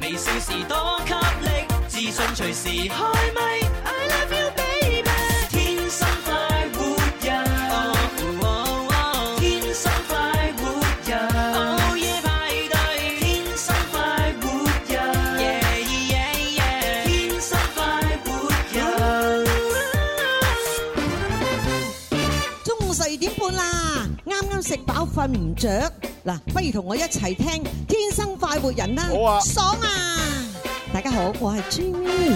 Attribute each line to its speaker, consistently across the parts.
Speaker 1: 時多給力，自信隨時開咪。I love you baby，天生快活人，哦哦天生快活人，哦耶派對，天生快活人，耶耶耶，天生快活人。
Speaker 2: 中午十二點半啦，啱啱食飽瞓唔着，嗱，不如同我一齊聽《天生快活人》啦，
Speaker 3: 好啊
Speaker 2: 爽啊！大家好，我係 Jimmy。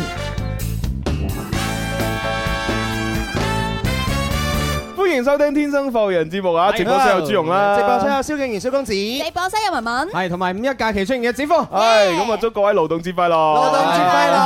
Speaker 3: 歡迎收聽《天生浮人》節目啊！直播室有朱容啦，
Speaker 4: 直播室有蕭敬仁、蕭公子，
Speaker 5: 直播室有文文，
Speaker 4: 係同埋五一假期出現嘅子峰，
Speaker 3: 唉，咁啊，祝各位勞動節快樂！勞
Speaker 4: 勞動節快 樂，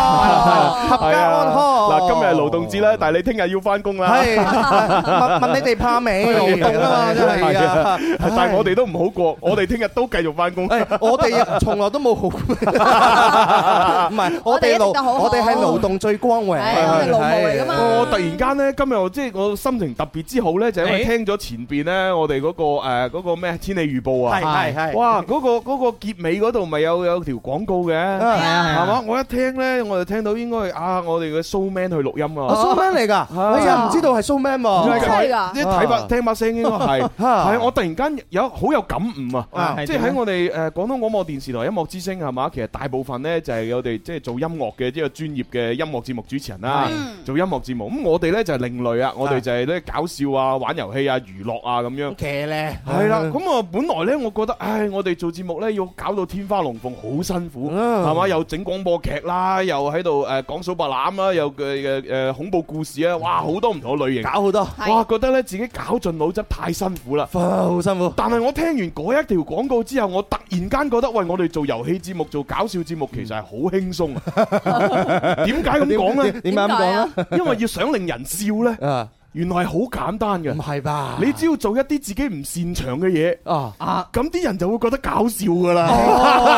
Speaker 4: 合家安康。
Speaker 3: 嗱，今日係勞動節啦，但係你聽日要翻工啦。
Speaker 4: 係問問你哋怕 未？勞動啊嘛，真係啊！
Speaker 3: 但係我哋都唔好過，我哋聽日都繼續翻工。
Speaker 4: 誒，我哋從來都冇好， 唔係
Speaker 5: 我
Speaker 4: 我哋勞
Speaker 5: 哋一直都好好
Speaker 4: 我哋係勞動最光榮，
Speaker 5: 係我哋勞務嚟㗎嘛
Speaker 3: 我突然間咧，今日我即係我心情特別之好咧，就係因為聽咗前邊咧，我哋嗰個誒嗰個咩天氣預報啊，
Speaker 4: 係係係
Speaker 3: 哇，嗰個嗰個結尾嗰度咪有有條廣告嘅，係
Speaker 4: 係
Speaker 3: 嘛？我一聽咧，我就聽到應該係啊，我哋嘅 Showman 去錄音
Speaker 4: 啊
Speaker 3: 啊。
Speaker 4: ，show man 嚟㗎，我真係唔知道係 show man
Speaker 5: 真
Speaker 4: 喎。
Speaker 5: 係㗎
Speaker 3: 即係睇把
Speaker 4: 啊
Speaker 3: 聽把聲應該 係
Speaker 4: 啊
Speaker 3: 係我突然間有好有感悟啊
Speaker 4: 啊！
Speaker 3: 即係喺我哋誒廣東廣播電視台音樂之聲係嘛，其實大部分呢就係我哋即係做音樂嘅即係專業嘅音樂節目主持人啦，做音樂節目咁我哋呢就係另類啊，我哋
Speaker 4: 啊
Speaker 3: 就係咧搞笑啊、玩遊戲啊、娛樂啊咁樣。
Speaker 4: 騎咧，
Speaker 3: 係啦，咁啊，本來呢，我覺得，唉，我哋做節目呢，要搞到天花龍鳳，好辛苦，
Speaker 4: 嗯
Speaker 3: 係嘛？又整廣播劇啦，又喺度誒講數白欖啦，又嘅誒恐怖故事啊，哇，好多唔同嘅類型。
Speaker 4: 搞好多，
Speaker 5: 係
Speaker 3: 哇，覺得咧自己搞盡腦汁太辛苦啦。
Speaker 4: 好辛苦。
Speaker 3: 但係我聽完嗰一條廣告之後，我突然間覺得，喂，我哋做遊戲節目、做搞笑節目，其實係好輕鬆啊！點解咁講呢？
Speaker 4: 點解咁講啊？
Speaker 3: 因為要想令人笑呢，
Speaker 4: 啊，
Speaker 3: 原來係好簡單
Speaker 4: 唔
Speaker 3: 嘅。
Speaker 4: 係吧？
Speaker 3: 你只要做一啲自己唔擅長嘅嘢，
Speaker 4: 啊啊！
Speaker 3: 咁啲人就會覺得搞笑噶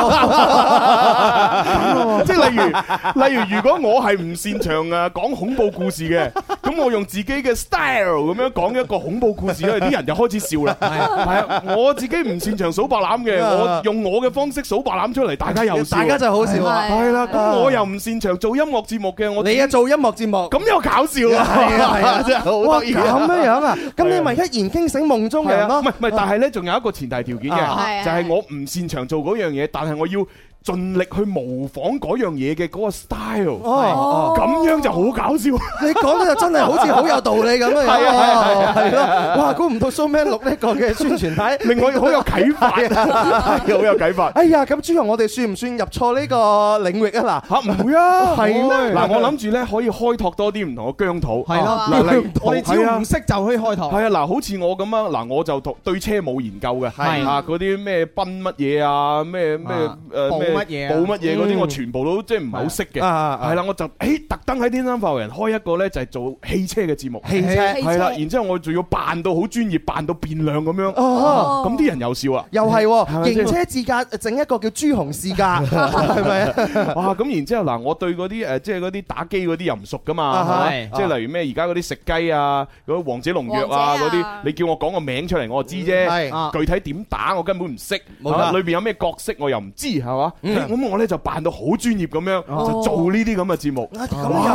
Speaker 3: 啦。
Speaker 4: 哦
Speaker 3: 即係例如，例如如果我係唔擅長啊講恐怖故事嘅，咁我用自己嘅 style 咁樣講一個恐怖故事咧，啲人就開始笑 啦。係啊，我自己唔擅長數白欖嘅，我用我嘅方式數白欖出嚟，大家又笑。
Speaker 4: 大家就好笑啊啊！
Speaker 5: 係
Speaker 3: 係啦，咁我又唔擅長做音樂節目嘅，我
Speaker 4: 你啊做音樂節目，
Speaker 3: 咁又搞笑
Speaker 4: 係啊係
Speaker 3: 啊！
Speaker 4: 啊
Speaker 3: 真係好
Speaker 4: 哇
Speaker 3: 得意
Speaker 4: 咁
Speaker 3: 啊。
Speaker 4: 樣樣啊！咁你咪一言驚醒夢中
Speaker 3: 係
Speaker 4: 人
Speaker 3: 啊，
Speaker 4: 咯
Speaker 3: 唔係。唔係，但係咧，仲有一個前提條件
Speaker 4: 啊
Speaker 3: 嘅，
Speaker 5: 係
Speaker 3: 就係
Speaker 5: 係
Speaker 3: 我唔擅長做嗰樣嘢，但係我要盡力去模仿嗰樣嘢嘅嗰個 style，
Speaker 4: 哦，
Speaker 3: 咁樣就好搞笑。
Speaker 4: 你講得就真係好似好有道理咁樣樣。
Speaker 3: 係啊係啊係啊
Speaker 4: 係咯。哇，估唔到 Showman 錄呢個嘅宣傳牌。
Speaker 3: 令我好有啟 發，係 好有啟發。
Speaker 4: 哎呀，咁朱紅，我哋算唔算入錯呢個領域啊？
Speaker 3: 嚇唔會啊，
Speaker 4: 係咩
Speaker 3: 嗱，我諗住咧可以開拓多啲唔同嘅疆土。
Speaker 6: 係 咯，
Speaker 3: 嗱，例如
Speaker 6: 我哋只
Speaker 3: 係
Speaker 6: 要
Speaker 3: 啊
Speaker 6: 唔識就可以開頭。
Speaker 3: 係啊，嗱，好似我咁啊，嗱，我就讀對車冇研究嘅，
Speaker 6: 係
Speaker 3: 啊，嗰啲咩賓乜嘢啊，咩咩
Speaker 6: 啊
Speaker 3: 誒
Speaker 6: 報
Speaker 3: 咩
Speaker 6: 乜嘢啊
Speaker 3: 報乜嘢嗰啲，
Speaker 4: 嗯
Speaker 3: 我全部都即係唔係好識嘅。
Speaker 4: 嗱，啊
Speaker 3: 係啦，，我就誒特登喺天生發人開一個咧，就係做汽車嘅節目，
Speaker 4: 汽車
Speaker 5: 汽車
Speaker 3: 係啦，然之後我仲要扮到好專業，扮到變量咁樣，
Speaker 4: 哦。
Speaker 5: 哦
Speaker 3: 咁啲人又笑啊 啦，
Speaker 4: 又係喎，
Speaker 3: 咪先
Speaker 4: 型車試駕整一個叫朱紅試駕，係咪啊？
Speaker 3: 哇！咁然之後嗱，我對嗰啲誒即係嗰啲打機嗰啲又唔熟噶
Speaker 4: 啊
Speaker 3: 嘛，
Speaker 4: 哈
Speaker 3: 係嘛即係例如咩而家嗰啲食雞啊，嗰啲王者農藥啊
Speaker 5: 王者
Speaker 3: 嗰
Speaker 5: 啊
Speaker 3: 啲，你叫我講個名出嚟我就知啫。
Speaker 4: 嗯係哦
Speaker 3: 具體點打我根本唔識，
Speaker 4: 冇
Speaker 3: 係嘛
Speaker 4: 錯
Speaker 3: 裏邊有咩角色我又唔知，係嘛？
Speaker 4: 嗯
Speaker 3: 咁我咧就扮到好專業咁樣，就做呢啲咁嘅節目。 哇！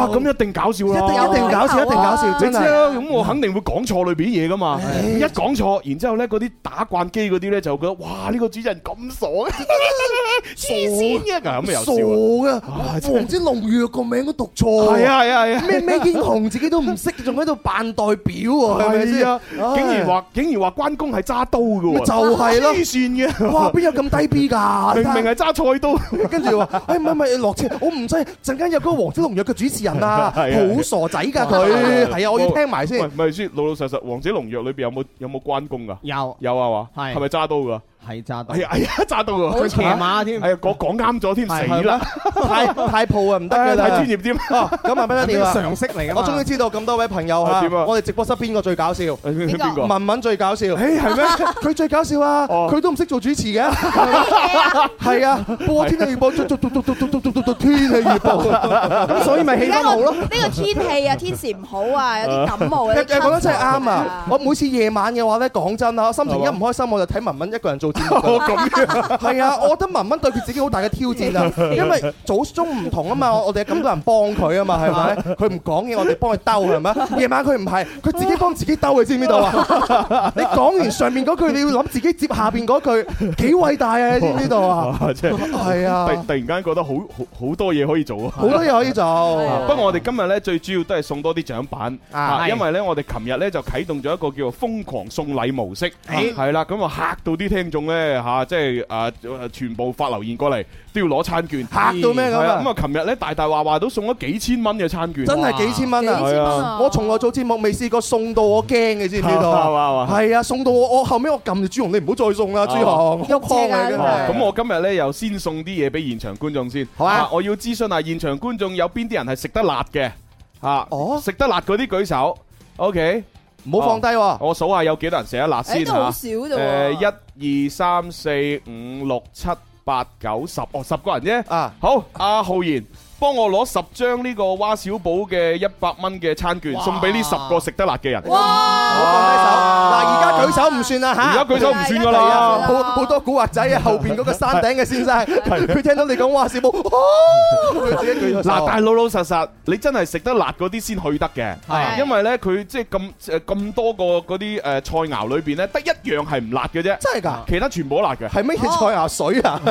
Speaker 4: 咁
Speaker 3: 咁一定搞笑
Speaker 4: 哦一
Speaker 3: 啦，
Speaker 4: 定一定搞笑，一定搞笑，
Speaker 3: 你
Speaker 4: 真
Speaker 3: 知
Speaker 4: 係。
Speaker 3: 啦，咁我肯定會講錯裏邊啲嘢噶嘛。一講錯，然之後咧嗰啲打慣機嗰啲咧就覺得哇呢個主持人咁傻嘅，黐線嘅咁
Speaker 4: 傻
Speaker 3: 又笑
Speaker 4: 嘅，
Speaker 3: 啊真係
Speaker 4: 王者農藥個名都讀錯。
Speaker 3: 啊。係啊係啊係啊！
Speaker 4: 咩咩英雄自己都唔識，仲喺度扮代表喎，係咪
Speaker 3: 係
Speaker 4: 先？
Speaker 3: 啊！竟然話竟然話關公係揸刀
Speaker 4: 咪
Speaker 3: 嘅
Speaker 4: 就
Speaker 3: 喎，
Speaker 4: 係
Speaker 3: 黐
Speaker 4: 咯，
Speaker 3: 線
Speaker 4: 哇
Speaker 3: 嘅，
Speaker 4: 邊有咁低 B 㗎？
Speaker 3: 明啊明係揸菜刀。
Speaker 4: 跟住話，哎唔係唔係落車，我唔制，陣間有嗰個黃子龍約嘅主持人啊，
Speaker 3: 係啊
Speaker 4: 好傻仔㗎佢，係啊，我要聽埋
Speaker 3: 喂，
Speaker 4: 先
Speaker 3: 唔。係先，老老實實，《王者農藥》裏邊有冇有冇關公㗎？
Speaker 6: 有
Speaker 3: 有啊嘛，
Speaker 6: 係
Speaker 3: 係咪揸刀㗎？
Speaker 6: 係揸到
Speaker 3: 係，啊係啊，揸刀㗎。
Speaker 6: 佢騎馬添。
Speaker 3: 係啊，講講啱咗添，
Speaker 6: 係
Speaker 3: 死啦！
Speaker 4: 太太鋪啊，唔得
Speaker 3: 太
Speaker 4: 㗎啦。
Speaker 3: 專業添。
Speaker 4: 哦，咁啊，不得了啊！
Speaker 6: 常識嚟㗎嘛
Speaker 4: 我終於知道咁多位朋友
Speaker 3: 啊
Speaker 4: 啊，
Speaker 3: 點啊
Speaker 4: 我哋直播室邊個最搞笑？
Speaker 3: 哎邊
Speaker 5: 個
Speaker 3: 個？
Speaker 4: 文文最搞笑。
Speaker 3: 誒係咩？
Speaker 4: 佢最搞笑啊！
Speaker 3: 哦
Speaker 4: 佢都唔識做主持嘅，係啊，播天氣預報，做做做做做做做做做天氣預報，咁所以咪氣
Speaker 5: 而
Speaker 4: 氛
Speaker 5: 家
Speaker 4: 好
Speaker 5: 我
Speaker 4: 咯。
Speaker 5: 呢個天氣啊，天時唔好啊，有啲感冒啊，
Speaker 4: 誒
Speaker 5: 有
Speaker 4: 誒
Speaker 5: 啲咳
Speaker 4: 講得真係
Speaker 5: 嗽
Speaker 4: 啱啊！我每次夜晚嘅話咧，講真啊，心情一唔開心我就睇文文一個人做節節
Speaker 3: 哦
Speaker 4: 目㗎。係啊，我覺得文文對佢自己好大嘅挑戰啊，因為早中唔同啊嘛，我哋有咁多人幫佢啊嘛，係咪？佢唔講嘢，我哋幫佢兜係咪？夜晚佢唔係，佢自己幫自己兜，你知唔知道啊？你講完上面嗰句，你要諗自己接下邊嗰句，幾偉大啊！你知唔知道啊？
Speaker 3: 啊，即係
Speaker 4: 係啊
Speaker 3: 突，突然間覺得好好好多嘢可以做啊！
Speaker 4: 好多嘢可以做。
Speaker 3: 不過我哋今日咧最主要都係送多啲獎品
Speaker 4: 啊
Speaker 3: 啊，
Speaker 6: 係
Speaker 3: 因為咧我哋琴日咧就啟動咗一個叫做瘋狂送禮模式，係啦，咁啊嚇到啲聽眾咧嚇，即係啊呃全部發留言過嚟都要攞餐券，
Speaker 4: 嚇到咩咁
Speaker 3: 係啦
Speaker 4: 啊
Speaker 3: 咁？啊，琴日咧大大話話都送咗幾千蚊嘅餐券，
Speaker 4: 真係幾千蚊啊！
Speaker 5: 幾千蚊啊
Speaker 4: 我從來做節目未試過送到我驚嘅，知唔知道
Speaker 3: 係嘛係
Speaker 4: 啊？
Speaker 3: 嘛
Speaker 4: 係啊，送到我我後尾我撳住朱紅，你唔好再送啦，朱
Speaker 5: 喐
Speaker 4: 紅，
Speaker 5: 車㗎真係
Speaker 3: 哦咁我今日咧又先送啲嘢俾現場觀眾先，
Speaker 4: 好啊
Speaker 3: 我要諮詢下現場觀眾有邊啲人係食得辣嘅，啊
Speaker 4: 哦，
Speaker 3: 食得辣嗰啲舉手，OK，
Speaker 4: 唔好放低喎。
Speaker 3: 我數下有幾多人食得辣
Speaker 5: 啊誒
Speaker 3: 先
Speaker 5: 都好
Speaker 3: 嚇。
Speaker 5: 少啫喎，
Speaker 3: 誒，一二三四五六七八九十，哦，十個人啫。
Speaker 4: 啊，
Speaker 3: 好，阿浩然，幫我攞十張呢個蛙小寶嘅一百蚊嘅餐券，送俾呢十個食得辣嘅人。
Speaker 4: 唔
Speaker 5: 哇！
Speaker 4: 好放低手。嗱，而家舉手唔算啦
Speaker 3: 而家
Speaker 4: 嚇。
Speaker 3: 舉手唔算㗎
Speaker 5: 係啊
Speaker 4: 啊，
Speaker 5: 係
Speaker 3: 啦
Speaker 5: 啊。
Speaker 4: 好好多古惑仔啊！後邊嗰個山頂嘅先生，佢聽到你講哇小寶，哦佢自己舉咗手
Speaker 3: 嗱，但係老老實實，你真係食得辣嗰啲先去得嘅，
Speaker 6: 係
Speaker 3: 因為呢，佢即係咁誒咁多個嗰啲誒菜肴裏邊呢，得一樣係唔辣嘅啫，
Speaker 4: 真係㗎，
Speaker 3: 其他全部都辣嘅。
Speaker 4: 係咩嘢菜啊？水 啊？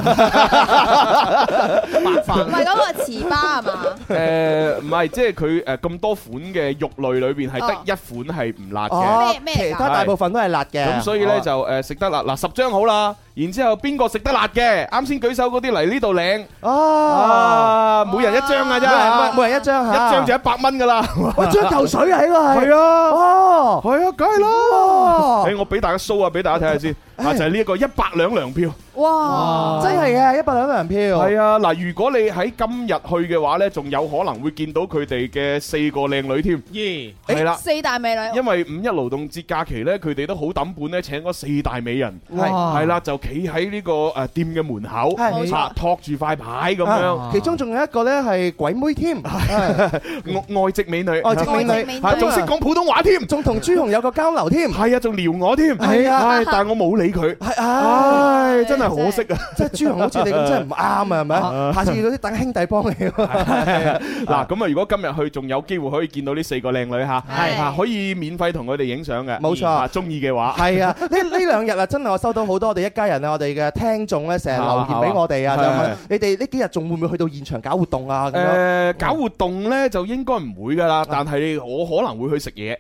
Speaker 5: 唔係嗰個糍粑係嘛？
Speaker 3: 誒唔係，即係佢誒咁多款嘅肉類裏邊係
Speaker 5: 哦
Speaker 3: 得一款係唔辣嘅。
Speaker 4: 哦
Speaker 5: 咩，咩
Speaker 4: 其
Speaker 5: 㗎
Speaker 4: 他大部分都係辣嘅。
Speaker 3: 咁所以咧就誒食得辣嗱十張好啦，然之後邊個食得辣嘅，啱先舉手嗰啲嚟呢度領
Speaker 4: 啊，
Speaker 3: 啊，每人一張㗎
Speaker 4: 每人
Speaker 3: 咋，
Speaker 4: 每人一張嚇，
Speaker 3: 一張就一百蚊㗎啦，
Speaker 4: 喂，張嚿水啊，呢個係。係啊。哦。
Speaker 3: 係啊，梗係啦。
Speaker 4: 哦，
Speaker 3: 誒，我俾大家 show 啊，俾大家睇下先，啊就係呢一個一百兩糧票，
Speaker 5: 哇！
Speaker 4: 真係嘅，一百兩人票。
Speaker 3: 係啊，嗱，如果你喺今日去嘅話咧，仲有可能會見到佢哋嘅四個靚女添，
Speaker 6: 咦，
Speaker 3: 係啦。
Speaker 5: 四大美女
Speaker 3: 因為五一勞動節假期咧，佢哋都好抌本咧，請嗰四大美人，
Speaker 4: 係
Speaker 3: 係啦，就企喺呢個誒店嘅門口，
Speaker 4: 係冇錯
Speaker 3: 啊托住塊牌咁樣，
Speaker 4: 啊，其中仲有一個咧係鬼妹添，係
Speaker 3: 外外籍美女，
Speaker 4: 外籍美
Speaker 5: 外籍美
Speaker 4: 女，
Speaker 5: 女
Speaker 3: 啊仲識講普通話添，
Speaker 4: 仲同朱紅有個交流添，
Speaker 3: 係啊，仲撩我添，
Speaker 4: 係啊
Speaker 3: 唉但係我冇理佢，
Speaker 4: 係啊，
Speaker 3: 唉，真係可惜啊！
Speaker 4: 即係朱紅好似你咁真係唔啱啊，係咪？下次遇到啲等兄弟 幫你啊。
Speaker 3: 嗱，咁啊，如果今日去仲有機會可以見到呢四個靚女嚇，
Speaker 5: 係
Speaker 3: 啊可以免費同佢哋影相嘅，
Speaker 4: 冇錯
Speaker 3: 啊中意嘅 話。
Speaker 4: 係啊，呢呢兩日啊，真係我收到好多我哋一家人啊，我哋嘅聽眾咧，成日留言俾我哋啊，就問你哋呢幾日仲會唔會去到現場搞活動啊？咁
Speaker 3: 誒、
Speaker 4: 樣
Speaker 3: 搞活動咧就應該唔會噶啦，但係我可能會去食嘢。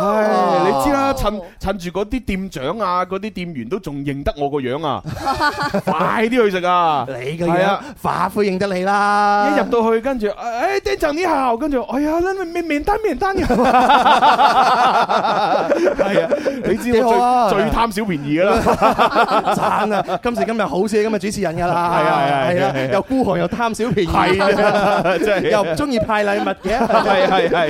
Speaker 3: 唉，你知啦，趁趁住嗰啲店長啊、嗰啲店員都仲認得我個樣啊，快啲去食啊！
Speaker 4: 你嘅
Speaker 3: 係
Speaker 4: 樣
Speaker 3: 啊，
Speaker 4: 化灰認得你啦，
Speaker 3: 一入到去，跟住誒，哎店長你好，跟住，哎呀，那免免單免單嘅，係啊，你知
Speaker 4: 幾好啊
Speaker 3: 我最最貪小便宜噶啦，
Speaker 4: 賺啊！今時今日好似咁嘅主持人㗎啦，
Speaker 3: 係啊係啊
Speaker 4: 係
Speaker 3: 係啊係
Speaker 4: 啊，
Speaker 3: 啊
Speaker 4: 又孤寒又貪小便宜，
Speaker 3: 係啊，真係，
Speaker 4: 又唔中意派禮物嘅。
Speaker 3: 係係係係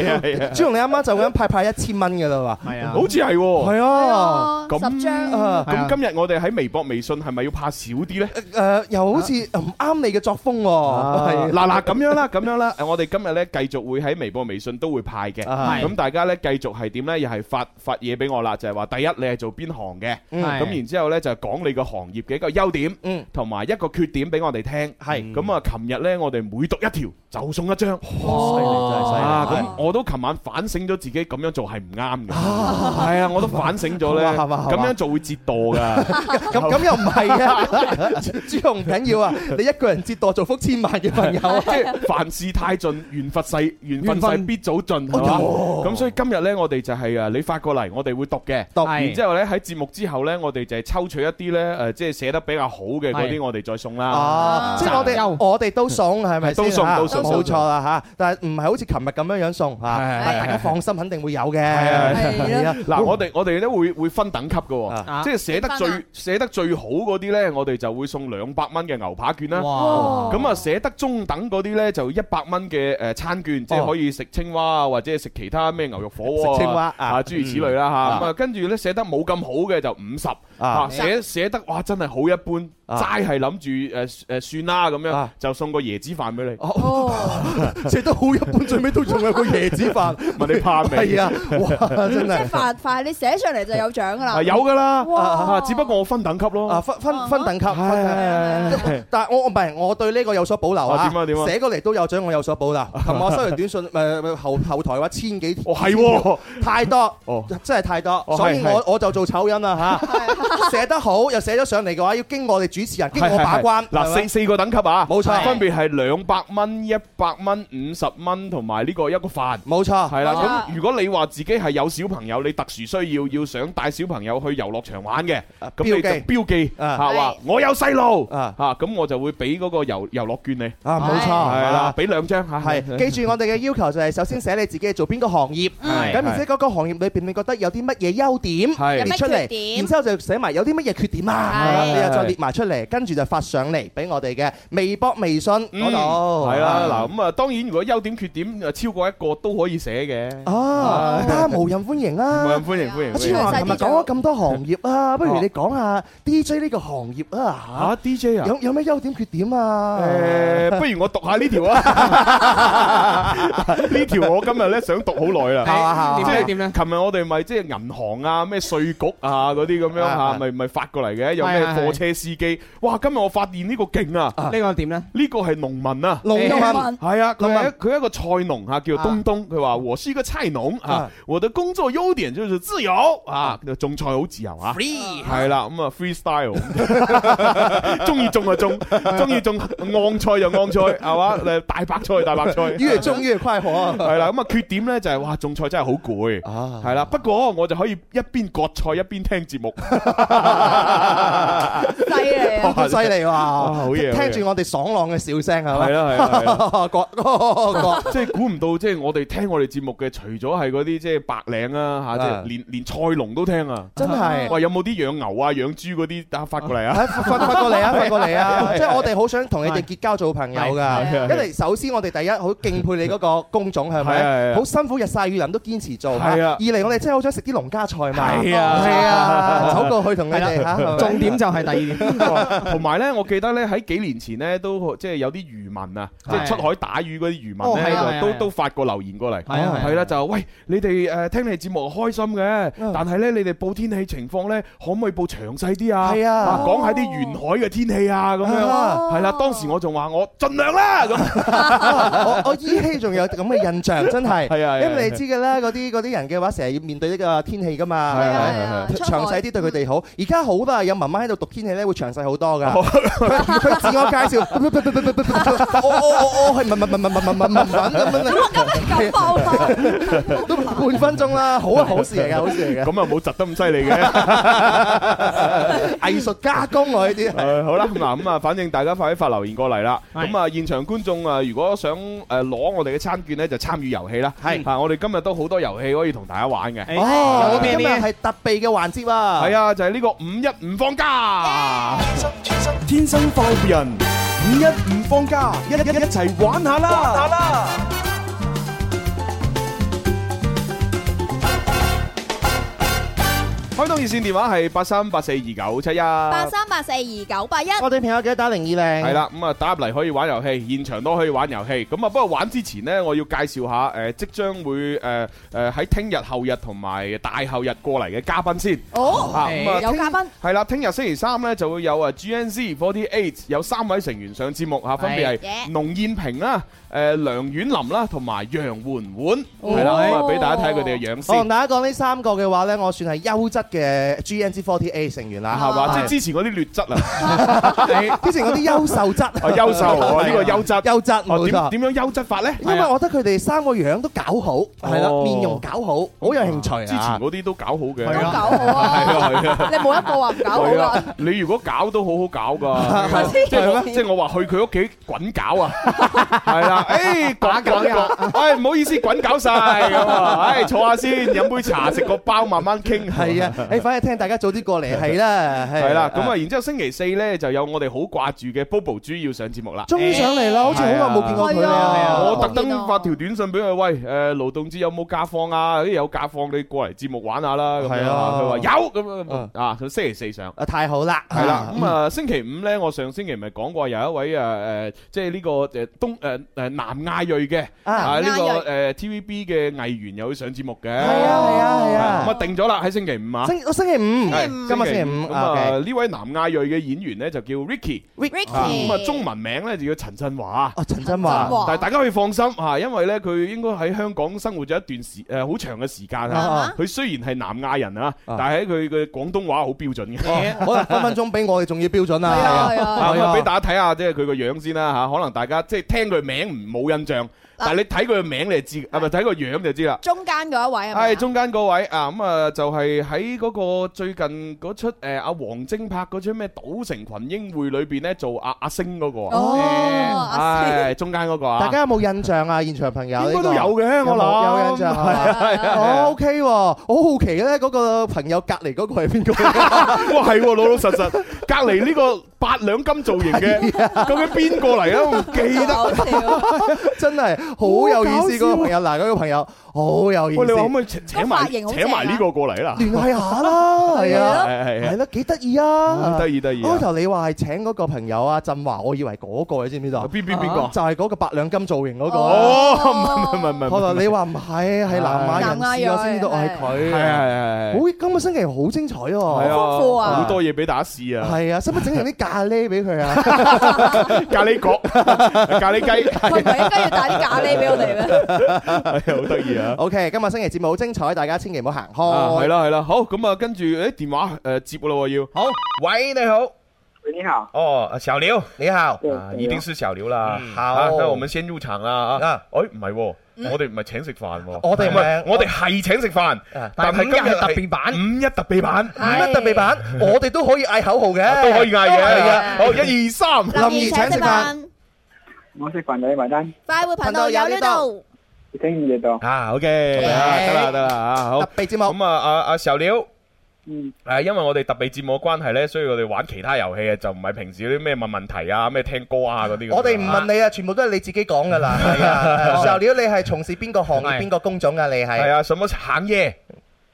Speaker 3: 啊，
Speaker 4: 朱紅，你啱啱就咁派派一千蚊㗎啦
Speaker 6: 係啊，
Speaker 3: 好似係喎。
Speaker 4: 喎，係
Speaker 5: 係
Speaker 4: 啊，
Speaker 5: 啊，
Speaker 3: 咁
Speaker 5: 十張
Speaker 4: 啊
Speaker 6: 係
Speaker 3: 咁
Speaker 6: 啊
Speaker 3: 今日我哋喺微博、微信係咪要拍少啲呢？
Speaker 4: 誒又好似唔啱你嘅作風喎，哦係
Speaker 3: 啊嗱嗱咁樣啦，咁樣啦， 誒我哋今日咧繼續會喺微博、微信都會派嘅。
Speaker 4: 啊
Speaker 6: 係
Speaker 3: 咁大家咧繼續係點咧？又係發發嘢俾我啦，就係話第一你係做邊行嘅，
Speaker 4: 嗯
Speaker 6: 係
Speaker 3: 咁然之後咧就講你個行業嘅一個優點
Speaker 4: 嗯，
Speaker 3: 同埋一個缺點俾我哋聽。
Speaker 4: 係
Speaker 3: 咁啊，琴日咧我哋每讀一條就送一張。
Speaker 4: 犀利真係犀利
Speaker 3: 啊！
Speaker 4: 哦係
Speaker 3: 咁我都琴晚反省咗自己咁樣做係唔啱嘅，係啊，我都反省咗咧，
Speaker 4: 係嘛係
Speaker 3: 咁
Speaker 4: 嘛
Speaker 3: 樣做會折墮㗎。
Speaker 4: 咁咁又唔係嘅，朱紅唔緊要啊！你一個人折墮造福千萬嘅朋友啊，
Speaker 3: 即係凡事太盡，緣佛世緣分世必早盡，係嘛？咁所以今日呢，我哋就係啊誒你發過嚟，我哋會讀嘅。
Speaker 4: 讀
Speaker 6: 係
Speaker 3: 然之後呢，喺節目之後呢，我哋就係抽取一啲呢，誒，呃即係寫得比較好嘅嗰啲，
Speaker 6: 係
Speaker 3: 我哋再送啦。
Speaker 4: 哦，即係我
Speaker 6: 優
Speaker 4: 哋我哋都送係咪先
Speaker 3: 啊都送
Speaker 4: 啊
Speaker 3: 都送
Speaker 4: 冇錯啦嚇，但係唔係好似琴日咁樣樣送嚇，
Speaker 3: 係
Speaker 4: 但大家放心，肯定會有嘅。
Speaker 3: 係
Speaker 5: 係
Speaker 4: 啊，
Speaker 3: 嗱，我哋我哋咧會會分等級嘅喎，
Speaker 6: 啊
Speaker 3: 即係寫得
Speaker 5: 分
Speaker 3: 最寫得最好嗰啲呢，我哋就會送兩百蚊嘅牛扒券啦。
Speaker 6: 哇，
Speaker 3: 咁啊，寫得中等嗰啲呢，就一百蚊嘅誒餐券，即係
Speaker 4: 哦
Speaker 3: 可以食青蛙啊，或者係食其他咩牛肉火鍋啊
Speaker 4: 食青蛙啊
Speaker 3: 啊，諸如此類啦嚇。
Speaker 4: 嗯
Speaker 3: 咁啊，跟住呢，寫得冇咁好嘅就五十，
Speaker 4: 啊
Speaker 3: 啊寫寫得哇真係好一般，
Speaker 4: 啊
Speaker 3: 齋係諗住誒誒算啦咁樣
Speaker 4: 啊，
Speaker 3: 就送個椰子飯俾你，
Speaker 5: 哦，
Speaker 4: 食得好一般，最尾都仲有個椰子飯。
Speaker 3: 問你怕未？
Speaker 4: 係啊，哇！真
Speaker 5: 即
Speaker 4: 係
Speaker 5: 係快快，你寫上嚟就有獎㗎啦。
Speaker 3: 啊有㗎啦，
Speaker 5: 哇
Speaker 3: 啊只不過我分等級
Speaker 4: 啊，
Speaker 3: 咯，
Speaker 4: 分分分等級。分等級
Speaker 5: 係係
Speaker 3: 係
Speaker 4: 但係我我唔係，我對呢個有所保留
Speaker 3: 啊
Speaker 4: 啊！
Speaker 3: 點啊點啊
Speaker 4: 寫過嚟都有獎，我有所保留。琴日我收完短信， 誒後後台話千幾，
Speaker 3: 哦係喎，
Speaker 4: 太多
Speaker 3: 哦，
Speaker 4: 真係太多，
Speaker 3: 哦
Speaker 4: 所以
Speaker 3: 係
Speaker 4: 我我就做醜人啦嚇。 寫得好又寫咗上嚟嘅話，要經我哋主持人經
Speaker 3: 係
Speaker 4: 我把
Speaker 3: 係
Speaker 4: 關
Speaker 3: 係。嗱
Speaker 4: 係咪
Speaker 3: 四四個等級啊，
Speaker 4: 冇錯
Speaker 3: 分別係兩百蚊、一百蚊、五十蚊同埋呢個一個飯。
Speaker 4: 冇錯，
Speaker 3: 係啦，
Speaker 5: 冇錯
Speaker 3: 咁如果你話自己係有小朋友，你特殊需要要想帶小朋友去遊樂場玩嘅，
Speaker 4: 啊
Speaker 3: 咁你就
Speaker 4: 標記
Speaker 3: 標記
Speaker 4: 啊
Speaker 3: 嚇話
Speaker 5: 係
Speaker 3: 我有細路
Speaker 4: 啊
Speaker 3: 嚇，咁我就會俾嗰個遊遊樂券你，
Speaker 4: 啊，冇
Speaker 5: 係
Speaker 4: 錯，
Speaker 3: 係
Speaker 4: 係
Speaker 3: 啦，
Speaker 4: 啦。
Speaker 3: 俾兩張嚇，
Speaker 4: 係，記住我哋嘅要求就係首先寫你自己係做邊個行業，
Speaker 3: 係
Speaker 4: 咁而且嗰個行業裏邊你覺得有啲乜嘢優點
Speaker 3: 係
Speaker 4: 列出
Speaker 5: 有乜缺
Speaker 4: 嚟，
Speaker 5: 點
Speaker 4: 然之後就寫埋有啲乜嘢缺點啊，
Speaker 5: 係
Speaker 4: 你又再列埋出嚟，跟住就發上嚟俾我哋嘅微博、微信嗰度，
Speaker 3: 係啦，嗱咁啊，當然如果優點缺點誒超過一個都可以寫嘅，
Speaker 4: 啊，
Speaker 3: 係
Speaker 4: 大家無人歡迎
Speaker 3: 冇人
Speaker 4: 啦。
Speaker 3: 歡迎歡迎
Speaker 4: 阿
Speaker 3: 歡
Speaker 4: 朱
Speaker 3: 迎
Speaker 5: 千。
Speaker 4: 華
Speaker 5: 萬
Speaker 4: 琴日講咗咁多行業啊，不如你講下 DJ 呢個行業
Speaker 3: 嚇
Speaker 4: 啊
Speaker 3: DJ
Speaker 4: 嚇，
Speaker 3: 啊
Speaker 4: 有，有咩優點缺點啊？
Speaker 3: 誒，不如我讀下呢條 啊，呢條我今日咧想讀好耐啦。
Speaker 4: 啊
Speaker 3: 即係
Speaker 6: 點咧？
Speaker 3: 琴日我哋咪即係銀行啊、咩税局啊嗰啲咁樣
Speaker 4: 啊
Speaker 3: 嚇，
Speaker 4: 啊
Speaker 3: 咪咪發過嚟嘅，有咩
Speaker 6: 係係係
Speaker 3: 貨車司機？哇！今日我發現呢個勁啊，
Speaker 6: 呢個點咧？
Speaker 3: 呢個係農民啊。
Speaker 4: 農民
Speaker 3: 係啊，佢
Speaker 4: 農民
Speaker 3: 係一佢係一個菜農嚇，
Speaker 6: 啊
Speaker 3: 叫東東。佢話：我是一個菜農啊
Speaker 4: 啊，
Speaker 3: 我的工作優點就是自由啊，種菜好自由啊。
Speaker 6: free
Speaker 3: 係啦，咁啊 freestyle，中意種就種，中 意種昂菜就昂菜，係嘛？誒大白菜大 白菜。
Speaker 4: 越中越快活
Speaker 3: 係啦，咁啊缺點咧就係哇種菜真係好攰。
Speaker 4: 啊
Speaker 3: 系啦，不過我就可以一邊割菜一邊聽 節目，
Speaker 5: 犀利啊！
Speaker 4: 好犀利
Speaker 3: 哇
Speaker 4: 哇！
Speaker 3: 好嘢好嘢
Speaker 4: 聽住我哋爽朗嘅笑聲係咪
Speaker 3: 係？啦係啦，
Speaker 4: 各各
Speaker 3: 即係估唔到，即係我哋聽我哋節目嘅，除咗係嗰啲即係白領啊吓，即係
Speaker 4: 啊
Speaker 3: 連連菜農都聽啊！
Speaker 4: 真係。
Speaker 3: 喂，有冇啲養牛啊、養豬嗰啲啊發過嚟啊？
Speaker 4: 啊發發發過嚟啊！發過嚟啊！即係我哋好想同你哋結交做朋友㗎。
Speaker 5: 係
Speaker 4: 因為首先我哋第一好敬佩你嗰個工種係
Speaker 3: 係啊係
Speaker 4: 咪？
Speaker 3: 啊
Speaker 4: 好辛苦日曬雨淋都堅持做。
Speaker 3: 係啊
Speaker 4: 二嚟我哋真係好想食啲農家菜嘛。
Speaker 3: 係
Speaker 7: à.
Speaker 3: 啊
Speaker 4: 係啊，走過去同你哋嚇。係咪
Speaker 6: 重點就係第二點，
Speaker 3: 同埋咧，我記得咧喺幾年前咧都即係有啲漁民啊，即係
Speaker 6: 係
Speaker 3: 出海打魚嗰啲漁
Speaker 6: 哦
Speaker 3: 民
Speaker 6: 係啊係
Speaker 3: 咧，
Speaker 6: 啊係
Speaker 3: 就都
Speaker 6: 啊
Speaker 3: 都發過留言過嚟，
Speaker 6: 係啊係啊
Speaker 3: 係啦，就話喂你哋誒聽你哋節目開心嘅，
Speaker 4: 嗯
Speaker 3: 但係咧你哋報天氣情況咧，可唔可以報詳細啲啊？
Speaker 4: 係啊
Speaker 3: 講下啲沿海嘅天氣啊咁
Speaker 6: 哦
Speaker 3: 樣。
Speaker 4: 啊
Speaker 3: 係啦，當時我仲話我盡量 啦咁，
Speaker 4: 我我依稀仲有咁嘅印象，真係。
Speaker 3: 係啊係啊
Speaker 4: 因為你知嘅啦，嗰啲嗰啲人嘅話，成日要面對呢個天氣㗎嘛。
Speaker 3: 係
Speaker 5: 係
Speaker 3: 啊
Speaker 5: 啊
Speaker 3: 係
Speaker 5: 係
Speaker 3: 啊
Speaker 5: 啊，
Speaker 4: 詳細啲對佢哋好，而家好啦，有媽媽喺度讀天氣咧，會詳細好多噶。佢佢自我介紹，我我我我係文文文文文文文文咁
Speaker 5: 咁你咁暴露，
Speaker 4: 樣，都半分鐘啦，好啊，好事嚟嘅，好事嚟嘅，
Speaker 3: 咁啊冇窒得咁犀利嘅。
Speaker 4: 藝術加工我呢啲。
Speaker 3: 誒好啦，嗱咁啊，反正大家快啲發留言過嚟啦。
Speaker 6: 係
Speaker 3: 咁啊，現場觀眾啊，如果想誒攞我哋嘅餐券咧，就參與遊戲啦。
Speaker 6: 係
Speaker 3: 啊，我哋今日都好多遊戲可以同大家玩嘅。
Speaker 4: 哦，
Speaker 6: 有
Speaker 4: 今
Speaker 6: 咩呢？
Speaker 4: 日係特備嘅環節啊。
Speaker 3: 係啊，就係呢個五一唔放假。天生快活人，五一唔放假，一一一齊玩下啦！開通熱線電話係八三八四二九七一。
Speaker 5: 八三八四二九八一，
Speaker 4: 我哋朋友記得打零二零。
Speaker 3: 系。啦，咁啊打入嚟可以玩遊戲，現場都可以玩遊戲。咁啊，不過玩之前呢，我要介紹下诶、呃即將會诶诶喺聽日、後日同埋大後日過嚟嘅嘉賓先。
Speaker 5: 哦，
Speaker 3: 啊，咁啊
Speaker 5: 有嘉賓，
Speaker 3: 係啦，聽日星期三呢就會有啊 GNZ Forty Eight 有三位成員上節目吓，分別係
Speaker 5: Yeah
Speaker 3: 農燕平啦、诶、梁婉琳啦同埋楊媛媛，
Speaker 5: 哦
Speaker 3: 係啦，咁啊俾大家睇下佢哋嘅樣
Speaker 4: 我同
Speaker 3: 先。
Speaker 4: 大家講呢三個嘅話咧，我算係優質嘅 GNZ48 成員啦。
Speaker 3: 係嘛？即
Speaker 4: 係
Speaker 3: 係之前嗰啲劣 質啊，
Speaker 4: 之前嗰啲優秀質。
Speaker 3: 啊優秀啊，呢個優質，
Speaker 4: 優質
Speaker 3: 哦
Speaker 4: 冇錯。
Speaker 3: 點點樣優質法呢？
Speaker 4: 因為我覺得佢哋三個樣都搞好，係啦
Speaker 3: 哦，
Speaker 4: 面容搞好，好有興趣啊！
Speaker 3: 之前嗰啲都搞好嘅，
Speaker 5: 都
Speaker 6: 係
Speaker 5: 搞
Speaker 6: 啊
Speaker 5: 好
Speaker 3: 係啊
Speaker 5: 啊！
Speaker 3: 係啊。
Speaker 5: 你冇一個話唔搞好
Speaker 3: 係
Speaker 5: 啊！
Speaker 3: 啊，你如果搞都好好搞噶，即係我即係我話去佢屋企滾搞啊，係啦，誒滾搞一 Ờ, 哎唔好意思，滾搞晒咁啊，誒坐下先，飲杯茶，食個包，慢慢傾，
Speaker 4: 係啊，誒，反正聽大家早啲過嚟係啦，係
Speaker 3: 係啦，咁啊，然之後星期四咧就有我哋好掛住嘅 Bobo 豬要上節目啦。
Speaker 4: 終於上嚟啦，好似好耐冇見過佢
Speaker 5: 係啊
Speaker 4: 啊！
Speaker 3: 我特登發條短信俾佢，喂，誒勞動節有冇假放啊？咦有假放你過嚟節目玩下啦。咁樣
Speaker 4: 係啊
Speaker 3: 佢話有咁啊啊，佢星期四上。
Speaker 4: 啊太好啦，
Speaker 3: 係啦，咁
Speaker 4: 嗯
Speaker 3: 啊星期五咧，我上星期咪講過有一位誒誒，即係呢個誒東誒誒南亞裔嘅
Speaker 4: 啊
Speaker 3: 啊呢
Speaker 5: 亞
Speaker 3: 個誒 TVB 嘅藝員又會上節目嘅。
Speaker 4: 係啊係啊係
Speaker 3: 咁啊
Speaker 4: 啊！
Speaker 3: 定咗啦，喺星期五啊。
Speaker 4: 星我星期五，
Speaker 3: 係
Speaker 4: 今日星期五
Speaker 3: 咁
Speaker 4: 啊
Speaker 3: 啊，
Speaker 4: ，OK，
Speaker 3: 呢位南亞裔嘅演員咧就叫 Ricky，
Speaker 5: Ricky
Speaker 3: 啊咁啊中文名咧就叫陳振華。
Speaker 4: 哦陳
Speaker 5: 陳
Speaker 4: 振
Speaker 5: 振
Speaker 4: 華
Speaker 5: 華
Speaker 3: 但係大家可以放心嚇，因為咧佢應該喺香港生活咗一段時誒好長嘅時間啊。
Speaker 5: 啊
Speaker 3: 佢雖然係南亞人啊，
Speaker 4: 啊哦
Speaker 3: 但係喺佢嘅廣東話好標準嘅。
Speaker 4: 可能分分鐘比我哋仲要標準
Speaker 5: 係啊
Speaker 4: 啊！
Speaker 5: 係啊
Speaker 3: 啊咁
Speaker 4: 係
Speaker 3: 啊，
Speaker 4: 啊
Speaker 3: 俾大家睇下即係佢個樣先啦嚇，可能大家即係聽佢名唔冇印象，但係你睇佢個名你就知，啊唔係睇個樣就知啦。
Speaker 5: 中間嗰一位係咪啊
Speaker 3: 係中間嗰位啊，咁啊就係喺嗰個最近嗰出誒阿王晶拍嗰出咩《賭城群英會》裏邊咧做阿阿星嗰個啊，
Speaker 5: 哦阿星
Speaker 3: 係中間嗰個啊，
Speaker 4: 大家有冇印象啊？現場朋友
Speaker 3: 應
Speaker 4: 呢
Speaker 3: 該
Speaker 4: 個
Speaker 3: 都有嘅，我
Speaker 4: 有冇
Speaker 3: 諗
Speaker 4: 有印象啊
Speaker 5: 係啊
Speaker 4: 哦，OK 喎，我好好奇咧，嗰個朋友隔離嗰個係 邊個？
Speaker 3: 哇，係喎，老老實實，隔離呢個八兩金造型嘅，究竟邊個嚟啊？我唔記得。
Speaker 5: 好笑
Speaker 4: 真係好有意思嗰個朋友，嗱嗰個朋友好有意
Speaker 3: 喂，你話可唔
Speaker 4: 思，
Speaker 3: 可以請請
Speaker 5: 個
Speaker 3: 埋
Speaker 5: 髮型好正啊
Speaker 3: 請埋呢個過嚟啦？
Speaker 4: 聯繫下啦，係
Speaker 5: 係
Speaker 4: 啊，
Speaker 5: 咯
Speaker 3: 係係
Speaker 4: 係
Speaker 3: 係
Speaker 4: 啦，幾得意啊！
Speaker 3: 得意得意啊
Speaker 4: 開頭你話係請嗰個朋友啊，振華，我以為嗰個你知唔知道啊？
Speaker 3: 邊邊邊個？
Speaker 4: 就係嗰個八兩金造型嗰個。
Speaker 3: 哦，唔係唔係唔係唔係，
Speaker 4: 後來你話唔係，係南亞人士，我先知道係
Speaker 3: 係
Speaker 4: 佢。
Speaker 3: 係係係
Speaker 4: 好，今個星期好精彩
Speaker 3: 係
Speaker 4: 喎。
Speaker 5: 豐富啊
Speaker 3: 好多嘢俾大家試啊！
Speaker 4: 係啊，使唔使整成啲咖喱俾佢啊？
Speaker 3: 咖喱角、 咖喱雞，
Speaker 5: 喂唔係應該要帶啲咖喱俾我哋咩？
Speaker 3: 係好得意啊！
Speaker 4: OK，今日星期節目好精彩，大家千祈唔好行
Speaker 3: 啊，係
Speaker 4: 開。
Speaker 3: 啦係啦，好咁啊，跟住誒電話誒接啦喎要。好，喂你好，
Speaker 6: 喂，你好。
Speaker 3: 哦小劉，
Speaker 4: 你好，
Speaker 6: 对
Speaker 3: 啊，一定是小劉啦。
Speaker 4: 好
Speaker 3: 啊，那我們先入場啦啊
Speaker 4: 啊！
Speaker 3: 誒唔係喎，我哋唔係請食飯喎，
Speaker 4: 我哋唔係
Speaker 3: 唔係我哋係請食飯
Speaker 4: 啊，
Speaker 3: 但係今日係
Speaker 4: 但係今日係特別版
Speaker 3: 五一特別版
Speaker 4: 乜特別版？我哋都可以嗌口號嘅，
Speaker 3: 啊都可以嗌
Speaker 5: 都可以
Speaker 3: 嘅。
Speaker 5: 嘅
Speaker 3: 好，一二三，
Speaker 4: 林怡請食飯，
Speaker 6: 我食飯仔埋單，
Speaker 5: 快活頻道有呢度，
Speaker 6: 你聽唔聽到？
Speaker 3: 啊，OK，啊得啦得啦啊，好
Speaker 4: 特別節目。
Speaker 3: 咁啊啊啊小劉。
Speaker 6: 嗯，
Speaker 3: 誒，因為我哋特別節目嘅關係咧，所以我哋玩其他遊戲嘅，就唔係平時嗰啲咩問問題啊、咩聽歌啊嗰啲咁樣。
Speaker 4: 我哋唔問你啊，全部都係你自己講 噶啦。係啊，受料你係從事邊個行業、
Speaker 3: 係
Speaker 4: 邊個工種啊？你
Speaker 3: 係
Speaker 4: 係
Speaker 3: 啊，什麼行業？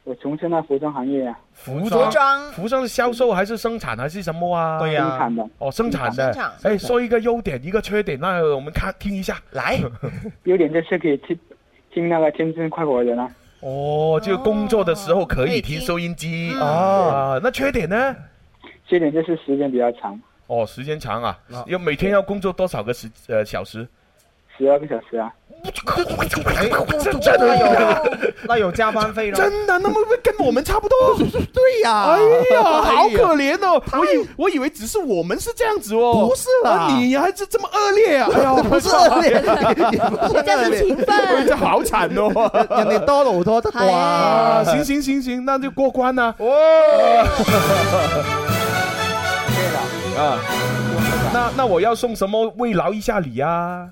Speaker 6: 我从事那服装行业啊，
Speaker 3: 服
Speaker 5: 服裝
Speaker 3: 服装是销售还是生产还是什么啊？对
Speaker 6: 生产的
Speaker 3: 哦，生产
Speaker 5: 生
Speaker 3: 的
Speaker 5: 产。
Speaker 3: 哎，说一个优点，一个缺点，那我们看听一下。
Speaker 4: 來，
Speaker 6: 优点就是可以听听那个《天生快活人》啊，
Speaker 3: 哦，就工作的时候可以听收音机啊。那缺点呢？
Speaker 6: 缺点就是时间比较长，
Speaker 3: 哦，时间长啊，要每天要工作多少个时呃小时？
Speaker 6: 十二个小时啊。
Speaker 3: 真真的有，
Speaker 8: 那有加班费咯。
Speaker 3: 真的，那么跟我们差不多。
Speaker 4: 對呀，
Speaker 3: 哎呀，好可憐哦！我以我以為只是我們是這樣子哦，
Speaker 4: 不是啦
Speaker 3: 啊你還是這麼惡劣啊！哎 呀，
Speaker 4: 不是惡劣，不
Speaker 5: 真係
Speaker 4: 是
Speaker 5: 前 分，
Speaker 3: 真哎好慘哦！
Speaker 4: 人哋多勞多得
Speaker 5: 係啊
Speaker 4: 啩。
Speaker 3: 行行行行，那就過關啦。
Speaker 6: 对了，
Speaker 3: 啊，那那我要送什麼慰勞一下你啊？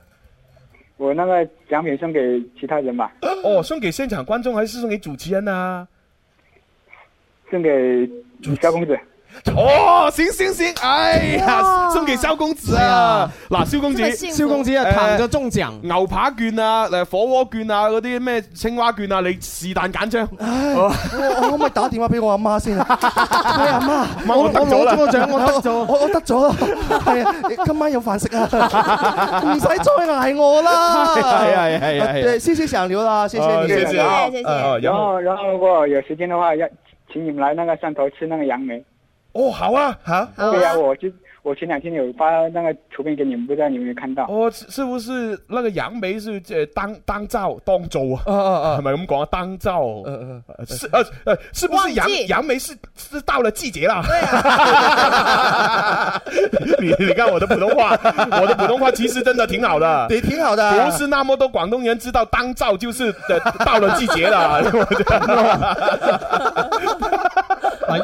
Speaker 6: 我那个奖品送给其他人吧，
Speaker 3: 哦，送給現場觀眾還是送給主持人啊？
Speaker 6: 送给萧公子。
Speaker 3: 哦，行行行，哎呀，
Speaker 5: 哇
Speaker 3: 送給蕭公子啊！嗱，蕭公子
Speaker 5: 真。係幸福
Speaker 8: 萧公子啊，
Speaker 3: 誒
Speaker 8: 彈咗中獎，
Speaker 3: 呃牛扒券啊，誒火鍋券啊，嗰啲咩青蛙券啊，你是但揀張。
Speaker 4: 我我可唔可以打電話俾我阿媽先啊？喂，阿媽，
Speaker 3: 媽我得咗啦
Speaker 4: 攞咗個獎，我得咗，我我得咗啦。係啊，今晚有飯食啊，唔使再捱我啦。
Speaker 3: 係係係係
Speaker 4: 對，謝謝想料啦，謝謝
Speaker 3: 啊
Speaker 4: 你。
Speaker 6: 謝謝
Speaker 5: 謝謝謝
Speaker 3: 啊
Speaker 6: 然
Speaker 3: 然後
Speaker 6: 后，然后如果有时间的话，要请你们来那个汕头吃那个杨梅。
Speaker 3: 哦，好啊，
Speaker 4: 嚇。
Speaker 5: 好
Speaker 6: 对呀、
Speaker 5: 啊，
Speaker 6: 我就我前两天有发那个图片给你们，不知道你们有没有看到？
Speaker 3: 哦，是是不是那个杨梅是呃当当造当造啊？
Speaker 4: 啊啊啊
Speaker 3: 系！咪咁讲啊？当造
Speaker 4: 嗯嗯，
Speaker 3: 是呃呃，是不是
Speaker 5: 旺
Speaker 3: 杨
Speaker 5: 季
Speaker 3: 杨梅是是到了季节啦？ 你你看我的普通话，我的普通话其实真的挺好的。
Speaker 4: 你挺好的，
Speaker 3: 不是那么多广东人知道当造就是呃到了季节了，我觉得
Speaker 8: 係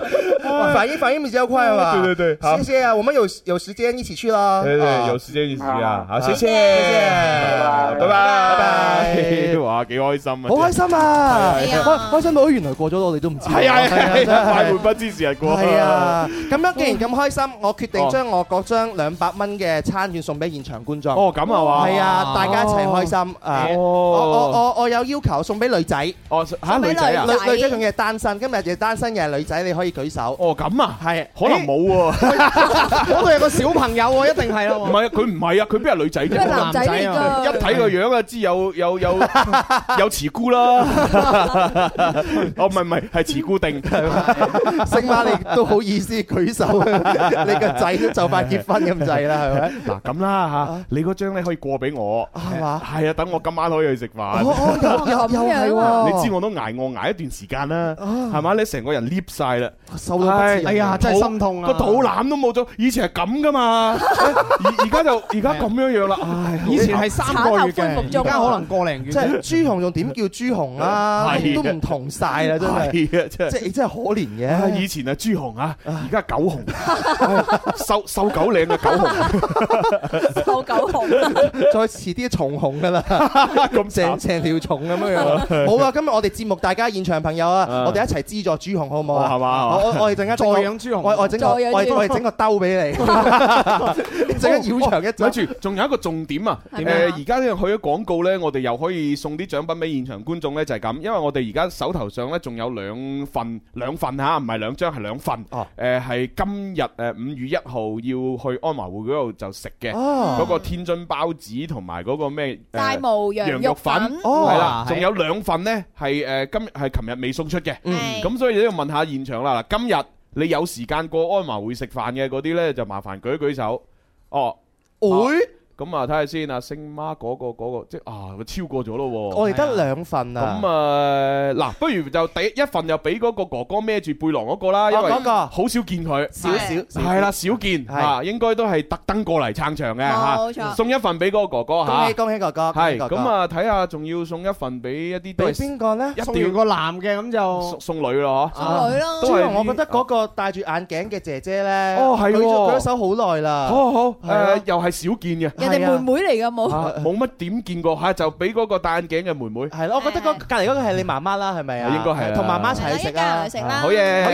Speaker 4: 哇反应反应比较快嘛。
Speaker 3: 对对对好
Speaker 4: 谢谢啊，我们有有时间一起去啦。
Speaker 3: 对对，
Speaker 4: 啊
Speaker 3: 有时间一起啊
Speaker 6: 啊，
Speaker 3: 好，谢
Speaker 4: 谢
Speaker 3: 谢，
Speaker 4: 谢
Speaker 3: 拜拜，拜
Speaker 4: 拜
Speaker 3: 拜，哇，幾開心啊，
Speaker 4: 好開心啊！
Speaker 5: 係啊
Speaker 4: 開開心到原來過咗我哋都唔知。
Speaker 3: 係啊，係啊，
Speaker 4: 真係
Speaker 3: 快活不知時日過，
Speaker 4: 係，啊，咁樣既然咁開心，我決定將我嗰張兩百蚊嘅餐券送俾現場觀眾。
Speaker 3: 哦，咁啊嘛，
Speaker 4: 係啊，大家一齊開心啊！
Speaker 3: 哦
Speaker 4: 我我我我有要求送俾女仔，女
Speaker 3: 哦，嚇女仔啊，
Speaker 5: 女仔
Speaker 4: 女仔仲要係單身，今日就單身又係女仔，你可以舉手。
Speaker 3: 哦，咁啊，
Speaker 4: 係
Speaker 3: 可能冇喎，
Speaker 8: 嗰度有個小朋友喎，一定係
Speaker 3: 唔
Speaker 8: 咯。
Speaker 3: 係啊，佢唔係啊，佢邊係女仔
Speaker 5: 佢係
Speaker 3: 啫。
Speaker 5: 男仔嚟
Speaker 8: 男
Speaker 3: 一
Speaker 5: 㗎，
Speaker 3: 睇個樣啊，知有有有有慈姑啦，哦唔係唔係，係慈姑定，
Speaker 4: 星媽你都好意思舉手，你個仔都就快結婚咁滯啦，係咪？
Speaker 3: 嗱咁啦嚇，你嗰張咧可以過俾我，
Speaker 4: 係嘛
Speaker 3: 係啊，等我今晚可以去食飯。
Speaker 4: 哦哦，又又又係喎！
Speaker 3: 你知我都捱餓捱一段時間啦，
Speaker 4: 哦
Speaker 3: 係嘛？你成個人 lift 晒啦，
Speaker 4: 瘦到不似人
Speaker 8: 哎呀，真係心痛啊！
Speaker 3: 個肚腩都冇咗，以前係咁噶 嘛，而而家就而家咁樣樣啦，唉，
Speaker 8: 以前係三個
Speaker 5: 產後
Speaker 8: 月
Speaker 5: 恢復
Speaker 8: 嘅，
Speaker 5: 中
Speaker 8: 而家可能個零
Speaker 4: 即
Speaker 8: 月。
Speaker 4: 係朱紅仲點叫朱紅啊？
Speaker 3: 係
Speaker 4: 都唔同晒啦，真 係，
Speaker 3: 係啊，真
Speaker 4: 即
Speaker 3: 係。
Speaker 4: 係你真係可憐
Speaker 3: 唉
Speaker 4: 嘅。
Speaker 3: 以前啊朱紅啊，而家狗紅， 瘦瘦狗領嘅狗紅，
Speaker 5: 瘦狗熊。
Speaker 4: 再遲啲重紅噶啦，
Speaker 3: 咁
Speaker 4: 成
Speaker 3: 正
Speaker 4: 成條蟲咁樣 樣。好啊，今日我哋節目大家現場朋友啊
Speaker 3: 啊，
Speaker 4: 我哋一齊資助朱紅好唔好
Speaker 3: 哦
Speaker 4: 啊？
Speaker 3: 係嘛
Speaker 4: 我我我哋陣間
Speaker 8: 再
Speaker 4: 整個
Speaker 8: 養朱紅
Speaker 4: 我我整個我
Speaker 5: 再養朱紅
Speaker 4: 我哋整個兜俾你， 你陣間繞場一
Speaker 3: 咪
Speaker 4: 陣。
Speaker 3: 住，仲有一個重點啊！
Speaker 5: 係
Speaker 3: 誒，
Speaker 5: 咩啊
Speaker 3: 而家呢去咗廣告呢，我哋又可以送啲獎品俾現場觀眾呢，就係咁，因為我哋而家手頭上呢，仲有兩份，兩份嚇，唔係兩張，係兩份。
Speaker 4: 哦
Speaker 3: 誒係今日誒五月一號要去安華會嗰度就食嘅，
Speaker 4: 哦
Speaker 3: 嗰個天津包子同埋嗰個咩誒
Speaker 5: 大啊毛羊肉粉，
Speaker 4: 哦
Speaker 3: 係啦，
Speaker 8: 係
Speaker 3: 仲有兩份呢，係誒今係琴日未送出嘅，
Speaker 4: 嗯
Speaker 5: 係
Speaker 3: 咁所以你要問下現場啦。嗱，今日你有時間過安華會食飯嘅嗰啲呢，就麻煩舉一舉手。哦。
Speaker 8: 嗯
Speaker 4: 會
Speaker 3: 咁啊，睇下先啊，星媽嗰個嗰個，即係啊，佢超過咗咯喎。
Speaker 4: 我哋得兩份啊
Speaker 3: 咁。啊，嗱，不如就第一份就俾嗰個哥哥孭住背囊嗰個啦，因為
Speaker 4: 嗰個
Speaker 3: 好少見佢。
Speaker 4: 少少
Speaker 3: 係啦，，少見
Speaker 4: 係
Speaker 3: 啊，應該都係特登過嚟撐場嘅
Speaker 5: 冇
Speaker 3: 嚇
Speaker 5: 錯
Speaker 3: 送一份俾嗰個哥哥
Speaker 4: 恭
Speaker 3: 嚇
Speaker 4: 喜，恭喜哥哥，
Speaker 3: 啊係
Speaker 4: 恭喜哥哥
Speaker 3: 咁，啊，睇下仲要送一份俾一啲都
Speaker 4: 俾
Speaker 3: 係
Speaker 4: 邊個咧？
Speaker 3: 一
Speaker 8: 送
Speaker 3: 定
Speaker 8: 完
Speaker 3: 要
Speaker 8: 個男嘅咁
Speaker 3: 送
Speaker 8: 就
Speaker 3: 送女咯
Speaker 5: 送女咯，
Speaker 3: 都
Speaker 4: 朱
Speaker 3: 係
Speaker 4: 紅，我覺得嗰個戴住眼鏡嘅姐姐咧，
Speaker 3: 哦係喎
Speaker 4: 舉咗舉咗手好耐
Speaker 3: 嗬。
Speaker 4: 啦。
Speaker 3: 好好，
Speaker 4: 係啊
Speaker 3: 誒又係少見嘅，
Speaker 5: 人哋妹妹嚟㗎冇，
Speaker 3: 啊冇乜點見過嚇，就俾嗰個戴眼鏡嘅妹妹。
Speaker 4: 係咯，我覺得嗰隔離嗰個係你媽媽啦，係咪啊？
Speaker 3: 應該係啦
Speaker 4: 同媽媽一齊去食
Speaker 5: 一家
Speaker 4: 啊
Speaker 5: 人去！食啦，
Speaker 3: 好嘢
Speaker 4: 好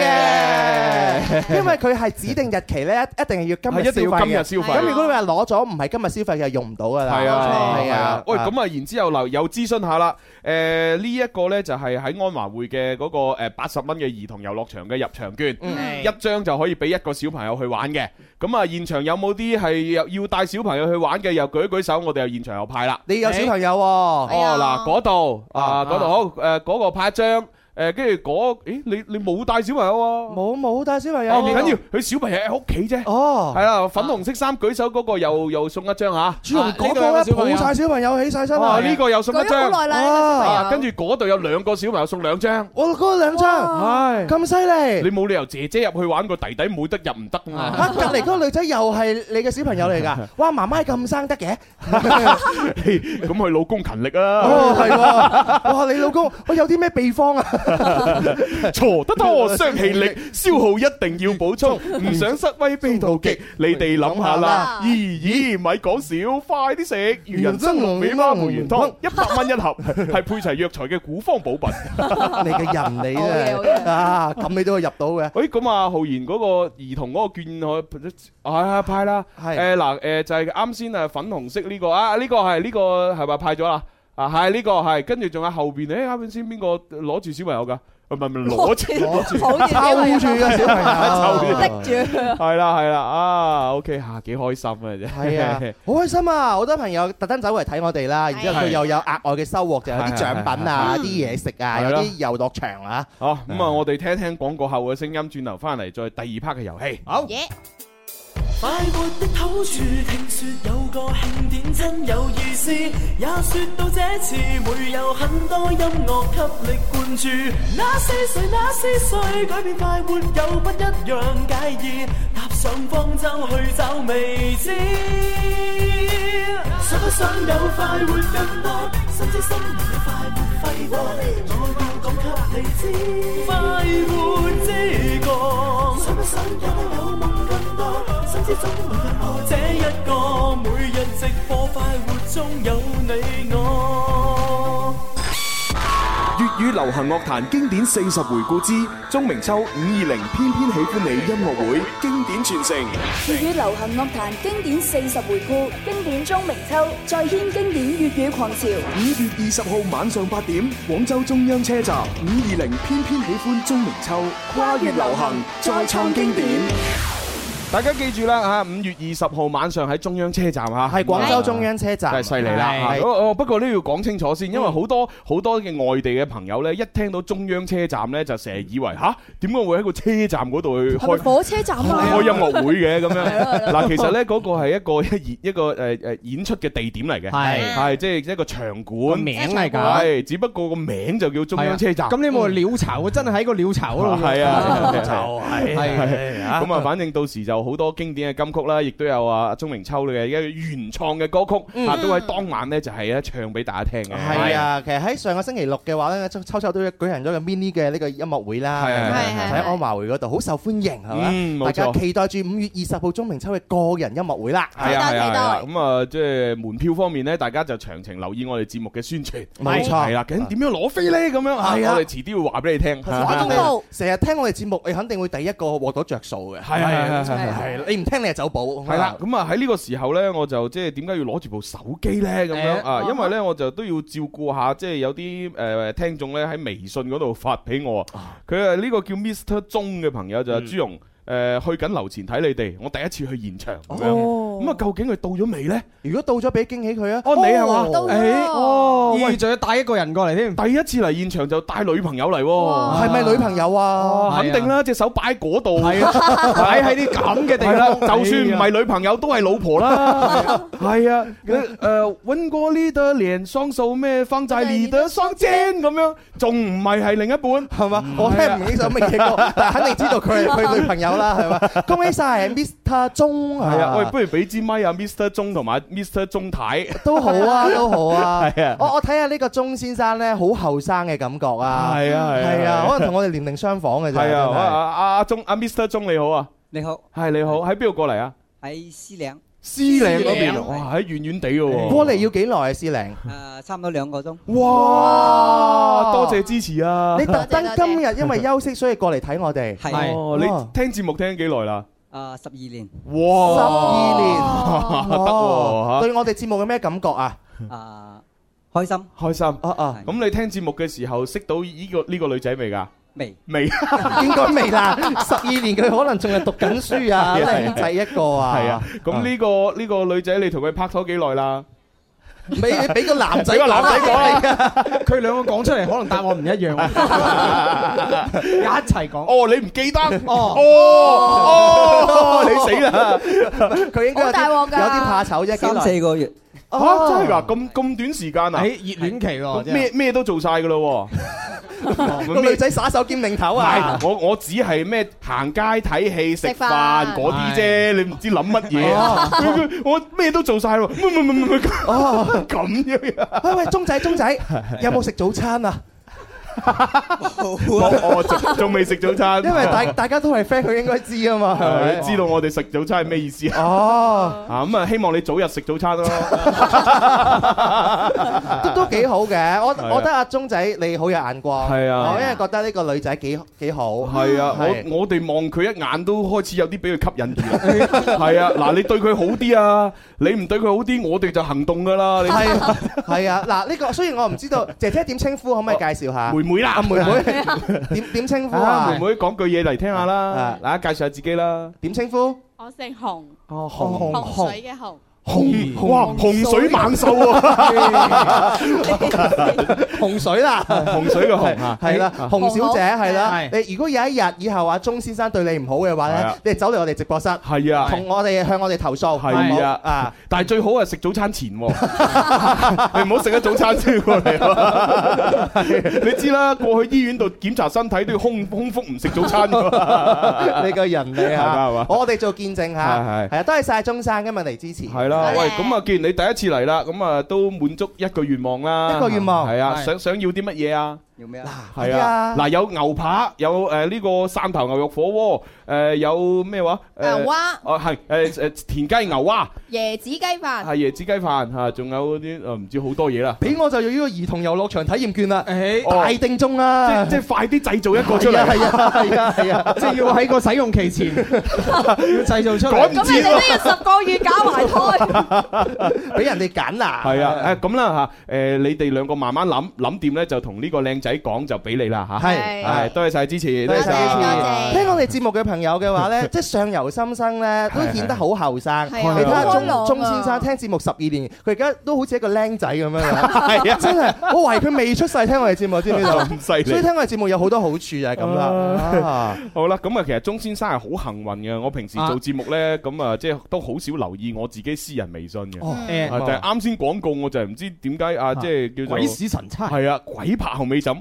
Speaker 4: 嘢，因為佢係指定日期咧，一一定係
Speaker 3: 係
Speaker 4: 要
Speaker 3: 一
Speaker 4: 今
Speaker 3: 定
Speaker 4: 日消
Speaker 3: 要
Speaker 4: 費
Speaker 3: 今日
Speaker 4: 嘅。
Speaker 3: 消費
Speaker 4: 咁。如果你話攞咗唔係今日消費嘅，用唔到㗎啦。
Speaker 3: 係啊，
Speaker 4: 係啊。
Speaker 3: 喂，咁啊，然之後留有諮詢下啦。誒，呢一個呢，就係喺安華會嘅嗰個誒八十蚊嘅兒童遊樂場嘅入場券，一張就可以俾一個小朋友去玩嘅。咁啊，現場有冇啲係又要帶小朋友去玩嘅？又舉一舉手，我哋又現場又派啦。
Speaker 4: 你有小朋友喎，
Speaker 5: 哎呀
Speaker 3: 哦，嗱，嗰度啊，
Speaker 4: 啊
Speaker 3: 嗰度好，誒，嗰個派一張，誒，跟住嗰，咦，你你冇帶小朋友喎？
Speaker 4: 冇冇帶小朋友？
Speaker 3: 哦，唔緊要，佢小朋友喺屋企啫。
Speaker 4: 哦
Speaker 3: 係，啦，粉紅色衫舉手嗰個又又送一張嚇。
Speaker 4: 朱紅嗰個
Speaker 8: 呢個有
Speaker 4: 咧
Speaker 8: 小朋友
Speaker 4: 抱晒小朋友起晒身
Speaker 3: 哦，
Speaker 4: 啊！
Speaker 3: 呢個又送
Speaker 5: 舉
Speaker 3: 一張
Speaker 5: 咗。好耐啦，
Speaker 3: 啊，
Speaker 5: 呢個小
Speaker 3: 跟
Speaker 5: 朋
Speaker 3: 住
Speaker 5: 友
Speaker 3: 嗰度有兩個小朋友送兩張，
Speaker 4: 我嗰兩張
Speaker 3: 唉，
Speaker 4: 咁犀利
Speaker 3: 你。冇理由姐姐入去玩個弟弟冇得入唔得嘛？
Speaker 4: 啊！隔離嗰個女仔又係你嘅小朋友嚟 㗎，哇！媽媽咁生得嘅，
Speaker 3: 咁佢老公勤力啊，
Speaker 4: 哦係喎，哇！你老公，我有啲咩秘方啊？
Speaker 3: 錯得多傷氣 力，消耗一定要補 充，唔想失威悲到 極，你哋諗下啦。
Speaker 5: 諗下啦
Speaker 3: 咦咦，咪講少，快啲食魚人蒸龍尾孖梅原湯，一百蚊一盒， 係配齊藥材嘅古方寶 品。
Speaker 4: 你嘅人嚟
Speaker 5: 好嘢好
Speaker 4: 啫，啊咁你都會入到嘅，
Speaker 3: 喂，咁啊，浩然嗰個兒童嗰個券可啊派啦，
Speaker 4: 係
Speaker 3: 誒嗱誒就係啱先啊粉紅色呢個啊呢個係呢個係咪派咗啦？啊係呢個係，跟住仲有後邊誒啱先邊個攞住小朋友㗎？唔係唔係攞住攞住，
Speaker 5: 抱住 小朋
Speaker 4: 抽
Speaker 5: 友
Speaker 4: 住嘅小朋友，
Speaker 5: 拎住佢，
Speaker 3: 係啦係啦啊 OK 嚇幾開心啊啫，
Speaker 4: 係啊，好開心啊！好多朋友特登走嚟睇我哋啦，然之後佢
Speaker 3: 係
Speaker 4: 又有額外嘅收穫，就有啲獎品啊，
Speaker 3: 係
Speaker 4: 啲嘢食啊，
Speaker 3: 係
Speaker 4: 有
Speaker 3: 咯
Speaker 4: 啲遊樂場啊。
Speaker 3: 好咁啊，我哋聽聽廣告後嘅聲音，轉頭翻嚟再第二 part 嘅遊戲。
Speaker 4: 好
Speaker 5: 耶！
Speaker 1: 快活的好處，聽說有個慶典真有意思，也說到這次會有很多音樂給力灌注。那是誰？那是誰？改變快活有不一樣介意，踏上方舟去找未知。想不想有快活更多？心知心明嘅快活揮霍，我要講給你知，快活之歌。想不手也有夢更多，甚至總有任何這一個每日直播快活中有你我。
Speaker 9: 粵語流行樂壇經典四十回顧之鐘明秋五二零偏偏喜歡你音樂會經典傳承。
Speaker 10: 粵語流行樂壇經典四十回顧，經典鍾明秋再掀經典粵語狂潮。
Speaker 9: 五月二十號晚上八點，廣州中央車站五二零偏偏喜歡鐘明秋，跨越流行，再創經典。
Speaker 3: 大家記住啦嚇，五月二十號晚上喺中央車站嚇，
Speaker 4: 係廣州中央車站，
Speaker 3: 真係犀利 啦！
Speaker 4: 係
Speaker 3: 嚇哦哦，不過呢要講清楚先，因為好多好多嘅外地嘅朋友呢，一聽到中央車站呢，就成日以為吓，點解會喺個車站嗰度去開開音樂會嘅咁樣？ 嗱，其實呢，嗰個係一個 一一個誒誒演出嘅地點嚟嘅，
Speaker 8: 係
Speaker 3: 係即係一個場
Speaker 8: 個
Speaker 3: 館，
Speaker 8: 名嚟㗎。
Speaker 3: 係只不過個名就叫中央車站。
Speaker 8: 咁你有冇鳥巢？真係喺個鳥巢嗰度。
Speaker 3: 係 啊，就
Speaker 8: 係
Speaker 3: 係咁啊，反正到時就好多經典嘅金曲啦，亦都有啊鐘明秋嘅一個原創嘅歌曲啊，都喺當晚咧就係咧唱俾大家聽嘅。
Speaker 4: 係啊，其實喺上個星期六嘅話咧，秋秋都舉行咗個 mini 嘅呢個音樂會啦，
Speaker 3: 係係
Speaker 5: 係係
Speaker 4: 喺安華會嗰度好受歡迎係
Speaker 3: 嗯
Speaker 4: 嘛？
Speaker 3: 冇
Speaker 4: 大家
Speaker 3: 錯
Speaker 4: 期待住五月二十號鐘明秋嘅個人音樂會啦，
Speaker 3: 係啊，
Speaker 5: 期待
Speaker 3: 係啊，係啊
Speaker 5: 期
Speaker 3: 咁啊，即係門票方面咧，大家就詳情留意我哋節目嘅宣傳。
Speaker 4: 冇錯
Speaker 3: 係啦，究竟點樣攞飛咧？咁樣
Speaker 4: 係
Speaker 3: 啊，
Speaker 4: 啊
Speaker 3: 我哋遲啲會話俾你聽。
Speaker 5: 快公佈
Speaker 4: 成日聽我哋節目，你肯定會第一個獲到着數嘅。
Speaker 3: 係係係係
Speaker 4: 係，你唔聽你係走寶。
Speaker 3: 係啦，，咁啊喺呢個時候呢，我就即係點解要攞住部手機呢？咁樣啊？因為呢，我就都要照顧下，即係有啲誒聽眾呢喺微信嗰度發俾我，佢係呢個叫 Mr. 鐘嘅朋友就係朱容，誒去緊樓前睇你哋，我第一次去現場咁
Speaker 5: 哦
Speaker 3: 樣。咁啊，究竟佢到咗未呢？
Speaker 4: 如果到咗俾驚喜佢啊！
Speaker 3: 哦，你係嘛？
Speaker 5: 到咗
Speaker 3: 誒哦，
Speaker 8: 咦，
Speaker 3: 喂，
Speaker 8: 仲要帶一個人過嚟添。
Speaker 3: 第一次嚟現場就帶女朋友嚟
Speaker 5: 哇
Speaker 3: 喎。
Speaker 4: 係咪女朋友啊？
Speaker 3: 哦肯定啦，隻手擺喺嗰度，
Speaker 8: 係啊，擺喺啲咁嘅地
Speaker 3: 係啦，
Speaker 8: 方，
Speaker 3: 就算唔係女朋友都係老 婆啦。係啊，誒揾過呢對連雙數咩放在你的雙肩咁樣，仲唔係係另一半？
Speaker 4: 係嘛？我聽唔明呢首乜 嘢歌，但肯定知道佢係佢女朋友啦，係嘛？恭喜晒 Mr. 鐘
Speaker 3: 係啊，喂，
Speaker 4: 啊！
Speaker 3: 不如俾支咪啊，Mr. 鐘同埋 Mr. 鐘太。
Speaker 4: 都好 啊，都好啊！
Speaker 3: 係啊
Speaker 4: 我我睇下呢個鐘先生咧，好後生嘅感覺啊！
Speaker 3: 係啊係啊
Speaker 4: 係
Speaker 3: 係啊
Speaker 4: 啊，可能同我哋年齡相仿嘅啫。
Speaker 3: 係啊，
Speaker 4: 真係
Speaker 3: 啊啊阿鐘阿 Mr. 鐘你好啊，
Speaker 11: 你好，
Speaker 3: 係你好，喺邊度過嚟啊？
Speaker 11: 喺師 嶺，
Speaker 3: 獅嶺嗰邊，
Speaker 11: 獅嶺
Speaker 3: 哇，喺遠遠地嘅喎。
Speaker 4: 過嚟要幾耐啊？思玲，
Speaker 11: 誒，差唔多兩個鐘。
Speaker 3: 哇，多謝支持啊！
Speaker 4: 你特登
Speaker 5: 多謝多謝
Speaker 4: 今日因為休息，所以過嚟睇我哋。
Speaker 11: 係
Speaker 3: 哦，你聽節目聽幾耐啦？
Speaker 11: 誒，啊十二年。
Speaker 4: 十
Speaker 3: 哇，
Speaker 4: 二年。
Speaker 3: 得喎嚇
Speaker 4: 對我哋節目有咩感覺啊？
Speaker 11: 誒，開 心
Speaker 3: 開心。
Speaker 4: 啊啊，
Speaker 3: 咁你聽節目嘅時候識到呢個呢個女仔未㗎？
Speaker 11: 未？
Speaker 3: 未，
Speaker 4: 應該未 啦。十二年佢可能仲係讀緊書啊，
Speaker 3: 係啊係啊
Speaker 4: 靚仔一個啊。
Speaker 3: 係啊。咁呢個呢個女仔你同佢拍拖幾耐啦？
Speaker 4: 俾你俾個男仔
Speaker 3: 俾個男仔講啊
Speaker 4: 係啊
Speaker 8: 佢兩個講出嚟，可能答案唔一 樣。一齊講。
Speaker 3: 哦，你唔記得？哦哦，你死啦！
Speaker 4: 佢應該有
Speaker 5: 好大
Speaker 4: 啲
Speaker 5: 鑊㗎
Speaker 4: 有啲怕醜啫，幾
Speaker 11: 三
Speaker 4: 耐
Speaker 11: 四個月。
Speaker 3: 嚇
Speaker 4: 哦
Speaker 3: 真係㗎？咁咁短時間啊？
Speaker 8: 喺熱戀期喎，真係
Speaker 3: 咩咩都做晒㗎咯
Speaker 4: 個
Speaker 3: 喎！
Speaker 4: 女仔耍手兼擰頭啊！
Speaker 3: 係我我只係咩行街睇戲食
Speaker 5: 食
Speaker 3: 飯
Speaker 5: 飯
Speaker 3: 嗰啲啫，你唔知諗乜嘢啊？我咩都做晒喎，唔唔唔唔唔
Speaker 4: 哦，
Speaker 3: 咁樣啊！
Speaker 4: 喂喂，鐘仔鐘仔，有冇食早餐啊？
Speaker 3: 我我仲仲未食早餐，
Speaker 4: 因為大大家都係 friend，佢應該知啊嘛，係咪
Speaker 3: 係知道我哋食早餐係咩意思啊？
Speaker 4: 哦，
Speaker 3: 啊咁啊，希望你早日食早餐咯。
Speaker 4: 都都幾好嘅。我
Speaker 3: 係啊
Speaker 4: 我覺得阿鐘仔你好有眼光，
Speaker 3: 係啊
Speaker 4: 我因為覺得呢個女仔幾幾好，
Speaker 3: 係啊，
Speaker 4: 係
Speaker 3: 我我哋望佢一眼都開始有啲俾佢吸引住啦。係啊，嗱，你對佢好啲啊，你唔對佢好啲，我哋就行動噶啦。你
Speaker 4: 係係啊。嗱，呢個雖然我唔知道姐姐點稱呼，可唔可以介紹下？
Speaker 3: 妹啊妹
Speaker 4: 阿
Speaker 3: 啦，
Speaker 4: 妹妹點點稱呼
Speaker 3: 啊，
Speaker 4: 啊？
Speaker 3: 妹妹講句嘢嚟聽下啦
Speaker 4: 啊。
Speaker 3: 嗱，介紹下自己啦。
Speaker 4: 點稱呼？
Speaker 3: 哦，
Speaker 4: 紅紅
Speaker 3: 紅哇，洪水猛獸 啊，
Speaker 4: 洪水啦，
Speaker 3: 洪水嘅洪啊，
Speaker 4: 係啦，洪小姐係啦。
Speaker 8: 係
Speaker 4: 你如果有一日以後阿鐘先生對你唔好嘅話
Speaker 3: 係
Speaker 4: 咧
Speaker 3: 啊，
Speaker 4: 你走嚟我哋直播室，
Speaker 3: 係啊。
Speaker 4: 同我哋向我哋投訴，
Speaker 3: 係啊
Speaker 4: 好唔好啊，
Speaker 3: 但係最好係食早餐 前喎，你唔好食咗早餐先過 嚟喎。你知啦，過去醫院度檢查身體都要空空腹唔食早餐㗎 嘛
Speaker 4: 你個人你
Speaker 3: 係嘛
Speaker 4: 啊
Speaker 3: 係嘛，
Speaker 4: 我哋做見證吓，
Speaker 3: 係係
Speaker 4: 係啊，多謝晒鐘生今日嚟支持，
Speaker 3: 係啦，
Speaker 5: 好
Speaker 3: 喂，
Speaker 5: 咧
Speaker 3: 咁啊，既然你第一次嚟啦，咁啊都滿足一個願望啦。
Speaker 4: 一個願望
Speaker 3: 係啊，
Speaker 8: 係
Speaker 3: 想想要啲乜嘢啊？
Speaker 11: 要咩啊？
Speaker 3: 系啊，嗱有牛扒，有誒呢個汕頭牛肉火鍋，誒有咩話？誒
Speaker 5: 牛蛙
Speaker 3: 哦係誒誒田雞牛蛙，
Speaker 5: 椰子雞飯。
Speaker 3: 係椰子雞飯嚇，仲有嗰啲誒唔知好多嘢啦。
Speaker 4: 俾我就要呢個兒童遊樂場體驗券啦，
Speaker 3: 哦
Speaker 4: 大定鐘啦，
Speaker 3: 即係快啲製造一個出嚟，
Speaker 4: 係啊係啊係啊，
Speaker 8: 即係要喺個使用 期前要製造出
Speaker 3: 趕
Speaker 8: 嚟
Speaker 3: 唔。
Speaker 5: 咁你哋都要十個月搞埋胎。
Speaker 4: 俾人哋揀啦。
Speaker 3: 係啊，誒咁啦嚇，誒你哋兩個慢慢諗諗掂咧，就同呢個靚仔講就俾你啦嚇。
Speaker 4: 係
Speaker 3: 係，多謝晒支持，
Speaker 4: 多謝
Speaker 5: 多謝
Speaker 4: 聽我哋節目嘅朋友嘅話 咧，即係上游心生
Speaker 3: 啊
Speaker 4: 咧都顯得好後生。你
Speaker 5: 係啊
Speaker 4: 睇下
Speaker 5: 好開朗
Speaker 4: 鐘
Speaker 5: 啊
Speaker 4: 鐘先生聽節目十二年，佢而家都好似一個僆仔咁樣
Speaker 3: 係啊
Speaker 4: 樣。真係，我懷疑佢未出世聽我哋節目，知唔知道？
Speaker 3: 咁犀利
Speaker 4: 所以聽我哋節目有好多好處就係咁啦。啊
Speaker 3: 好啦，咁啊，其實鐘先生係好幸運嘅。我平時做節目呢，咁啊，即係都好少留意我自己私人微信嘅。
Speaker 4: 哦
Speaker 8: 誒
Speaker 3: 啊就係啱先廣告，我就係唔知點解啊，即係叫做
Speaker 8: 鬼使神差，
Speaker 3: 係啊，鬼拍後尾枕，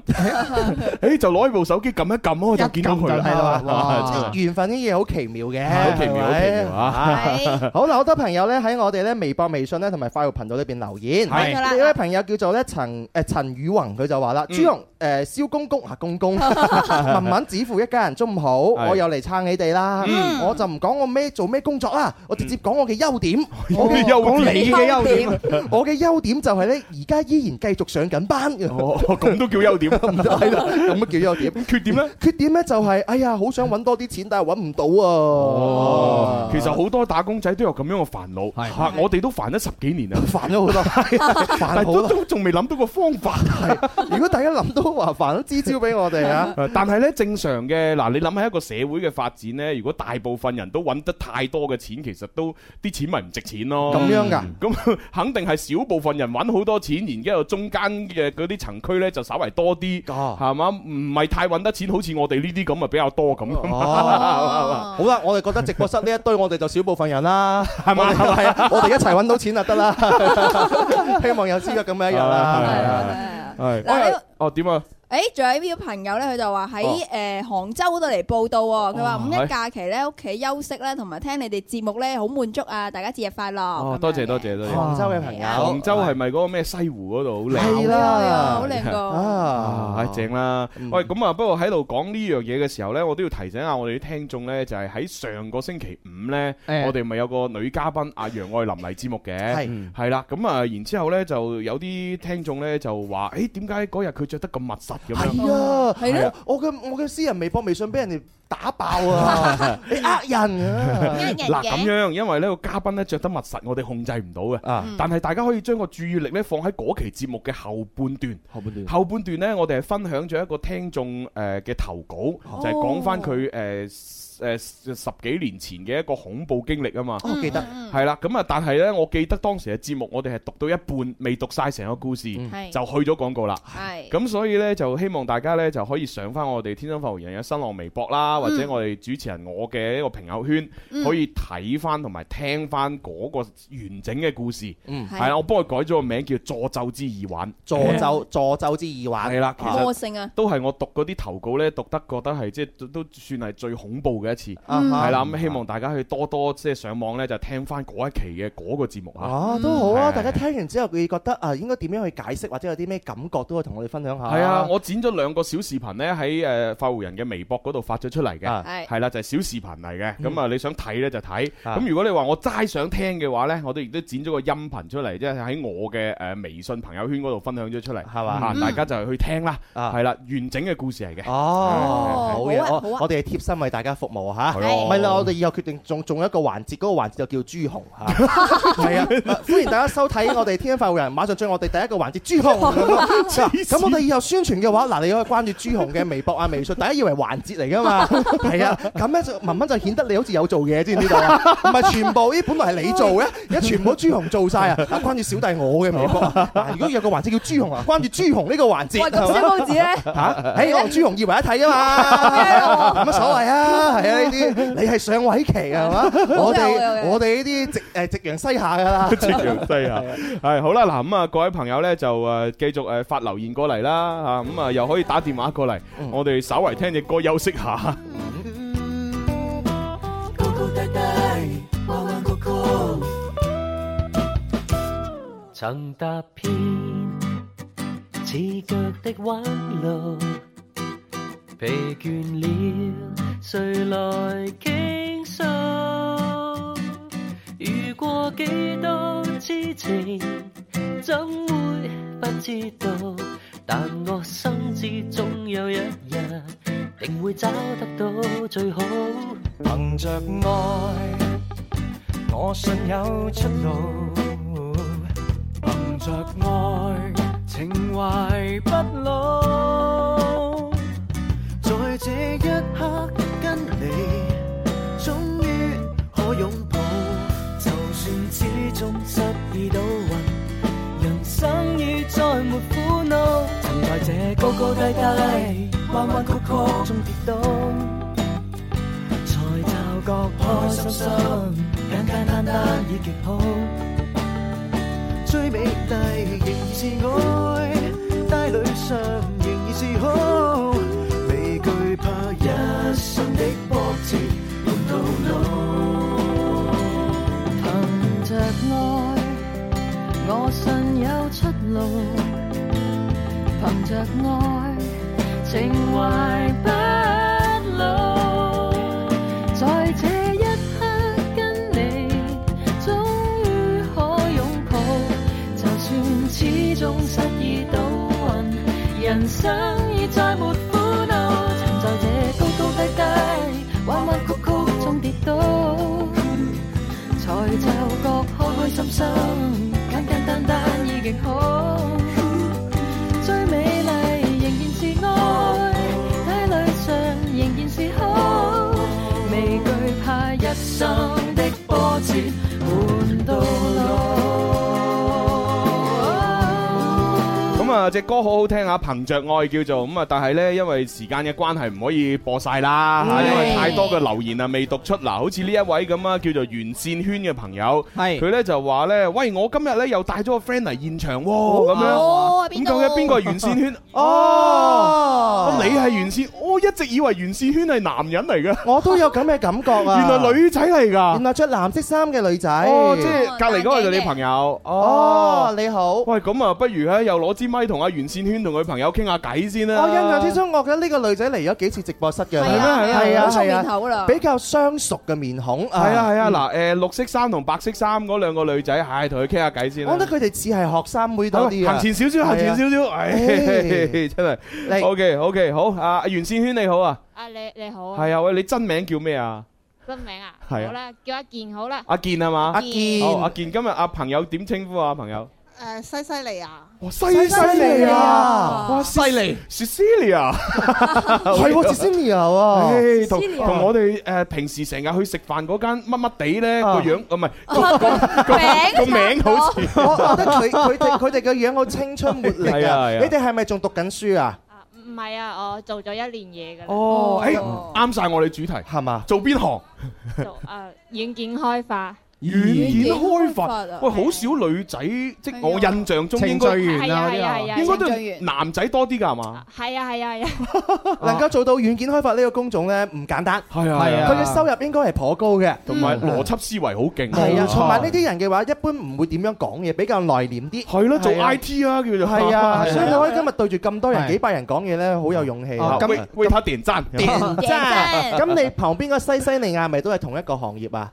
Speaker 3: 誒就攞起部手機撳一撳，我就見到佢
Speaker 8: 一撳就係
Speaker 3: 啦
Speaker 8: 啦。
Speaker 3: 哇
Speaker 8: 哇
Speaker 3: 真係
Speaker 4: 緣分呢啲嘢好奇妙嘅，
Speaker 3: 啊好奇妙，好奇妙
Speaker 4: 係
Speaker 3: 啊！
Speaker 4: 咪好啦，好多朋友咧喺我哋咧微博、微信咧同埋快活頻道裏邊留言。
Speaker 8: 係
Speaker 5: 冇錯啦
Speaker 3: 啊
Speaker 4: 呢位朋友叫做咧陳誒陳宇宏，佢就話
Speaker 3: 嗯
Speaker 4: 啦：朱紅誒蕭公公啊公 公，文文子父一家人中午好，
Speaker 3: 係嗯
Speaker 4: 我又嚟撐你哋啦。
Speaker 5: Ừ.
Speaker 4: 我就唔講我咩做咩工作啦，我直接講我嘅優點。 我嘅
Speaker 3: 優
Speaker 8: 講你嘅優點，
Speaker 4: 我嘅優點就係咧，而家依然繼續上緊班。
Speaker 3: 哦，咁都叫優點，
Speaker 4: 係啦，咁乜叫優點？
Speaker 3: 缺點呢？
Speaker 4: 缺點咧就係，哎呀，好想揾多啲錢，但係揾唔到啊。
Speaker 3: 哦，其實好多打工仔都有咁樣嘅煩惱，
Speaker 8: 係
Speaker 3: 嚇我哋都煩咗十幾年啦，
Speaker 4: 煩咗好 多，
Speaker 3: 但
Speaker 4: 煩好
Speaker 3: 係都
Speaker 4: 多。
Speaker 3: 都仲未諗到個方法。
Speaker 4: 如果大家諗到話煩，支招俾我哋啊！
Speaker 3: 誒但係咧正常嘅嗱，你諗下一個社會嘅發展咧，如果大部分人都揾得太多嘅錢，其實都啲錢咪唔值錢咯。
Speaker 4: 咁樣㗎，
Speaker 3: 咁肯定係少部分人揾好多錢，然之後中間嘅嗰啲層區咧就稍為多啲，
Speaker 4: 哦
Speaker 3: 係嘛？唔係太揾得錢，好似我哋呢啲咁啊比較多 咁。
Speaker 4: Ờ, 哦，
Speaker 5: Ờ.
Speaker 4: 好啦，我哋覺得直播室呢一堆我哋就少部分人啦，係
Speaker 3: 嘛
Speaker 4: 係啊，我哋一齊揾到錢就得 啦。希望有資格咁樣一日
Speaker 3: 係
Speaker 4: 啦。
Speaker 3: 啊
Speaker 5: 係哎
Speaker 3: 係
Speaker 5: 嗱呢個
Speaker 3: 哦點啊？
Speaker 5: 誒，仲有呢個朋友咧，佢就話喺誒杭州嗰度嚟報道喎。佢話五一假期咧，屋企休息咧，同埋聽你哋節目咧，好滿足啊！大家節日快樂。
Speaker 3: 哦
Speaker 5: 咁，啊
Speaker 3: 多
Speaker 5: 樣嘅
Speaker 3: 謝多。謝多謝。
Speaker 4: 啊杭州嘅朋友，
Speaker 3: 杭州係咪嗰個咩西湖嗰度好靚？
Speaker 4: 哦係
Speaker 5: 係啊
Speaker 4: 啦
Speaker 5: 好，靚個。
Speaker 4: 啊
Speaker 3: 啊，唉正啦！
Speaker 4: 嗯
Speaker 3: 喂，咁啊，不過喺度講呢樣嘢嘅時候呢，我都要提醒下我哋啲聽眾呢，就係喺上個星期五呢，
Speaker 8: 誒
Speaker 3: 我哋咪有個女嘉賓阿楊愛琳嚟節目嘅，
Speaker 4: 係
Speaker 3: 係啦，咁啊，然之後呢，就有啲聽眾呢，就話，誒點解嗰日佢着得咁密實咁樣？
Speaker 4: 係啊，
Speaker 5: 係咯
Speaker 4: 啊，我嘅我嘅私人微博、微信俾人哋打爆 啊！你呃人啊！
Speaker 3: 嗱咁樣，因為呢個嘉賓呢，着得密實，我哋控制唔到嘅。
Speaker 4: 啊，
Speaker 3: 但係大家可以將個注意力呢放喺嗰期節目嘅後半段，
Speaker 4: 後半段
Speaker 3: 後半段呢，我哋係分享咗一個聽眾誒嘅投稿，就係講翻佢誒誒十幾年前嘅一個恐怖經歷啊嘛。
Speaker 4: 哦我記得
Speaker 3: 係啦，咁啊，但係呢，我記得當時嘅節目，我哋係讀到一半，未讀晒成個故事，
Speaker 5: 係
Speaker 3: 就去咗廣告啦。
Speaker 5: 係
Speaker 3: 咁所以呢，就希望大家呢，就可以上翻我哋天生發育人嘅新浪微博
Speaker 5: 嗯
Speaker 3: 啦，或者我哋主持人我嘅一個朋友圈，可以睇翻同埋聽翻嗰個完整嘅故事。
Speaker 5: 係
Speaker 3: 係啦，我幫佢改咗個名叫《助咒之耳環》。
Speaker 4: 助咒助咒之耳環
Speaker 3: 係啦，其實
Speaker 5: 魔性啊！
Speaker 3: 都係我讀嗰啲投稿呢，讀得覺得係即係都都算係最恐怖嘅一次。
Speaker 4: 啊哈
Speaker 3: 係啦，咁希望大家去多多即係上網呢，就聽翻嗰一期嘅嗰個節目啊。
Speaker 4: 哦，都好啊！
Speaker 3: 係
Speaker 4: 大家聽完之後，佢覺得啊，應該點樣去解釋，或者有啲咩感覺，都可以同我哋分享下。
Speaker 3: 係啊，我剪咗兩個小視頻呢，喺誒快活人嘅微博嗰度發咗出嚟嘅
Speaker 4: 啊，嗯
Speaker 5: 係
Speaker 3: 係啦，就係小視頻嚟嘅。咁啊，你想睇呢就睇。
Speaker 4: 啊
Speaker 3: 咁如果你話我齋想聽嘅話呢，我都亦都剪咗個音頻出嚟，即係喺我嘅誒微信朋友圈嗰度分享咗出嚟，
Speaker 4: 係嘛嗯
Speaker 3: 啊大家就去聽啦，
Speaker 4: 啊
Speaker 3: 係啦，完整嘅故 事嚟嘅。
Speaker 4: 哦，好嘢，
Speaker 5: 好啊啊好
Speaker 4: 我
Speaker 5: 啊
Speaker 4: 我哋係貼心為大家服務啊嚇。
Speaker 3: 係
Speaker 5: 咯
Speaker 4: 唔係啦，我哋以後決定仲仲有一個環節，嗰個環節就叫朱紅嚇。 係啊，歡迎大家收睇我哋《天生快活人》，馬上進入我哋第一個環節朱 紅。嗱咁我哋以後宣傳嘅話，嗱，你可以關注朱紅嘅微博啊、微信，大家以為環節嚟㗎嘛。係啊，咁咧就文文就顯得你好似有做嘢，知唔知道 啊？唔係全部，咦，本來係你做嘅，而家全部都朱紅做晒啊！啊關注小弟我嘅微博 啊，嗱如果有個環節叫朱紅啊，關注朱紅呢個環節。
Speaker 5: 喂，咁小公子咧，
Speaker 4: 吓，誒我同朱紅二為一體啊 嘛，有乜所謂 啊？係啊，呢啲你係上位期啊係嘛？
Speaker 5: 有有
Speaker 4: 我哋
Speaker 5: 有
Speaker 4: 我哋呢啲夕誒夕陽西下㗎 啦，
Speaker 3: 夕陽西
Speaker 4: 啊
Speaker 3: 下， 係好啦，嗱咁啊，各位朋友咧就誒繼續誒發留言過嚟啦，嚇咁啊又可以打電話過嚟，
Speaker 4: 嗯
Speaker 3: 我哋稍為聽只歌休息下。
Speaker 1: 高高低低，彎彎曲曲。曾踏遍
Speaker 12: 似腳的彎路，疲倦了，誰來傾訴？遇過幾多痴情，怎會不知道？但我心知總有一日，定會找得到最好。
Speaker 13: 憑着愛，我信有出路。憑着愛，情懷不老。在這一刻跟你，終於可擁抱。就算始終失意倒運，
Speaker 7: Ờ,
Speaker 13: 人生已再沒苦惱。曾在這高高低低、彎彎曲曲中跌倒。才驟覺開心心，簡簡單單已極好。最美麗仍然是愛，帶淚上仍然是好。未懼怕一生的波折，用到老。
Speaker 12: 憑着愛，我信有出路。憑着愛，情懷不老。在這一刻跟你，終於可擁抱。就算始終失意倒運，人生已再沒苦惱。曾在這高高低低、彎彎曲曲中跌倒。才就覺開開心心，簡簡單單已經好。最美麗仍然是愛，睇女上仍然是好，未懼怕一生的波折換到老。
Speaker 3: 咁啊，只歌好好聽啊，憑着愛叫做咁啊，但係呢，因為時間嘅關係，唔可以播晒啦，嚇
Speaker 8: 係
Speaker 3: 因為太多嘅留言啊未讀出。嗱，好似呢一位咁啊，叫做袁善圈嘅朋友，
Speaker 8: 係
Speaker 3: 佢呢就話呢：「喂，我今日呢又帶咗個 friend 嚟現場喎，咁
Speaker 8: 哦
Speaker 3: 樣，
Speaker 8: 邊
Speaker 3: 咁
Speaker 8: 個
Speaker 3: 究竟邊個係袁善圈？哦，你係袁善，我一直以為袁善圈係男人嚟嘅，
Speaker 4: 我都有咁嘅感覺 啊！
Speaker 3: 原來女仔嚟㗎
Speaker 4: 原來着藍色衫嘅女仔。
Speaker 3: 哦，即係隔離嗰個就你朋友。哦
Speaker 4: 哦，你好。
Speaker 3: 喂，咁啊，不如咧又攞支咪同阿袁善圈同佢朋友傾下偈先啦。
Speaker 4: 我印象之中，我覺得呢個女仔嚟咗幾次直播室嘅，
Speaker 3: 係咩係咩
Speaker 4: 係啊
Speaker 3: 好熟
Speaker 4: 係啊
Speaker 3: 面口啦
Speaker 4: 比較相熟嘅面孔。
Speaker 3: 係啊係啊，嗱誒綠色衫同白色衫嗰兩個女仔，唉，同佢傾下偈先啦。
Speaker 4: 我覺得佢哋似係學生妹多啲啊
Speaker 3: 行前少少，行前少少，唉， 真
Speaker 4: 嚟
Speaker 3: 係。O K O K，好啊，阿袁善圈你好啊，
Speaker 14: 啊，你你好啊，
Speaker 3: 係啊，喂，你真名叫咩啊？
Speaker 14: 真名啊，好
Speaker 3: 係啊
Speaker 14: 啦，叫阿健好啦，
Speaker 3: 阿健係嘛？
Speaker 14: 阿健
Speaker 3: 好，阿健今日阿朋友點稱呼啊？朋友，
Speaker 15: 誒西西利啊，
Speaker 3: 哇，
Speaker 15: 西
Speaker 4: 西利
Speaker 5: Ờ.
Speaker 4: 啊
Speaker 3: 哇，犀利，Cecilia，
Speaker 4: 係喎 Cecilia 喎
Speaker 3: 唉同
Speaker 4: Cecilia
Speaker 3: 同我哋誒平時成日去食飯嗰間乜乜地咧個
Speaker 4: 啊
Speaker 3: 樣，啊唔係個個個個名好似，
Speaker 4: 我覺得佢佢哋佢哋嘅樣好青春活力
Speaker 3: 係啊
Speaker 4: 啊！
Speaker 3: 係啊
Speaker 4: 你哋係咪仲讀緊書啊？
Speaker 14: 唔係啊，我做咗一年嘢噶啦，
Speaker 3: 哦，誒啱晒我哋主題係
Speaker 4: 嘛？
Speaker 3: 做邊行？
Speaker 14: 做啊軟件開發，軟
Speaker 3: 軟件開發
Speaker 14: 件開發啊，
Speaker 3: 喂，好少女仔，即係我印象中應該
Speaker 14: 程序員啊係啊嗰啲啊係啊係啊
Speaker 3: 應該都
Speaker 14: 程序員
Speaker 3: 男仔多啲㗎係嘛？
Speaker 14: 係啊係啊係啊，
Speaker 4: 能夠做到軟件開發呢個工種咧，唔簡單。
Speaker 3: 係啊係啊
Speaker 4: 佢嘅收入應該係頗高嘅，
Speaker 3: 同埋邏輯思維好勁，
Speaker 4: 係啊，同埋呢啲人嘅話，一般唔會點樣講嘢，比較內斂啲。
Speaker 3: 係咯，做
Speaker 4: 係啊
Speaker 3: IT 啊叫做
Speaker 4: 係啊，所以你可以今日對住咁多
Speaker 3: 係
Speaker 4: 人幾百人講嘢咧，好有勇氣。
Speaker 3: 啊為為他點讚，
Speaker 4: 點
Speaker 15: 讚
Speaker 4: 咁你旁邊個西西利亞咪都係同一個行業啊？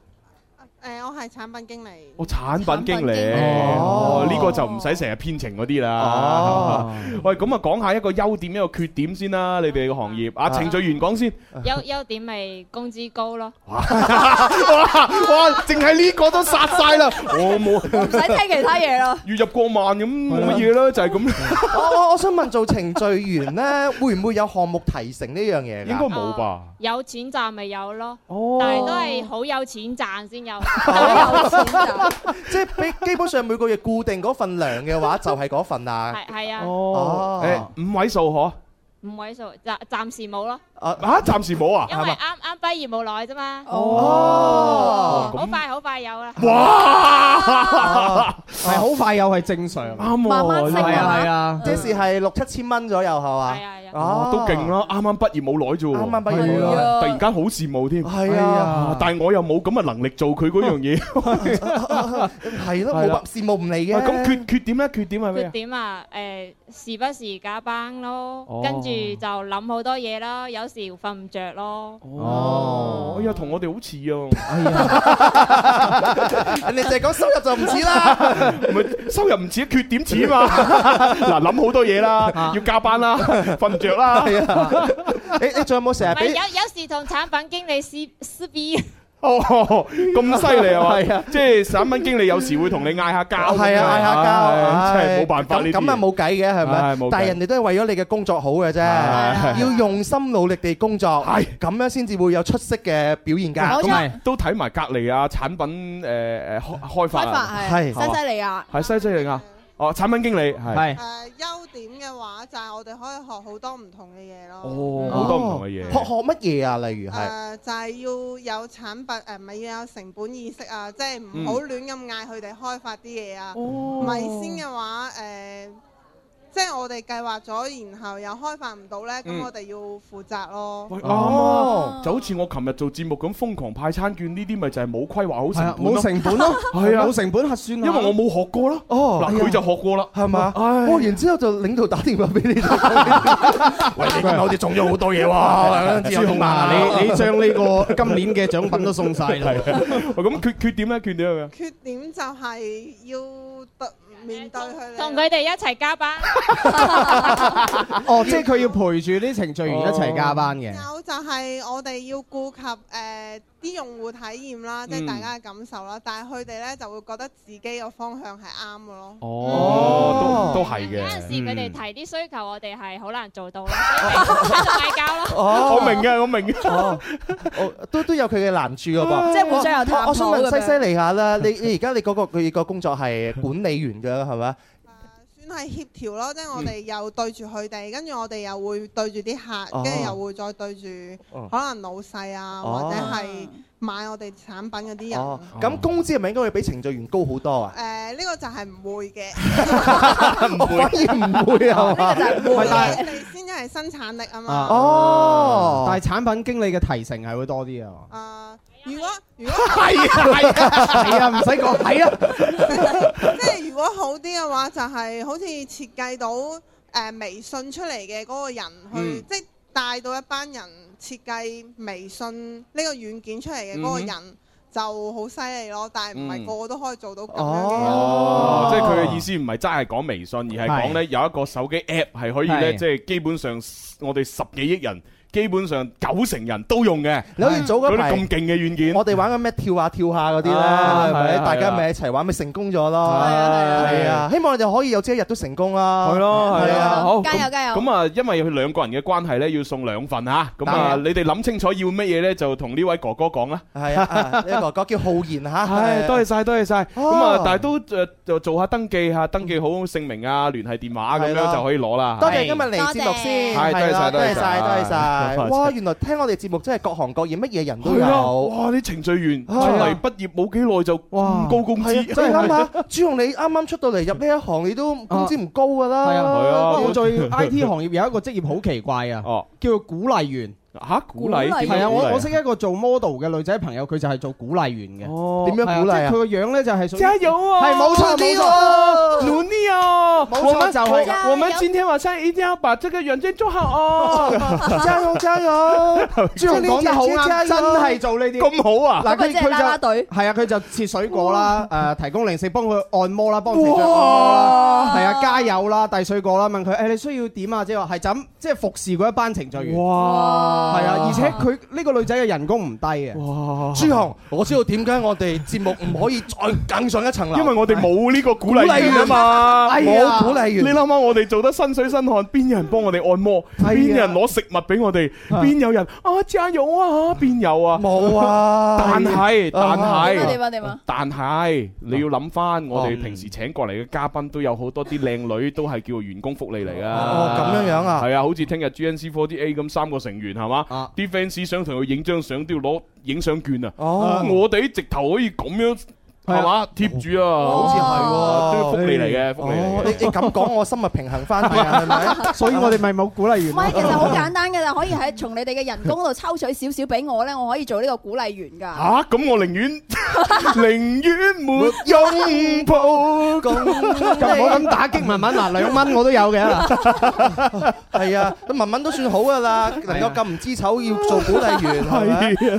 Speaker 15: 誒我係產品經理，
Speaker 3: 我哦產品經
Speaker 15: 產品經
Speaker 3: 理，
Speaker 4: 理
Speaker 3: 哦，呢個就唔使成日編程嗰啲啦
Speaker 4: 哦。
Speaker 3: 喂，咁啊講下一個優點一個缺點先啦，你哋個行業啊，程序員講先。
Speaker 14: 優優點咪工資高咯，
Speaker 3: 哇哇，淨係呢個都殺晒啦！我冇，唔
Speaker 14: 唔使聽其他嘢 咯。
Speaker 3: 月入過萬咁冇乜嘢啦，就係咁。
Speaker 4: 我我我想問做程序員咧，會唔會有項目提成呢樣嘢㗎？
Speaker 3: 應該冇吧？
Speaker 14: 有錢賺咪有咯，
Speaker 3: 哦
Speaker 14: 但係都係好有錢賺先 有，
Speaker 4: 即係比基本上每個月固定嗰份糧嘅話，就係嗰份啦。
Speaker 14: 係係
Speaker 3: 哦
Speaker 14: 啊，
Speaker 3: 誒，五位數可？
Speaker 14: 五位數暫暫時冇咯，
Speaker 4: 啊
Speaker 3: 啊，暫時冇啊，
Speaker 14: 因為啱啱畢業冇耐啫嘛，
Speaker 3: 哦
Speaker 14: 好快好快有啦，
Speaker 3: 哇！
Speaker 8: 係好快又係正常，
Speaker 3: 啱
Speaker 4: 慢慢升
Speaker 8: 係
Speaker 4: 係嘛
Speaker 8: 啊係啊，
Speaker 4: 即是係六七千蚊左右係嘛？係啊
Speaker 14: 係樣。
Speaker 3: 哦，都勁啦！啱啱畢業冇耐啫喎，
Speaker 4: 啱啱畢業冇耐
Speaker 3: 係啊突然間好羨慕添。
Speaker 4: 係啊
Speaker 3: 但係我又冇咁嘅能力做佢嗰 樣嘢。
Speaker 4: 係咯，冇白羨慕唔嚟嘅。
Speaker 3: 喂咁缺缺點咧？缺點係咩
Speaker 14: 缺
Speaker 3: 啊？
Speaker 14: 點啊，誒時不時加班咯
Speaker 3: 哦，
Speaker 14: 跟住就諗好多嘢啦，有時瞓唔着咯。
Speaker 3: 哦，哎呀，同我哋好似啊！
Speaker 4: 人哋淨係講收入就唔似啦。
Speaker 3: 唔係收入唔似，缺 點似啊嘛。嗱，諗好多嘢啦，要加班啦，瞓唔着啦。
Speaker 4: 係啊，你你仲有冇成
Speaker 14: 唔
Speaker 4: 日
Speaker 14: 係
Speaker 4: 俾
Speaker 14: 有？有時同產品經理撕撕逼，
Speaker 3: 哦，咁犀利啊！
Speaker 4: 係啊
Speaker 3: 即係產品經理有時會同你嗌下交。
Speaker 4: 係啊，嗌下交，
Speaker 3: 唉真係
Speaker 4: 唉
Speaker 3: 冇辦法呢
Speaker 4: 咁
Speaker 3: 啲
Speaker 4: 咁啊冇計嘅係
Speaker 3: 唉
Speaker 4: 咪
Speaker 3: 冇計？
Speaker 4: 但係人哋都係為咗你嘅工作好嘅啫，要用心努力地工作，咁樣先至會有出色嘅表現㗎。
Speaker 3: 咁都睇埋隔離啊，產品誒誒開開發
Speaker 15: 開
Speaker 3: 啊
Speaker 15: 發係西西利亞。
Speaker 3: 係西西利亞哦，產品經理
Speaker 15: 誒優
Speaker 3: 係
Speaker 15: 點嘅話，就係我哋可以學好多唔同嘅嘢咯。
Speaker 3: 哦，好多唔同嘅嘢。
Speaker 4: 學學乜嘢啊？例如係
Speaker 15: 誒就係要有產品誒，咪要有成本意識啊，即係唔好
Speaker 4: 嗯
Speaker 15: 亂咁嗌佢哋開發啲嘢啊。咪先嘅話誒，即係我哋計劃咗，然後又開發唔到呢，
Speaker 3: 嗯
Speaker 15: 咁我哋要負責咯。
Speaker 3: 喂啱啊！就好似我琴日做節目咁，瘋狂派餐券呢啲，咪就係冇規劃好成本咯，
Speaker 8: 冇成本咯
Speaker 3: 係啊，
Speaker 8: 啊冇成本核算啊，
Speaker 3: 因為我冇學過咯。
Speaker 4: 哦
Speaker 3: 嗱，佢就學過啦，
Speaker 4: 係嘛？哦，然之後就領導打電話俾你哋，喂，你今日好似
Speaker 3: 啊
Speaker 4: 中咗好多嘢喎，
Speaker 8: 朱紅啊，你你將呢個今年嘅獎品都送晒啦。
Speaker 3: 啊咁缺缺點咧？缺點係咩？
Speaker 15: 缺點就係要對面對佢哋。啊
Speaker 14: 同佢哋一齊加班。
Speaker 8: 哦，即係佢要陪住啲程序員一齊加班嘅。
Speaker 15: 有就係我哋要顧及誒啲、用戶體驗啦，即係
Speaker 8: 嗯
Speaker 15: 大家嘅感受啦。但係佢哋咧就會覺得自己個方向係啱嘅咯。
Speaker 3: 哦，都都係嘅。
Speaker 14: 有陣時佢哋提啲需求，我哋係好難做 到啦，所以咪喺度嗌 交咯。
Speaker 4: 哦
Speaker 3: 我明嘅，我明嘅。
Speaker 4: 哦，哦都都有佢嘅難處嘅噃，
Speaker 14: 即係互相有探討
Speaker 4: 我我想
Speaker 14: 咁
Speaker 4: 問
Speaker 14: 樣
Speaker 4: 西西利下啦，你你而家你嗰個佢個工作係管理員嘅係咪？
Speaker 15: 算係協調咯，即係我哋又對住佢哋，跟住我哋又會對住啲客，
Speaker 4: 哦
Speaker 15: 跟住又會再對住
Speaker 4: 哦
Speaker 15: 可能老細啊，
Speaker 4: 哦
Speaker 15: 或者係買我哋產品嗰啲人。
Speaker 4: 哦，咁工資係咪應該會比程序員高好 多啊？
Speaker 15: 誒呢個就係唔會嘅，
Speaker 4: 唔會，反而唔會啊嘛。
Speaker 15: 唔會
Speaker 8: 但
Speaker 15: 嘅，你先係生產力啊嘛。
Speaker 8: 哦，但係產品經理嘅提成係會多啲啊。
Speaker 15: 如果如果
Speaker 8: 係啊係啊係啊，唔使講係啊。
Speaker 15: 即係如果好啲嘅話，就係、好似設計到誒、呃微信出嚟嘅嗰個人去，
Speaker 7: 嗯
Speaker 15: 即係帶到一班人設計微信呢個軟件出嚟嘅啊嗰個人。就好犀利咯，但係唔係個個都可以做到咁樣嘅。
Speaker 3: 哦，即係佢嘅意思唔係齋係講微信，而係講呢有一個手機 app 係可以呢，
Speaker 4: 係
Speaker 3: 即係基本上我哋十幾億人，基本上九成人都用嘅。
Speaker 4: 你好似早嗰
Speaker 3: 嗰啲
Speaker 4: 排
Speaker 3: 咁勁嘅軟件，
Speaker 4: 我哋玩緊咩跳下跳下嗰啲咧，
Speaker 3: 啊
Speaker 4: 係咪？
Speaker 3: 係啊
Speaker 4: 大家咪一齊玩，咪成功咗咯。係
Speaker 3: 啊係啊係
Speaker 4: 係
Speaker 3: 啊
Speaker 4: 啊，希望我哋可以有朝一日都成功啦。
Speaker 3: 係咯，係啊，好，
Speaker 5: 加油
Speaker 3: 咁
Speaker 5: 加油
Speaker 3: 咁啊，因為佢兩個人嘅關係咧，要送兩份吓，咁
Speaker 4: 當
Speaker 3: 啊，
Speaker 4: 然
Speaker 3: 你哋諗清楚要乜嘢咧，就同呢位哥哥講啦。
Speaker 4: 係啊，啊呢個哥叫浩 然嚇。
Speaker 3: 係，多謝晒，多謝晒。咁啊
Speaker 4: 哦，
Speaker 3: 但係都誒就做下登記嚇，登記好姓名啊、聯繫電話咁
Speaker 4: 係
Speaker 3: 樣
Speaker 4: 啦
Speaker 3: 就可以攞啦。
Speaker 4: 多謝今日嚟節目先，
Speaker 3: 係多謝
Speaker 4: 啦
Speaker 3: 晒
Speaker 4: 多謝
Speaker 3: 多謝晒
Speaker 4: 晒，多謝晒。
Speaker 3: 多謝
Speaker 4: 哇，原來聽我哋節目真係各行各業，乜嘢人都
Speaker 3: 係啊！
Speaker 4: 有。
Speaker 3: 哇！啲程序員出
Speaker 4: 係啊
Speaker 3: 嚟畢業冇幾耐就咁高工資，
Speaker 4: 你 諗下，朱紅你啱啱出到嚟入呢一行，你都工資唔高㗎啦。
Speaker 8: 係啊，
Speaker 3: 啊
Speaker 8: 我對 I T 行業有一個職業好奇怪啊，叫做鼓勵員。
Speaker 3: 嚇鼓勵點樣
Speaker 8: 係啊，
Speaker 3: 鼓勵啊
Speaker 8: 我我識一個做 model 嘅女仔朋友，佢就係做鼓勵員嘅。
Speaker 3: 哦
Speaker 4: 點樣鼓勵啊
Speaker 8: 佢個樣咧就係屬於
Speaker 3: 加油哦！
Speaker 8: 係冇錯
Speaker 3: 努力
Speaker 8: 冇
Speaker 3: 哦
Speaker 8: 錯，
Speaker 3: 努力哦！
Speaker 8: 冇錯
Speaker 3: 我們
Speaker 8: 就係
Speaker 3: 我我們今天晚上一定要把這個軟件做好哦！
Speaker 4: 加油 加油！
Speaker 8: 朱紅講得好啱，真係做呢啲
Speaker 3: 咁好啊！
Speaker 8: 嗱，佢
Speaker 5: 即係啦啦
Speaker 8: 佢就
Speaker 5: 隊
Speaker 8: 係啊，佢就切水果啦，誒提供零食，幫佢按摩啦，幫佢食按摩啦，係啊，加油啦，遞水果啦，問佢誒你需要點啊？即係話係就咁，即係服侍嗰一班程序員。
Speaker 3: 哇！
Speaker 8: 係啊，而且佢呢個女仔嘅人工唔低嘅。
Speaker 3: 哇！
Speaker 4: 朱紅，我知道點解我哋節目唔可以再更上一層樓，
Speaker 3: 因為我哋冇呢個鼓勵員啊嘛，
Speaker 4: 哎呀
Speaker 3: 冇
Speaker 4: 鼓勵員
Speaker 3: 你諗下，我哋做得身水身汗，邊有人幫我哋按摩？邊有人攞食物俾我哋？邊有人啊加油啊？邊有啊？
Speaker 4: 冇啊！
Speaker 3: 但係，但
Speaker 5: 點啊點啊
Speaker 3: 係，
Speaker 5: 點啊！
Speaker 3: 但係你要諗翻，我哋平時請過嚟嘅嘉賓都有好多啲靚女，都係叫做員工福利嚟噶。
Speaker 4: 哦咁樣樣啊
Speaker 3: 係啊，好似聽日 GNC48 咁三個成員係嘛，啲 fans 想同佢影張相都要攞影相券啊。
Speaker 4: 哦
Speaker 3: 我哋直頭可以咁樣。係嘛？貼住啊，
Speaker 4: 好似係喎
Speaker 3: 都要福利嚟嘅，福利嚟嘅。
Speaker 4: 哦你你咁講，我心咪平衡翻啲啊，係 咪？
Speaker 8: 所以 我哋咪冇鼓勵員
Speaker 5: 唔係，其實好簡單㗎啦，可以喺從你哋嘅人工度抽取少少俾我咧，我可以做呢個鼓勵員㗎。
Speaker 3: 吓咁，我寧願 寧願沒 擁抱
Speaker 8: 咁唔好咁打擊文文嗱，兩蚊我都有嘅
Speaker 4: 係啊，文文都算好噶啦，能夠咁唔知醜要做鼓勵員，係
Speaker 8: 係
Speaker 4: 咪？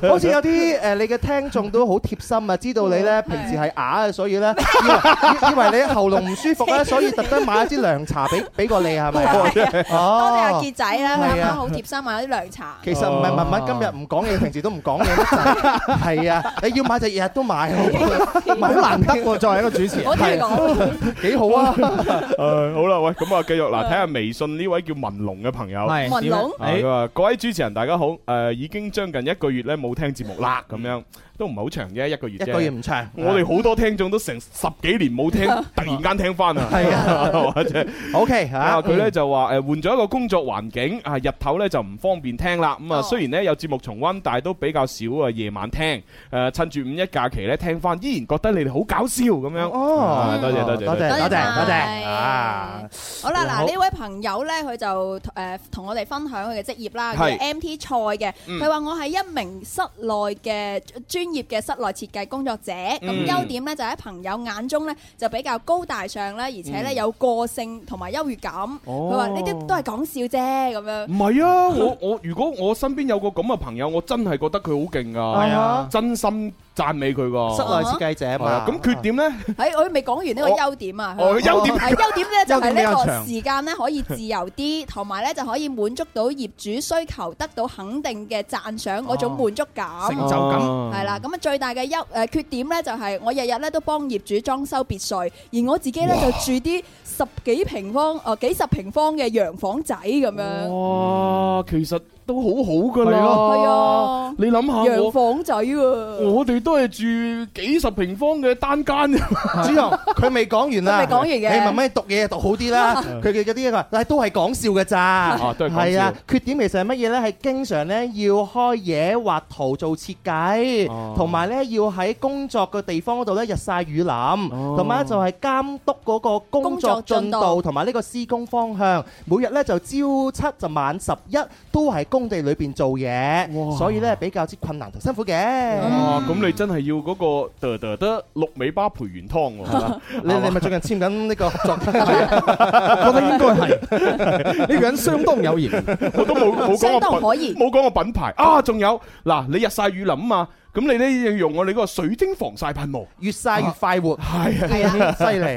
Speaker 8: 啊
Speaker 4: 好似有啲誒，你嘅聽眾都好貼心啊，知道你咧平時係啞啊，所以咧以為以為你喉嚨唔舒服咧，所以特登買一支涼茶俾俾過你係咪？
Speaker 5: 多謝阿
Speaker 4: 哦
Speaker 5: 傑仔啦，佢
Speaker 4: 係
Speaker 5: 啱啱
Speaker 4: 啊
Speaker 5: 好貼心買咗啲涼茶。
Speaker 4: 其實唔係文文今日唔講嘢，平時都唔講嘢得滯。係啊，你要買就日日都買， 好難得喎。作為一個主持人，
Speaker 5: 我聽你
Speaker 4: 講幾好啊！
Speaker 3: 誒好啦，喂，咁啊，繼續嗱，睇下微信呢位叫文龍嘅朋友，
Speaker 1: 係文龍
Speaker 3: 啊佢話：各位主持人大家好，誒已經將近一個月咧冇聽節目啦，咁樣都唔係好長啫，一個月啫，
Speaker 4: 一個月唔長
Speaker 3: 我哋好多聽眾都成十幾年冇 聽，突然間聽翻啊，
Speaker 4: 係 啊
Speaker 3: 係嘛，即係
Speaker 4: OK 嚇
Speaker 3: 啊佢咧
Speaker 4: 嗯
Speaker 3: 就話誒換咗一個工作環境啊，日頭咧就唔方便聽啦，咁啊雖然咧有節目重温，但係都比較少啊夜晚聽，誒趁住五一假期咧聽翻，依然覺得你哋好搞笑咁樣，
Speaker 4: 哦
Speaker 3: 啊多謝
Speaker 4: 多
Speaker 3: 多謝
Speaker 4: 謝多謝多謝
Speaker 3: 啊！
Speaker 5: 好啦，
Speaker 3: 好
Speaker 5: 嗱呢位朋友咧，佢就誒同我哋分享佢嘅職業啦，叫
Speaker 3: 係
Speaker 5: MT 蔡嘅。
Speaker 3: 嗯
Speaker 5: 佢話我係一名室內嘅專業嘅室內設計工作者，咁
Speaker 14: 嗯
Speaker 5: 優點咧就喺朋友眼中咧就比較高大上啦，而且咧
Speaker 3: 嗯
Speaker 5: 有個性同埋優越感。
Speaker 3: 哦
Speaker 5: 佢話呢啲都係講笑啫咁
Speaker 3: 唔
Speaker 5: 樣。
Speaker 3: 係啊！我我如果我身邊有個咁嘅朋友，我真係覺得佢好勁噶，
Speaker 4: 係啊
Speaker 3: 真心讚美佢噶。
Speaker 4: 室內設計者嘛
Speaker 3: 係啊咁缺點呢？
Speaker 5: 喺哦哎我未講完呢個優點啊，
Speaker 3: 哦
Speaker 5: 佢話
Speaker 3: 優點
Speaker 5: 係優點咧就係
Speaker 3: 優點
Speaker 5: 呢
Speaker 3: 比較長
Speaker 5: 個時間咧可以自由啲，同埋咧就可以滿足到業主需求，得到肯定嘅讚賞嗰種滿足感、
Speaker 3: 成就感哦
Speaker 5: 係啦，咁啊最大嘅優誒缺點咧就係我日日咧都幫業主裝修別墅，而我自己咧就住啲十幾平方誒幾十平方嘅洋房仔咁樣，
Speaker 3: 哇，其實都好好噶啦。
Speaker 5: 係咯係啊
Speaker 3: 你諗下
Speaker 5: 洋
Speaker 3: 我。
Speaker 5: 房仔啊喎。
Speaker 3: 我哋都係住幾十平方嘅單間，
Speaker 4: 朱紅佢未講完啦，
Speaker 5: 佢
Speaker 4: 啊
Speaker 5: 未講完嘅
Speaker 4: 你慢慢讀嘢讀好啲啦。
Speaker 3: 嗯
Speaker 4: 佢嘅嗰啲嘢話，但係都係講笑嘅咋，
Speaker 3: 都係講笑
Speaker 4: 係啊。缺點其實係乜嘢咧？係經常咧要開嘢畫圖做設計，
Speaker 3: 哦
Speaker 4: 同埋咧要喺工作嘅地方嗰度咧日曬雨淋，
Speaker 3: 哦
Speaker 4: 同埋呢就係監督嗰個工作
Speaker 5: 工作
Speaker 4: 進
Speaker 5: 進
Speaker 4: 度
Speaker 5: 度
Speaker 4: 同埋呢個施工方向。每日咧就朝七就晚十一都喺工地裏邊做嘢，所以咧比較之困難同辛苦嘅。
Speaker 3: 哇！咁你真係要嗰個得得得六尾巴培元湯喎，
Speaker 4: 你你咪最近簽緊呢個合作，
Speaker 8: 我覺得應該係呢個人相當有型，
Speaker 3: 我都冇冇
Speaker 8: 相
Speaker 3: 講
Speaker 8: 當
Speaker 3: 個
Speaker 8: 可
Speaker 3: 品，冇講個品牌啊！仲有嗱，你日曬雨淋啊嘛，咁你咧要用我哋嗰個水晶防曬噴霧，
Speaker 4: 越曬
Speaker 8: 啊
Speaker 4: 越快活，
Speaker 3: 係啊，
Speaker 4: 犀利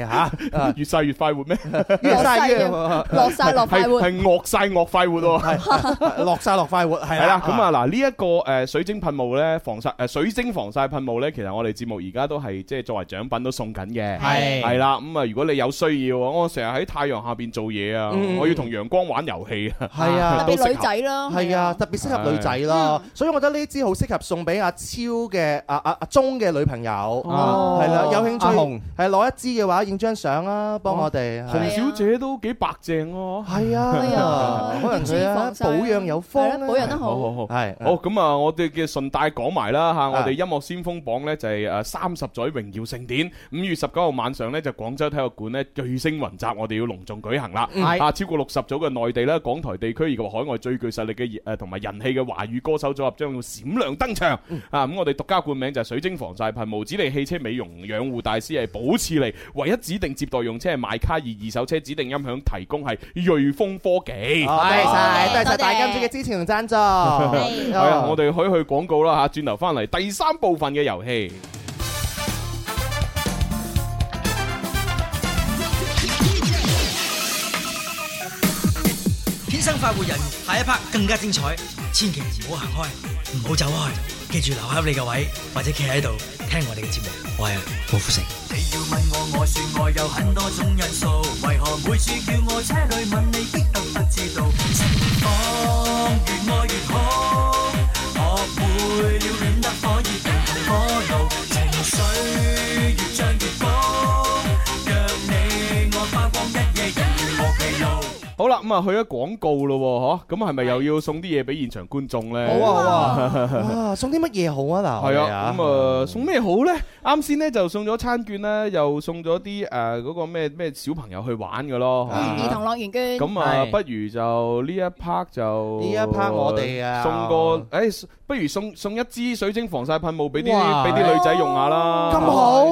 Speaker 4: 嚇！
Speaker 3: 越曬越快活咩？
Speaker 4: 越曬越
Speaker 5: 落曬落快活
Speaker 3: 係係惡曬惡快活喎，
Speaker 4: 落曬落快活，係
Speaker 3: 係啦。咁啊嗱，呢一個誒水晶噴霧咧，防曬誒水晶防曬噴霧咧，其實我哋節目而家都係即係作為獎品都送緊嘅，
Speaker 4: 係
Speaker 3: 係啦。咁啊，如果你有需要啊，我成日喺太陽下邊做嘢啊
Speaker 4: 嗯，
Speaker 3: 我要同陽光玩遊戲啊，
Speaker 4: 係啊，
Speaker 3: 都適合
Speaker 5: 咯
Speaker 4: 係啊，特別適合女仔咯，所以我覺得呢支好適合送俾阿超嘅阿阿阿鐘嘅女朋友，
Speaker 3: 哦
Speaker 4: 係啦，有興趣
Speaker 3: 阿紅
Speaker 4: 係攞一支嘅話，影張相啦，幫我哋。係啊
Speaker 3: 洪小姐都幾白淨喎，
Speaker 4: 係啊係啊可能佢咧保養有方咧係咯保養得好
Speaker 3: 好好
Speaker 4: 係
Speaker 3: 好咁啊！我哋嘅順帶講埋啦嚇，我哋
Speaker 4: 啊
Speaker 3: 音樂先鋒榜呢就係誒三十載榮耀盛典，五月十九號晚上呢，就廣州體育館呢巨星雲集，我哋要隆重舉行啦！
Speaker 4: 嗯
Speaker 3: 啊，超過六十組嘅內地啦、港台地區以及海外最具實力嘅誒同埋人氣嘅華語歌手組合將會閃亮登場
Speaker 4: 嗯
Speaker 3: 啊！咁我哋獨家冠名就係水晶防曬噴霧，紫利汽車美容養護大師係保次利，唯一指定接待用車係邁卡爾二手車指定音響提供係瑞豐科技。啊
Speaker 4: 好哦多謝
Speaker 8: 啊
Speaker 4: 晒，多謝晒大家今次嘅支持同贊助。
Speaker 3: 系啊，我哋可以去廣告啦吓，轉頭翻嚟第三部分嘅遊戲。
Speaker 1: 天生快活人，下一 part 更加精彩，千祈唔好行開，唔好走開，記住留喺你嘅位，或者企喺度聽我哋嘅節目。我係郭富城。
Speaker 7: 你要問我，我說我有很多種因素，為何每次叫我車裏問你，激動不知道？情況越愛越好，學會了戀得可以平衡火爐，情緒越漲越高，讓你我花光一夜，人如無疲勞。
Speaker 3: 好啦，咁、咁啊去咗廣告咯喎，嗬，咁係咪又要送啲嘢俾現場觀眾咧？
Speaker 4: 好啊哇，送啲乜嘢好啊？嗱，
Speaker 3: 係啊，咁啊送咩好呢？啱先呢就送咗餐券啦，又送咗啲誒嗰個咩咩小朋友去玩嘅咯。
Speaker 4: 嗯
Speaker 3: 嚇
Speaker 5: 嗯兒童樂園券。
Speaker 3: 啊咁啊，不如就呢一 part 就
Speaker 4: 呢一 part 我哋啊
Speaker 3: 送個誒，不如送送一支水晶防曬噴霧俾啲
Speaker 4: 哇
Speaker 3: 俾啲女仔用下啦。
Speaker 4: 咁好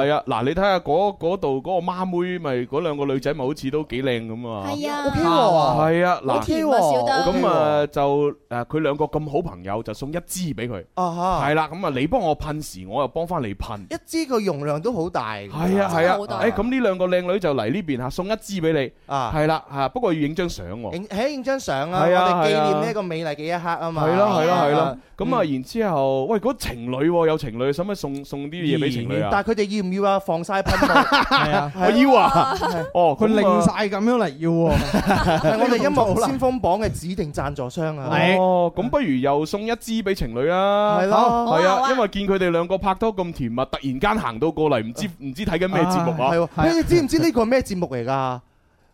Speaker 3: 係啊，嗱你睇下嗰嗰度嗰個媽妹咪嗰兩個女仔咪好似都幾靚咁啊。
Speaker 5: 係啊
Speaker 4: OK 喎
Speaker 3: 係啊，嗱
Speaker 4: OK 喎笑得
Speaker 3: 咁啊就誒佢兩個咁好朋友就送一支俾佢。
Speaker 4: 啊哈
Speaker 3: 係啦，咁啊你幫我噴時，我又幫翻你噴。
Speaker 4: 一支個容量都好大㗎。
Speaker 3: 係啊係啊，誒
Speaker 4: 誒
Speaker 3: 咁呢兩個靚女就嚟呢邊嚇，送一支俾你，係啦嚇，不過要影張相喎。
Speaker 4: 影喺啊影張相啊，我
Speaker 3: 係啊
Speaker 4: 哋紀
Speaker 3: 係啊
Speaker 4: 念呢一個美麗嘅一刻啊嘛。
Speaker 3: 係咯係咯係
Speaker 4: 啊
Speaker 3: 咯，咁啊然之後，喂嗰情侶喎有情侶，使唔使送送啲嘢俾情侶
Speaker 4: 但
Speaker 3: 啊？
Speaker 4: 係佢哋要唔要啊？防曬 噴霧係啊
Speaker 3: 我要啊！哦，
Speaker 8: 佢
Speaker 3: 咁
Speaker 8: 擰
Speaker 3: 啊
Speaker 8: 晒咁樣嚟要喎，
Speaker 4: 係我哋音樂先鋒榜嘅指定贊助商啊。
Speaker 3: 哦，咁不如又送一支俾情侶啦，
Speaker 4: 係咯好
Speaker 3: 係
Speaker 4: 好
Speaker 3: 啊，
Speaker 4: 啊
Speaker 3: 因為見佢哋兩個拍拖咁甜蜜，突然間行到過嚟，唔知唔知睇緊咩節目啊？
Speaker 4: 係喎，哎你哋知唔知呢個係咩節目 嚟㗎？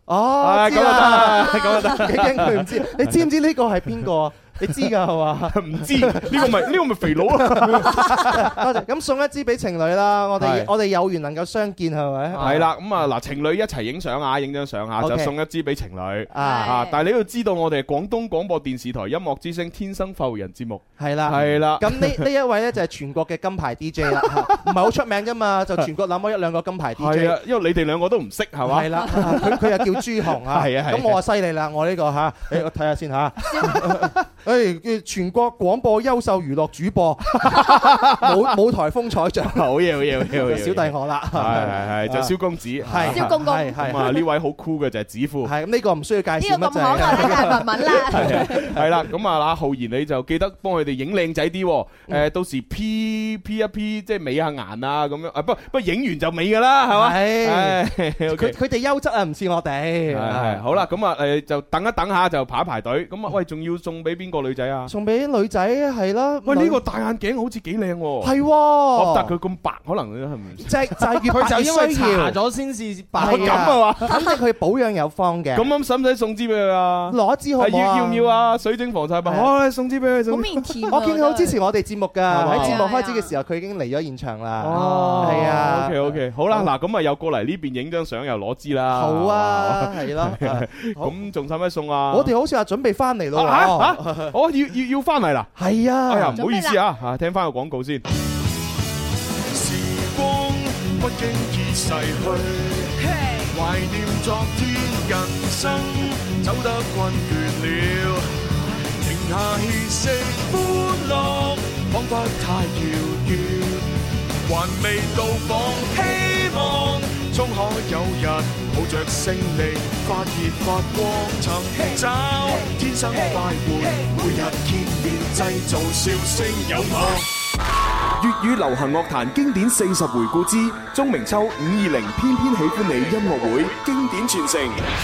Speaker 4: 哦，
Speaker 3: 唉
Speaker 4: 知啦
Speaker 3: 啊咁啊得咁啊得
Speaker 4: 幾驚佢唔知。 你知唔知呢個係邊個啊？你知㗎係啊嘛？
Speaker 3: 唔知呢個咪呢個咪肥佬 啊！
Speaker 4: 多謝咁送一支俾情侶啦，我哋
Speaker 3: 係
Speaker 4: 我哋有緣能夠相見係咪？
Speaker 3: 係啦，咁啊嗱，情侶一齊影相啊，影張相啊，
Speaker 4: OK
Speaker 3: 就送一支俾情侶
Speaker 4: 啊
Speaker 3: 啊！但係你要知道，我哋係廣東廣播電視台音樂之聲天生發育人節目，
Speaker 4: 係啦，
Speaker 3: 係啦
Speaker 4: 咁 呢呢一位咧就係全國嘅金牌 DJ 啦，嚇唔係好出名噶嘛，就全國那麼一兩個金牌 DJ。
Speaker 3: 係啊，因為你哋兩個都唔識係嘛？
Speaker 4: 係啦，佢佢又叫朱紅啊，
Speaker 3: 係啊係啊
Speaker 4: 咁我啊犀利啦，我呢個吓，誒我睇下先吓， 誒叫全國廣播優秀娛樂主播， 舞舞台風採獎，
Speaker 3: 好嘢好嘢好嘢好嘢，
Speaker 4: 小弟我啦，
Speaker 3: 係係係就蕭公子，係
Speaker 4: 蕭公公係係
Speaker 3: 咁啊呢位好酷嘅就係子富，
Speaker 4: 係咁呢個唔需要介紹
Speaker 5: 呢個
Speaker 4: 乜
Speaker 5: 咁
Speaker 3: 啊
Speaker 5: 可愛
Speaker 4: 滯。
Speaker 5: 咧，係文文 啦。
Speaker 3: 係啊係啦，咁啊，阿浩然你就記得幫佢哋影靚仔啲喎，誒到時 P P 一 P 即係美下顏啊咁樣，啊不不影完就美噶啦，係嘛？
Speaker 4: 係
Speaker 3: 係
Speaker 4: 佢
Speaker 3: OK
Speaker 4: 佢哋優質啊，唔似我
Speaker 3: 係
Speaker 4: 哋。
Speaker 3: 係好啦，咁啊誒就等一等下就排一排隊，咁啊喂仲要送俾邊個女仔啊？
Speaker 4: 送俾女仔係啦。
Speaker 3: 喂呢個戴眼鏡好似幾靚喎，
Speaker 4: 係喎
Speaker 3: 哦但係佢咁白，可能係唔
Speaker 4: 就係就係越白
Speaker 8: 佢就因為
Speaker 4: 越需要
Speaker 8: 查咗先至白
Speaker 4: 啊係
Speaker 3: 咁啊嘛
Speaker 4: 肯定佢保養有方嘅。
Speaker 3: 咁咁使唔使送支俾佢啊？
Speaker 4: 攞一支好唔好
Speaker 3: 係要
Speaker 4: 啊
Speaker 3: 要唔要啊？水晶防曬品，好送支俾佢。送支
Speaker 5: 啊
Speaker 4: 我見佢好支持我哋節目㗎，
Speaker 3: 嘛
Speaker 4: 喺節目開始嘅時候佢已經嚟咗現場啦。
Speaker 3: 哦，
Speaker 4: 係啊
Speaker 3: OK OK，好啦，嗱咁啊又過嚟呢邊影張相又攞支啦。
Speaker 4: 好啊係咯
Speaker 3: 咁仲使唔使送啊？
Speaker 4: 我哋好似話準備翻嚟咯
Speaker 3: 啊
Speaker 4: 喎。
Speaker 3: 嚇嚇我要要要翻嚟啦。
Speaker 4: 係啊
Speaker 3: 哎呀，唔好意思啊，嚇聽翻個廣告先。
Speaker 16: 時光不經意逝去，懷念昨天，人生走得困倦了，停下歇息，歡樂彷彿太遙遠，還未到訪，希望終可有日抱着勝利發熱發光，尋找天生快活，每日見面製造笑聲有我。
Speaker 9: 粵語流行樂壇經典四十回顧之鍾明秋五二零偏偏喜歡你音樂會經典傳承。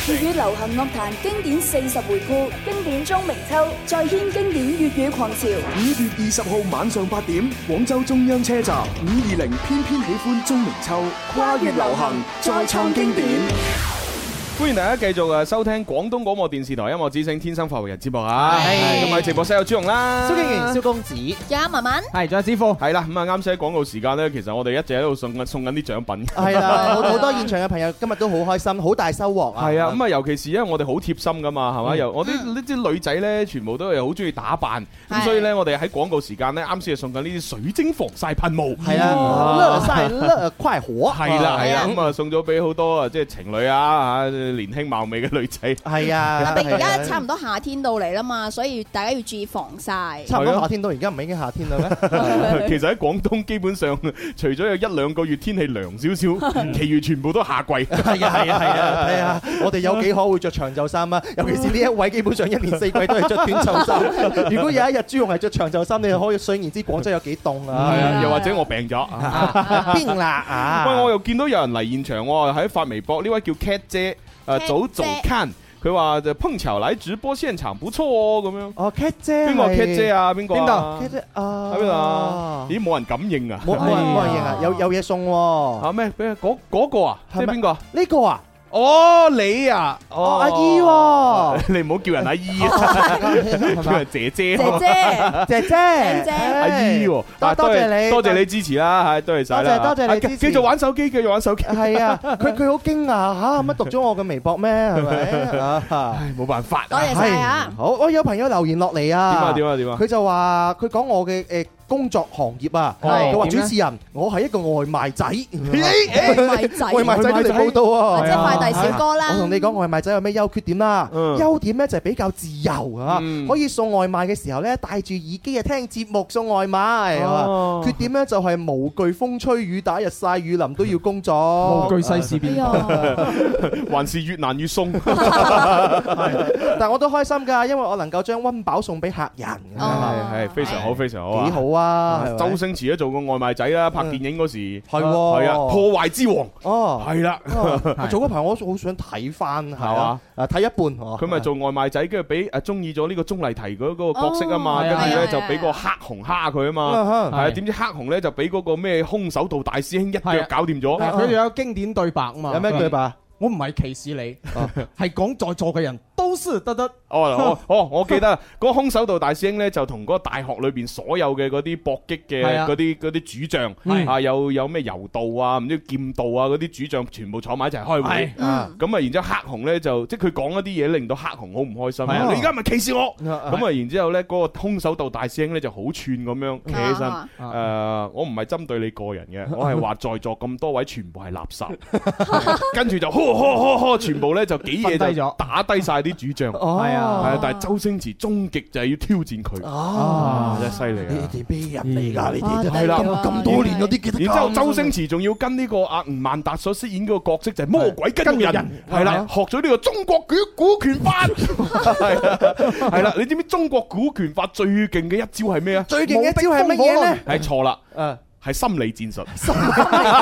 Speaker 10: 粵語流行樂壇經典四十回顧，經典鍾明秋再掀經典粵語狂潮。
Speaker 9: 五月二十號晚上八點，廣州中央車站五二零偏偏喜歡鍾明秋，跨越流行，再創經典。
Speaker 3: 歡迎大家繼續誒收聽廣東廣播電視台音樂之聲《天生發育人》節目啊！
Speaker 8: 係
Speaker 3: 咁喺直播室有朱紅啦，
Speaker 8: 蕭敬仁蕭
Speaker 4: 公子。
Speaker 5: 仲有文文。
Speaker 3: 係，仲有子富。係啦，咁啊啱先喺廣告時間咧，其實我哋一直喺度送緊送緊啲獎品。
Speaker 4: 係啦，好好多現場嘅朋友今日都好開心，好大收穫啊！
Speaker 3: 係啊，咁啊，尤其是因為我哋好貼心噶嘛，係嘛？
Speaker 4: 嗯
Speaker 3: 又我啲呢啲女仔咧，全部都係好中意打扮，咁
Speaker 4: 係
Speaker 3: 所以咧，我哋喺廣告時間咧，啱先係送緊呢啲水晶防曬噴霧，
Speaker 4: 係啊，
Speaker 3: 哇
Speaker 4: 樂晒樂快活。
Speaker 3: 係啦係啦，
Speaker 4: 啊
Speaker 3: 咁啊送咗俾好多啊，即係情侶啊嚇，年輕貌美嘅女仔。
Speaker 4: 係啊
Speaker 5: 我哋而家差唔多夏天到嚟啦嘛，所以大家要注意防曬。
Speaker 4: 差唔多夏天到，而家唔係已經夏天啦咩？嗯
Speaker 3: 其實喺廣東基本上，除咗有一兩個月天氣涼少 少，其餘全部都夏季。 係
Speaker 4: 係啊係啊係啊，睇下我哋有幾可會着長袖衫啊！尤其是呢一位，基本上一年四季都係着短 袖衫。如果有一日朱紅係着長袖衫，你就可以想而知廣州有幾凍啊！
Speaker 3: 係啊，又或者我病咗。
Speaker 4: 邊啦啊！
Speaker 3: 喂，我又見到有人嚟現場喎，喺發微博呢位叫 Cat 姐，誒
Speaker 4: Cat
Speaker 3: 早早
Speaker 4: 姐
Speaker 3: can，佢話就碰巧嚟直播現場不錯哦，咁樣。
Speaker 4: 哦，Cat 姐
Speaker 3: 邊個
Speaker 4: 係
Speaker 3: Cat 姐啊？邊個
Speaker 4: 邊
Speaker 3: 啊
Speaker 4: 度？Cat 姐啊？
Speaker 3: 喺邊度啊？咦，冇人敢應啊！
Speaker 4: 冇冇人冇人認啊！有有嘢送喎。
Speaker 3: 啊咩？俾嗰嗰個啊？即係邊個啊？
Speaker 4: 呢個啊？
Speaker 3: 哦，你啊，哦，
Speaker 4: 阿姨 喎哦
Speaker 3: 你唔好叫人阿姨 啊，叫人姐姐喎，
Speaker 4: 姐姐，姐姐，
Speaker 3: 阿姨喎，啊
Speaker 4: 多謝你
Speaker 3: 多謝你支持啦，係多謝晒啦，
Speaker 4: 多謝多謝你
Speaker 3: 啊繼
Speaker 4: 支持
Speaker 3: 繼續玩手機，繼續玩手機，
Speaker 4: 係啊，佢佢好驚訝嚇，乜讀咗我嘅微博咩？ 係咪？啊
Speaker 3: 唉，冇辦法，
Speaker 4: 多謝晒啊！好，我有朋友留言落嚟啊，
Speaker 3: 點啊點啊點啊
Speaker 4: 佢就話佢講我嘅誒工作行業啊，
Speaker 3: 哦
Speaker 4: 佢話
Speaker 3: 點
Speaker 4: 主
Speaker 3: 咧
Speaker 4: 持人，我係一個外賣仔，
Speaker 5: 賣仔
Speaker 4: 外賣仔都嚟報道啊，
Speaker 5: 或者快遞小哥啦
Speaker 4: 我同你講外賣仔有咩優缺點啦，
Speaker 3: 嗯
Speaker 4: 優點咧就係比較自由啊，可以送外賣嘅時候咧戴住耳機啊聽節目送外賣
Speaker 8: 哦
Speaker 4: 啊，缺點咧就係無懼風吹雨打日曬雨淋都要工作，
Speaker 8: 無懼世哦事
Speaker 5: 哎
Speaker 8: 變化
Speaker 3: 還是越難越鬆，
Speaker 4: 但我都開心㗎，因為我能夠將温飽送俾客人。
Speaker 5: 哦
Speaker 3: 係係非常好，非常好啊，
Speaker 4: 哎幾好啊係咪
Speaker 3: 周星馳都做過外賣仔啦，拍電影嗰時
Speaker 4: 係喎
Speaker 3: 係啊，破壞之王
Speaker 4: 哦，
Speaker 3: 係啦
Speaker 4: 哦我早嗰排我好想睇翻，係
Speaker 3: 係嘛
Speaker 4: 嘛？啊，睇一半哦
Speaker 3: 佢咪做外賣仔，跟住俾誒中意咗呢個鐘麗緹嗰嗰個角色啊嘛，
Speaker 4: 哦
Speaker 3: 跟住
Speaker 4: 係啊
Speaker 3: 咧
Speaker 4: 係啊哦
Speaker 3: 就俾個黑熊蝦佢啊
Speaker 8: 啊
Speaker 3: 嘛，
Speaker 8: 哈
Speaker 3: 係啊，
Speaker 8: 係啊
Speaker 3: 點知黑熊咧就俾嗰個咩空手道大師兄一腳搞掂咗，
Speaker 8: 佢哋有經典對白啊嘛。
Speaker 3: 有咩對
Speaker 4: 白？哦
Speaker 8: 我唔係歧視你，係講在座嘅人都是得得。
Speaker 3: 哦，我哦，我記得啦， 嗰個空手道大師兄咧，就同嗰個大學裏邊所有嘅嗰啲搏擊嘅
Speaker 8: 係啊嗯
Speaker 3: 嗰啲嗰啲主將
Speaker 8: 係
Speaker 3: 啊，有有咩柔道啊，唔知劍道啊嗰啲主將，全部坐埋一齊開會。
Speaker 8: 係嗯
Speaker 3: 咁啊，然之後黑熊咧就即係佢講一啲嘢，令到黑熊好唔開心。
Speaker 8: 係啊
Speaker 3: 你而家咪歧視我。
Speaker 8: 啊啊
Speaker 3: 咁啊，然之後咧，嗰個空手道大師兄咧就好串咁樣企起身。誒
Speaker 8: 啊，
Speaker 3: 呃我唔係針對你個人 嘅，我係話在座咁多位全部係垃圾。 跟住就呵呵呵呵，全部咧就幾嘢
Speaker 8: 瞓低
Speaker 3: 就
Speaker 8: 咗
Speaker 3: 打低晒啲主將。
Speaker 4: 哦
Speaker 3: 係啊，係啊，但係周星馳終極就係要挑戰佢。
Speaker 4: 哦
Speaker 3: 啊，真係犀利啊！
Speaker 4: 你哋咩人嚟㗎？你哋
Speaker 3: 係啦，
Speaker 4: 咁多年嗰啲記得。
Speaker 3: 然之後，周星馳仲要跟呢個阿吳孟達所飾演嗰個角色就係魔鬼跟路人，係
Speaker 8: 係
Speaker 3: 啦
Speaker 8: 啊，
Speaker 3: 學咗呢個中國古古拳法，係啦係啦，你知唔知中國古拳法最勁嘅一招係咩啊？
Speaker 4: 最勁嘅一招係乜嘢呢？
Speaker 3: 係錯啦，
Speaker 4: 啊
Speaker 3: 係心理戰 術。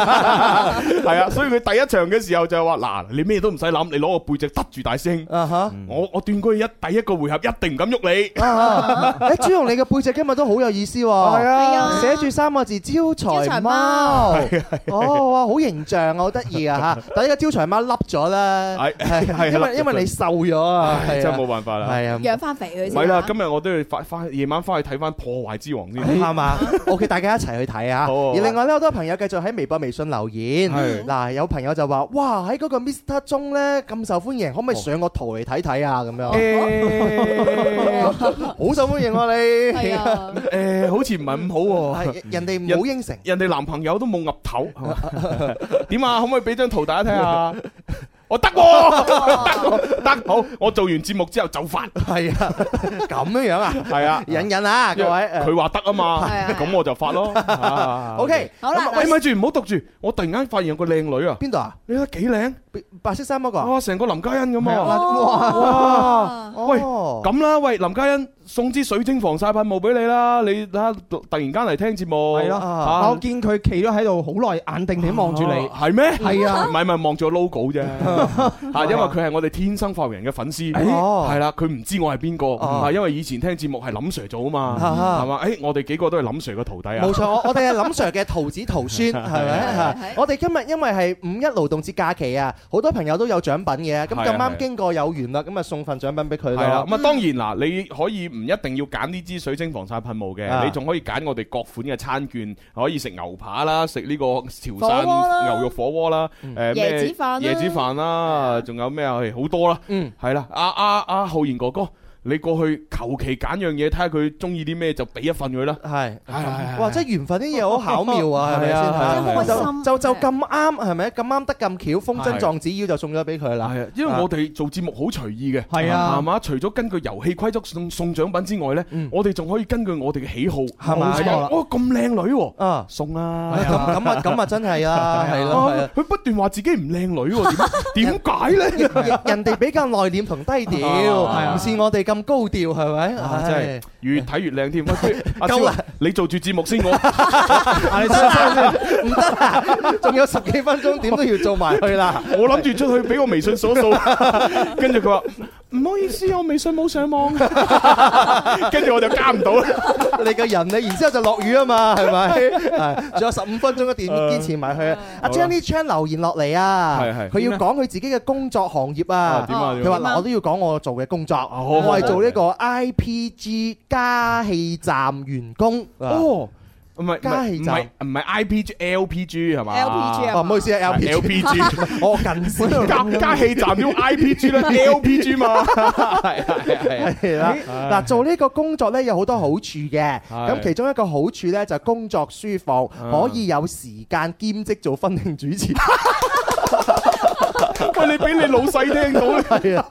Speaker 3: 係啊，所以佢第一場嘅時候就係話：嗱，你咩都唔使諗，你攞個背脊得住大師兄。
Speaker 4: 啊
Speaker 3: 我我斷佢一第一個回合一定唔敢喐你。
Speaker 4: 嗯啊！ 誒，朱紅，你嘅背脊今日都好有意思喎。係啊，寫住三個字招財貓。
Speaker 3: 啊
Speaker 4: 哦，哇，好形象啊，好得意 啊嚇！但係呢個招財貓凹咗啦，
Speaker 3: 係係
Speaker 4: 因為
Speaker 3: 凹咗
Speaker 4: 因為你瘦咗啊，
Speaker 3: 唉
Speaker 4: 係啊
Speaker 3: 真係冇辦法啦。
Speaker 4: 係啊
Speaker 5: 養翻肥佢
Speaker 3: 唔
Speaker 5: 先。
Speaker 3: 係啦，今日我都要翻翻夜晚翻去睇翻《破壞之王》 先，
Speaker 4: 啱嘛？OK，大家一齊去睇啊！而另外咧，好多朋友繼續喺微博、微信留言。
Speaker 3: 係
Speaker 4: 嗱，有朋友就話：哇，喺嗰個 Mr. 鐘咧咁受歡迎，可唔可以上個圖嚟睇睇啊？咁 樣，好受歡迎喎 你。
Speaker 3: 誒，好似唔係咁 好喎。
Speaker 4: 人哋唔好應承，
Speaker 3: 人哋男朋友都冇岌 頭，係嘛點啊？可唔可以俾張圖大家睇下？ 我得喎，得喎得好，我做完節目之後就發。
Speaker 4: 係啊， 咁樣樣 啊？
Speaker 3: 係啊，
Speaker 4: 忍忍啊，各位。誒
Speaker 3: 佢話得啊嘛
Speaker 4: 係啊，
Speaker 3: 咁我 就發咯。啊
Speaker 4: OK，好啦
Speaker 3: 咁啊喂，咪住唔好讀住，我突然間發現有個靚女啊。
Speaker 4: 邊度啊？
Speaker 3: 你睇幾靚？
Speaker 4: 白色衫嗰個啊。
Speaker 3: 哇，成個林嘉欣咁啊！
Speaker 5: 哦
Speaker 4: 哇！
Speaker 3: 喂，咁啦，喂，林嘉欣送支水晶防曬噴霧俾你啦，你睇下突然間嚟聽節目，
Speaker 8: 係咯，
Speaker 3: 啊
Speaker 8: 我見佢企咗喺度好耐，眼定定望住你。
Speaker 3: 啊係咩？
Speaker 8: 係啊
Speaker 3: 唔係唔係望住個 logo 啫，啊
Speaker 4: 啊
Speaker 3: 嚇，因為佢係我哋天生發育人嘅粉絲，
Speaker 4: 哦
Speaker 3: 係啦，佢唔知我係邊個，啊，因為以前聽節目係林 Sir 做啊嘛，
Speaker 4: 啊
Speaker 3: 係嘛？誒，我哋幾個都係林 Sir 嘅徒弟啊，
Speaker 4: 冇錯，我我哋係林 Sir 嘅徒子徒孫，係咪？嚇我哋今日因為係五一勞動節假期啊，好多朋友都有獎品嘅，咁
Speaker 3: 係啊
Speaker 4: 咁
Speaker 3: 係啊
Speaker 4: 啱經過有緣啦，咁啊送份獎品俾佢
Speaker 3: 係啦
Speaker 4: 啦，。
Speaker 3: 咁啊當然嗱，你可以唔一定要揀呢支水晶防曬噴霧嘅，
Speaker 4: 啊
Speaker 3: 你仲可以揀我哋各款嘅餐券，可以食牛扒啦，食呢個潮
Speaker 5: 火鍋啦
Speaker 3: 汕牛肉火鍋啦，誒咩
Speaker 5: 椰子飯啦
Speaker 3: 椰子飯啦，仲有咩啊？係好多啦，係啦，阿阿阿浩然哥哥。你過去求其揀樣嘢，睇下佢中意啲咩就俾一份佢啦。
Speaker 4: 係
Speaker 3: 係
Speaker 4: 哇！真係緣分啲嘢好巧妙啊，係咪
Speaker 3: 係啊係啊
Speaker 4: 先？
Speaker 3: 真係好開心
Speaker 4: 就就就咁啱，係咪？咁啱得咁巧，風箏撞紙鷂就送咗俾佢啦。
Speaker 3: 係啊，因為我哋做節目好隨意嘅，
Speaker 8: 係啊
Speaker 3: 係嘛？除咗根據遊戲規則送送獎品之外咧，我哋仲可以根據我哋嘅喜好，係
Speaker 4: 嘛冇錯啦
Speaker 3: 哦，咁靚女喎，
Speaker 4: 啊，
Speaker 3: 送啦！
Speaker 4: 咁咁啊咁啊，真 係啦，係啦，係啦
Speaker 3: 啊。佢不斷話自己唔靚女喎， 點點解咧？
Speaker 4: 人人哋比較內斂同低
Speaker 3: 啊
Speaker 4: 調，唔似我哋咁高調，係咪？
Speaker 3: 啊真係越睇越靚添，喂不 如阿
Speaker 4: 夠啦
Speaker 3: 蕭你做住節目先，我
Speaker 4: 係，真係唔得啊！仲有十幾分鐘，點都要做埋去啦。
Speaker 3: 我諗住出去俾個微信掃一掃，跟住佢話唔好意思，我微信冇上 網。跟住我就加唔到啦。
Speaker 4: 你個人你，然之後就落雨啊嘛，係咪？係仲有十五分鐘嘅電，堅持埋去啊！阿
Speaker 3: 好啦
Speaker 4: Jenny Chan 留言落嚟啊
Speaker 3: 係係，
Speaker 4: 佢要講佢自己嘅工作行業啊
Speaker 3: 啊。點啊點啊啊
Speaker 4: 佢話嗱，我都要講我做嘅工作，
Speaker 3: 好
Speaker 4: 我係做呢個 IPG 加氣站員工。
Speaker 3: 哦。唔係唔
Speaker 4: 加
Speaker 3: 係
Speaker 4: 氣
Speaker 3: 唔
Speaker 4: 站
Speaker 3: 係唔係 IPG LPG 係嘛
Speaker 4: LPG 啊嘛哦唔好意思啊 LPG
Speaker 3: LPG
Speaker 4: 我近視
Speaker 3: 加加氣站要 IPG 啦 LPG 嘛係啊係
Speaker 4: 係啦，
Speaker 8: 哎
Speaker 4: 嗱做呢個工作咧有好多好處嘅，咁其中一個好處咧就係工作舒服，
Speaker 8: 嗯
Speaker 4: 可以有時間兼職做婚慶主 持。
Speaker 3: 喂，你俾你老細聽到咧，
Speaker 4: 係啊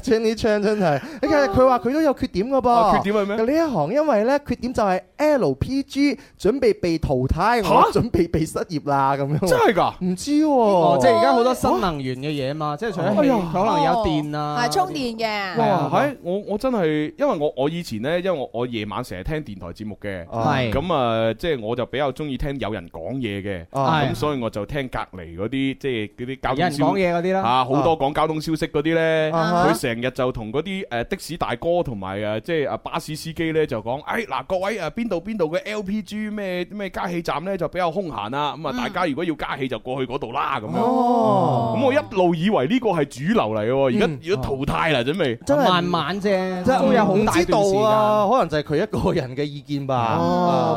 Speaker 4: ，Jenny Chan 真
Speaker 8: 啊
Speaker 4: 係，你睇佢話佢都有缺點嘅
Speaker 8: 哦
Speaker 3: 啊
Speaker 4: 噃。
Speaker 3: 缺點係咩
Speaker 4: 呢一行因為咧缺點就係 LPG 準備被淘汰，
Speaker 8: 嚇
Speaker 4: 我準備被失業啦咁樣。
Speaker 8: 真係
Speaker 3: 㗎？
Speaker 4: 唔知喎，
Speaker 8: 哦即係而家好多新能源嘅嘢嘛，即係
Speaker 4: 哦
Speaker 8: 除咗
Speaker 3: 哎
Speaker 8: 氣
Speaker 3: 呀
Speaker 8: 可能有電啊，
Speaker 5: 哦係充電嘅。
Speaker 3: 哇！喺哦我我真係，因為我我以前呢，因為我我夜晚成日聽電台節目嘅，
Speaker 4: 哦
Speaker 8: 係
Speaker 3: 咁啊，即係我就比較中意聽有人講嘢嘅，
Speaker 8: 啊
Speaker 3: 咁所以我就聽隔離嗰啲即係嗰啲交通消
Speaker 8: 有人講嘢嗰啲啦
Speaker 3: 啊好多講交通消息嗰啲呢，
Speaker 8: 啊
Speaker 3: 佢成日就同嗰啲誒的士大哥同埋誒即係啊巴士司機呢，就講，誒嗱各位呃誒邊度邊度嘅 LPG 咩咩加氣站呢，就比較空閒啊，
Speaker 8: 嗯
Speaker 3: 咁啊大家如果要加氣就過去嗰度啦咁樣，
Speaker 8: 哦
Speaker 3: 咁我一路以為呢個係主流嚟嘅喎，而
Speaker 8: 嗯
Speaker 3: 家而家淘汰啦準備，
Speaker 4: 真係
Speaker 8: 慢慢啫，
Speaker 4: 真係
Speaker 8: 都有好大
Speaker 4: 唔
Speaker 8: 段時
Speaker 4: 知道
Speaker 8: 間。
Speaker 4: 啊，可能就係佢一個人嘅意見吧。
Speaker 3: 哦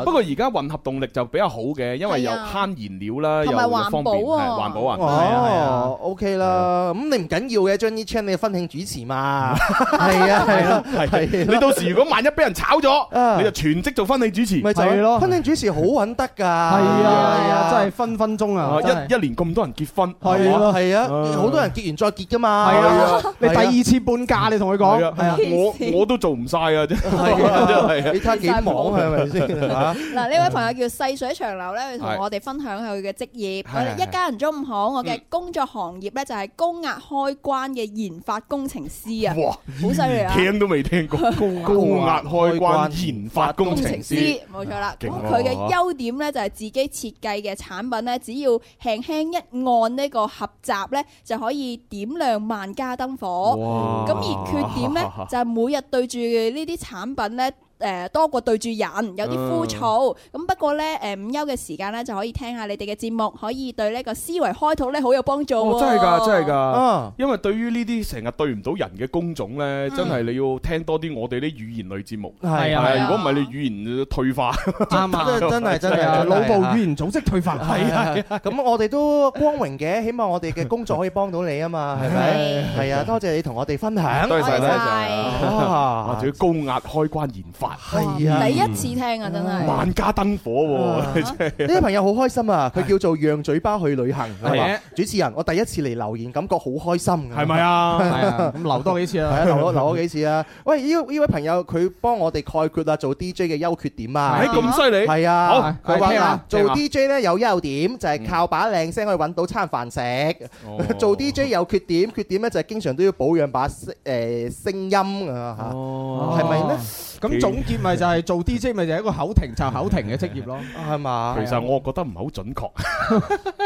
Speaker 4: 啊
Speaker 3: 不過而家混合動力就比較好嘅，因為又
Speaker 4: 係啊
Speaker 3: 慳燃料啦，又
Speaker 4: 同埋
Speaker 3: 又方便，
Speaker 4: 環保
Speaker 3: 係
Speaker 4: 喎
Speaker 3: 環保啊，
Speaker 4: 哦，OK 啦，咁你唔緊要嘅，將啲 channel 你婚慶主持嘛，係啊係啊
Speaker 3: 係
Speaker 4: 係啊
Speaker 3: 你到時如果萬一俾人炒咗，你就全職做婚禮主持，
Speaker 4: 咪就係咯，婚慶主持好揾得㗎，係
Speaker 8: 啊係啊真係
Speaker 4: 分分鐘
Speaker 3: 啊一一年咁多人結婚，
Speaker 4: 係咯
Speaker 3: 嘛
Speaker 4: 係啊，好多人結完再結㗎嘛，
Speaker 8: 係啊，你第
Speaker 4: 係啊
Speaker 8: 二次半價，你同佢講，
Speaker 3: 係啊，我我都做唔晒啊，真係
Speaker 4: 啊
Speaker 3: 啊
Speaker 4: 你睇下幾忙係咪先啊
Speaker 5: 嗱，呢位朋友叫細水長流咧，佢同我哋分享佢嘅職業。
Speaker 4: 係
Speaker 5: 我哋
Speaker 4: 係
Speaker 5: 一家人中午好，我嘅工作行業咧就係高壓開關嘅研發工程師啊，
Speaker 3: 哇，
Speaker 5: 好犀利啊！
Speaker 3: 聽都未聽過，高壓開關研發工
Speaker 5: 工
Speaker 3: 程
Speaker 5: 程師
Speaker 3: 師，
Speaker 5: 冇錯啦，咁
Speaker 3: 勁喎
Speaker 5: 佢嘅優點咧就係自己設計嘅產品咧，只要輕輕一按呢個合閘咧，就可以點亮萬家燈火
Speaker 12: 哇。
Speaker 5: 哦咁而缺點 咧
Speaker 3: 哦
Speaker 5: 就係每日對住呢啲產品咧。誒、多過對住人，有
Speaker 3: 嗯
Speaker 5: 啲枯燥。咁、不過咧，誒、午休嘅時間咧就可以聽下你哋嘅節目，可以對呢個思維開拓咧好有幫助、
Speaker 3: 哦，
Speaker 5: 喎。
Speaker 3: 真係㗎，真係㗎
Speaker 4: 啊，
Speaker 3: 因為對於呢啲成日對唔到人嘅工種呢，真係你要聽多啲我哋啲語言類節目。
Speaker 8: 係啊係啊
Speaker 3: 如果唔係你語言退化，
Speaker 8: 啱啊，
Speaker 4: 真係真係
Speaker 8: 啊腦部語
Speaker 4: 冤。
Speaker 8: 言組織退化，
Speaker 4: 係啊，咁我哋都光榮嘅，起碼我哋嘅工作可以幫到你啊嘛，係咪？係啊，多謝你同我哋分享，
Speaker 3: 多謝 晒多謝
Speaker 4: 啊
Speaker 3: 晒，或者高壓開關研發，
Speaker 4: 係啊，
Speaker 5: 第一次聽啊，真係。
Speaker 3: 萬家燈火
Speaker 4: 啊
Speaker 3: 喎， 真係
Speaker 4: 呢位朋友好開心啊！佢叫做讓嘴巴去旅行，
Speaker 3: 係
Speaker 4: 係嘛主持人，我第一次嚟留言，感覺好開心㗎，
Speaker 3: 係咪啊係
Speaker 8: 啊咁留多幾次啊
Speaker 4: 係啊， 留多留多幾次啊！喂，呢呢位朋友佢幫我哋概括啊，做 DJ 嘅優缺點啊，
Speaker 3: 誒咁犀利
Speaker 4: 係啊，
Speaker 3: 好
Speaker 4: 佢話嗱
Speaker 3: 聽下，
Speaker 4: 做
Speaker 3: 聽下嗯
Speaker 4: DJ 咧有優點就係靠把靚聲可以揾到餐飯食
Speaker 3: 哦，
Speaker 4: 做 DJ 有缺點，缺點咧就係經常都要保養把聲誒聲音啊
Speaker 3: 哦
Speaker 4: 嚇，係咪咧？
Speaker 8: 咁總結咪就係做 DJ 咪就係一個口停就口停嘅職業咯，
Speaker 4: 係嘛？
Speaker 3: 其實我覺得唔係好準確，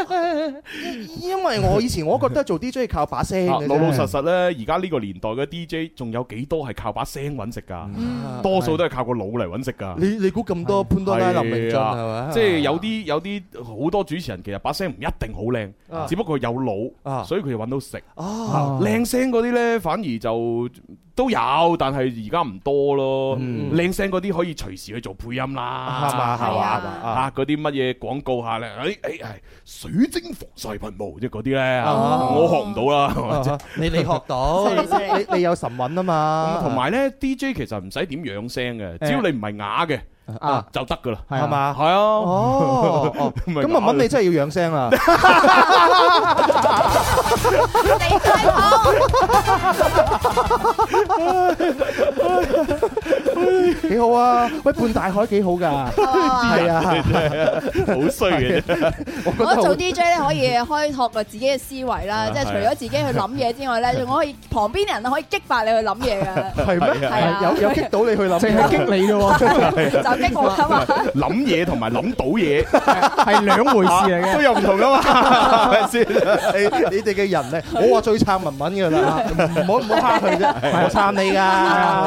Speaker 4: 啊因為我以前我覺得做 DJ 靠把聲
Speaker 3: 啊
Speaker 4: 嘅啫
Speaker 3: 老老實實呢，而家呢個年代嘅 DJ 仲有幾多係靠把聲揾食
Speaker 4: 嗯
Speaker 3: 㗎？多數都係靠個腦嚟揾食㗎。
Speaker 4: 你你估咁多潘多拉林明俊
Speaker 3: 係啊
Speaker 4: 係嘛？
Speaker 3: 即係有啲有啲好多主持人其實把聲唔一定好靚
Speaker 4: 啊，
Speaker 3: 只不過有腦，所以佢就揾到食。
Speaker 4: 啊
Speaker 3: 靚聲嗰啲呢，反而就都有，但係而家唔多咯。靚聲嗰啲可以隨時去做配音啦，
Speaker 4: 係嘛
Speaker 3: 係
Speaker 4: 係
Speaker 3: 嘛
Speaker 4: 嗯啊
Speaker 3: 啊嗰啲乜嘢廣告下呢？誒誒係水晶防曬噴霧即係嗰啲呢，
Speaker 4: 哦
Speaker 3: 我學唔到啦係嘛
Speaker 4: 啊
Speaker 3: 即係。
Speaker 4: 你你學到，
Speaker 3: 犀利犀利
Speaker 4: 你你有神韻啊嘛
Speaker 3: 咁，同埋呢 DJ 其實唔使點養聲嘅，只要你唔係啞嘅
Speaker 4: 啊
Speaker 3: 就得噶啦，
Speaker 4: 係嘛
Speaker 3: 係啊，
Speaker 4: 哦哦
Speaker 3: 唔係
Speaker 4: 咁文
Speaker 3: 啞
Speaker 4: 文你真係要養聲 啦。幾好啊！喂，半大海幾好 㗎，
Speaker 5: 哦
Speaker 4: 係啊，
Speaker 3: 好衰嘅啫。
Speaker 4: 覺得
Speaker 5: 我
Speaker 4: 好
Speaker 5: 做 DJ 咧可以開拓個自己嘅思維啦，
Speaker 3: 啊
Speaker 5: 即係除
Speaker 3: 係啊
Speaker 5: 咗自己去諗嘢之外 咧，我可以旁邊人可以激發你去諗嘢嘅。
Speaker 4: 係咩？
Speaker 5: 係啊
Speaker 4: 有有激到你去諗，
Speaker 8: 淨 係激你啫喎
Speaker 5: 就激我啊 嘛
Speaker 3: 諗嘢同埋諗到嘢啊
Speaker 8: 係兩回事嚟嘅
Speaker 3: 都有唔 同噶嘛，係咪先？
Speaker 4: 你你哋嘅人咧，我話最撐文文㗎啦，唔好唔好蝦佢啫，我撐你㗎，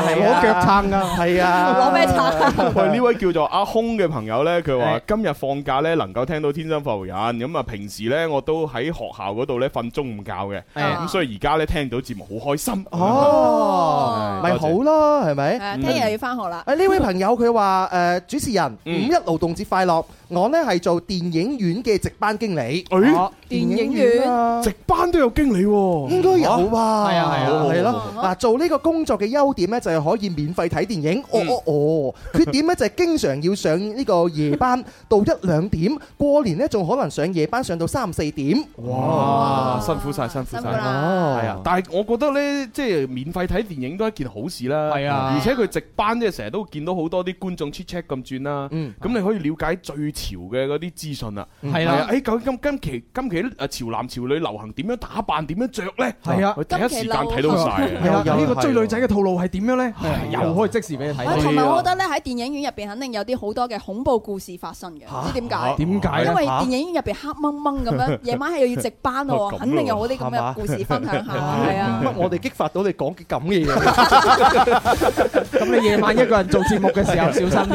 Speaker 4: 係
Speaker 8: 我腳撐㗎，
Speaker 4: 係啊，
Speaker 5: 攞咩撐
Speaker 3: 喂，呢位叫做阿空嘅朋友呢，佢話今日放假呢，能夠聽到《天生浮人》，咁啊平時呢，我都喺學校嗰度呢瞓中午覺嘅，
Speaker 8: 啊
Speaker 3: 咁所以而家呢，聽到節目好開心。
Speaker 4: 哦，咪好咯，係咪？
Speaker 5: 係啊，聽日又要翻學啦。
Speaker 4: 誒呢位朋友佢話誒主持人五
Speaker 5: 嗯
Speaker 4: 一勞動節快樂，我呢係做電影院嘅值班經理。
Speaker 3: 誒，
Speaker 4: 電影院啊
Speaker 3: 值班都有經理喎，
Speaker 4: 應該有吧？
Speaker 3: 係啊係啊
Speaker 4: 係
Speaker 3: 好
Speaker 4: 咯
Speaker 3: 好。
Speaker 4: 嗱，做呢個工作嘅優點呢，就係可以免費睇電影。哦哦哦，缺點呢，就係經常要上呢個夜班，到一兩點。過年呢，仲可能上夜班上到三四點。
Speaker 3: 哇，啊辛苦晒，辛苦晒，
Speaker 4: 辛苦啦
Speaker 3: 係啊！但係我覺得呢，即係呃免費睇電影都係一件好事啦。係
Speaker 8: 啊
Speaker 3: 而且佢直班即係成日都見到好多啲觀眾 check check 咁轉啦。咁你可以了解最潮嘅嗰啲資訊啦。
Speaker 8: 嗯係啦
Speaker 3: 啊，誒，究竟今今期今期誒潮男潮女流行點樣打扮，點樣着呢？
Speaker 8: 係啊
Speaker 3: 佢第一時間睇到 晒。
Speaker 8: 係啊呢個追女仔嘅套路係點樣咧？又可以即時俾你
Speaker 5: 啊同埋我覺
Speaker 8: 睇。
Speaker 5: 得咧喺電影院入邊肯定有啲好多嘅恐怖故事發生嘅，唔知點解？
Speaker 8: 點解咧
Speaker 5: 因為電影院入邊黑掹掹咁樣，夜晚係又要值班
Speaker 4: 哦咁
Speaker 5: 喎，
Speaker 4: 咯
Speaker 5: 肯定有好啲咁嘅故事分享下，係啊。
Speaker 4: 乜我哋激發到你講嘅咁嘅嘢？
Speaker 8: 咁你夜晚一個人做節目嘅時候小心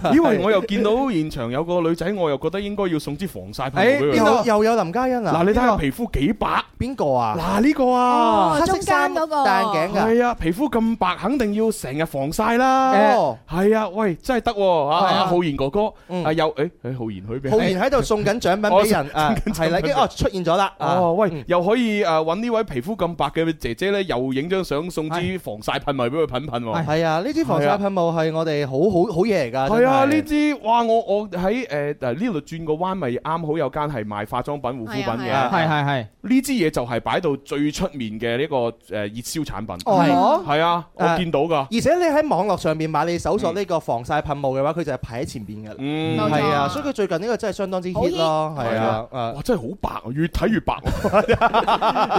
Speaker 8: 啊！
Speaker 3: 因為我又見到現場有個女仔，我又覺得應該要送支防曬噴霧俾
Speaker 4: 誒，又
Speaker 3: 佢。
Speaker 4: 又有林嘉欣啊！
Speaker 3: 嗱，你睇下皮膚幾白，
Speaker 4: 邊個啊？哦
Speaker 3: 嗱呢個啊，
Speaker 4: 黑色衫
Speaker 5: 中間嗰個
Speaker 4: 戴眼鏡啊！
Speaker 3: 係啊，皮膚咁白，肯定要成日防曬啦。
Speaker 4: 哦
Speaker 3: 係啊，喂，真係得喎啊！
Speaker 4: 係啊嗯
Speaker 3: 阿浩然哥哥，啊又誒誒，浩然去邊？哎
Speaker 4: 浩然喺度送緊獎品俾人啊，係啦，跟住哦出現咗啦。
Speaker 3: 哦，
Speaker 4: 嗯
Speaker 3: 喂，又可以誒揾呢位皮膚咁白嘅姐姐咧，又影張相送支防曬噴霧俾佢噴噴喎。
Speaker 4: 係啊，呢支防曬噴霧係我哋好好好嘢嚟㗎。
Speaker 3: 係啊，
Speaker 4: 真係
Speaker 3: 呢支哇！我我喺誒誒呢度轉個彎，咪啱好有間係賣化妝品、護膚品嘅。
Speaker 8: 係啊係啊係係係
Speaker 3: 呢支嘢就係擺到最出面嘅呢個誒熱銷產品。
Speaker 4: 哦
Speaker 3: 係啊，我見到㗎。
Speaker 4: 而且你喺網絡上面買你搜索呢個防曬噴霧嘅話，佢就係排喺前邊㗎啦。
Speaker 3: 嗯
Speaker 4: 係啊，所以佢最近呢個真係相當之 hit 咯，係啊，誒
Speaker 3: 哇，真係好白啊，越睇越白。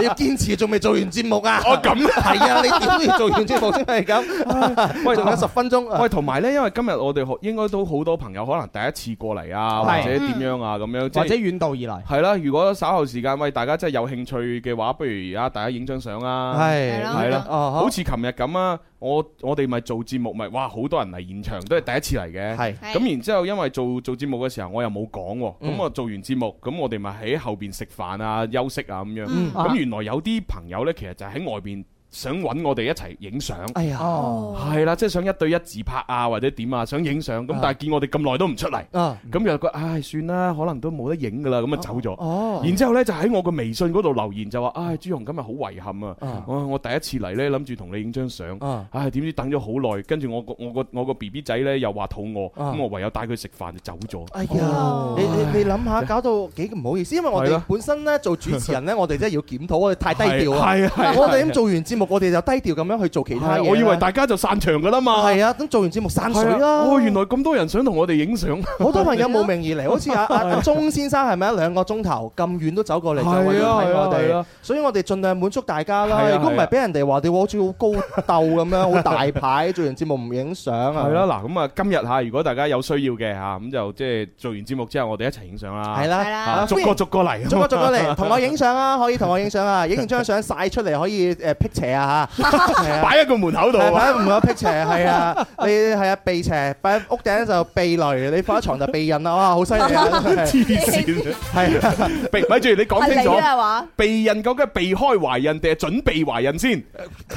Speaker 4: 你要堅持，仲未做完節目 啊？
Speaker 3: 哦咁啊
Speaker 4: 係啊，你點都要做完節目先係咁。
Speaker 3: 喂
Speaker 4: 仲有十分鐘。啊
Speaker 3: 喂，同埋咧，因為今日我哋學應該都好多朋友可能第一次過嚟啊，
Speaker 8: 係
Speaker 3: 或者點樣啊，咁樣
Speaker 8: 或者
Speaker 3: 遠
Speaker 8: 遠道而嚟。
Speaker 3: 係啦。如果稍後時間，喂，大家真係有興趣嘅話，不如而家大家影張相啊。
Speaker 4: 係係咯
Speaker 3: 係啦，
Speaker 4: 哦
Speaker 3: 好似琴日咁啊，我我哋咪做節目咪，哇，好多人嚟現場，都係第一次嚟嘅。
Speaker 4: 係
Speaker 3: 咁然之後，因為做做節目嘅時候，我又冇講喎。
Speaker 4: 嗯
Speaker 3: 咁我做完節目，咁我哋咪喺後邊食飯啊、休息啊咁樣。
Speaker 4: 嗯
Speaker 3: 咁原來有啲朋友呢，其實就喺外邊想揾我哋一齊影相。
Speaker 4: 哎呀，
Speaker 3: 係啦，即係想一對一自拍啊，或者點啊，想影相咁，但係見我哋咁耐都唔出嚟，
Speaker 4: 啊
Speaker 3: 咁又覺得唉算啦，可能都冇得影噶啦，咁啊走咗。
Speaker 4: 哦
Speaker 3: 然之後呢，就喺我個微信嗰度留言就話：唉，朱紅今日好遺憾啊！我我第一次嚟呢，諗住同你影張相
Speaker 4: 啊，
Speaker 3: 唉點知等咗好耐，跟住我個我個我個 B B 仔呢又話肚餓，
Speaker 4: 啊
Speaker 3: 咁我唯有帶佢食飯就走咗。哦
Speaker 4: 哎呀，你你你諗下，搞到幾唔好意思，因為我
Speaker 3: 係
Speaker 4: 哋
Speaker 3: 咯
Speaker 4: 本身咧做主持人咧，我哋真係要檢討， 我哋太低調啊！
Speaker 3: 係係係
Speaker 4: 我哋咁做完節目，我哋就低調咁樣去做其他嘢
Speaker 3: 係啊
Speaker 4: 啦。
Speaker 3: 我以為大家就散場噶啦嘛。
Speaker 4: 係啊，咁做完節目散水
Speaker 3: 係啊
Speaker 4: 啦。
Speaker 3: 哦，原來咁多人想同我哋影相。
Speaker 4: 好多朋友慕名而嚟，好似 阿
Speaker 3: 係
Speaker 4: 阿
Speaker 3: 啊
Speaker 4: 鐘先生係咪啊？兩個鐘頭咁遠都走過嚟，就為咗睇
Speaker 3: 係啊
Speaker 4: 我
Speaker 3: 係啊係
Speaker 4: 哋
Speaker 3: 啊，
Speaker 4: 所以我哋盡量滿足大家
Speaker 3: 係啊
Speaker 4: 啦。如果唔
Speaker 3: 係啊
Speaker 4: 係，俾人哋話你我好似好高鬥咁樣，好大牌，做完節目唔影相啊。
Speaker 3: 係啦，嗱咁啊，今日嚇，如果大家有需要嘅嚇，咁就即係做完節目之後，我哋一齊影相啦。
Speaker 4: 係啦係啦
Speaker 3: 啊逐個逐個嚟，
Speaker 4: 逐個逐個嚟，同我影相啊，可以同我影相啊，影完張相晒出嚟可以誒辟邪啊 嚇，係啊
Speaker 3: 擺喺個門口度啊
Speaker 4: 係擺喺門口辟邪係啊，你係啊避邪，擺喺屋頂就避雷，你放喺床就避孕啦，哇好犀利啊！
Speaker 3: 黐線，
Speaker 4: 係啊，
Speaker 3: 避咪住你講清
Speaker 5: 係你啊話
Speaker 3: 楚，避孕究竟係避開懷孕定係準備懷 孕先？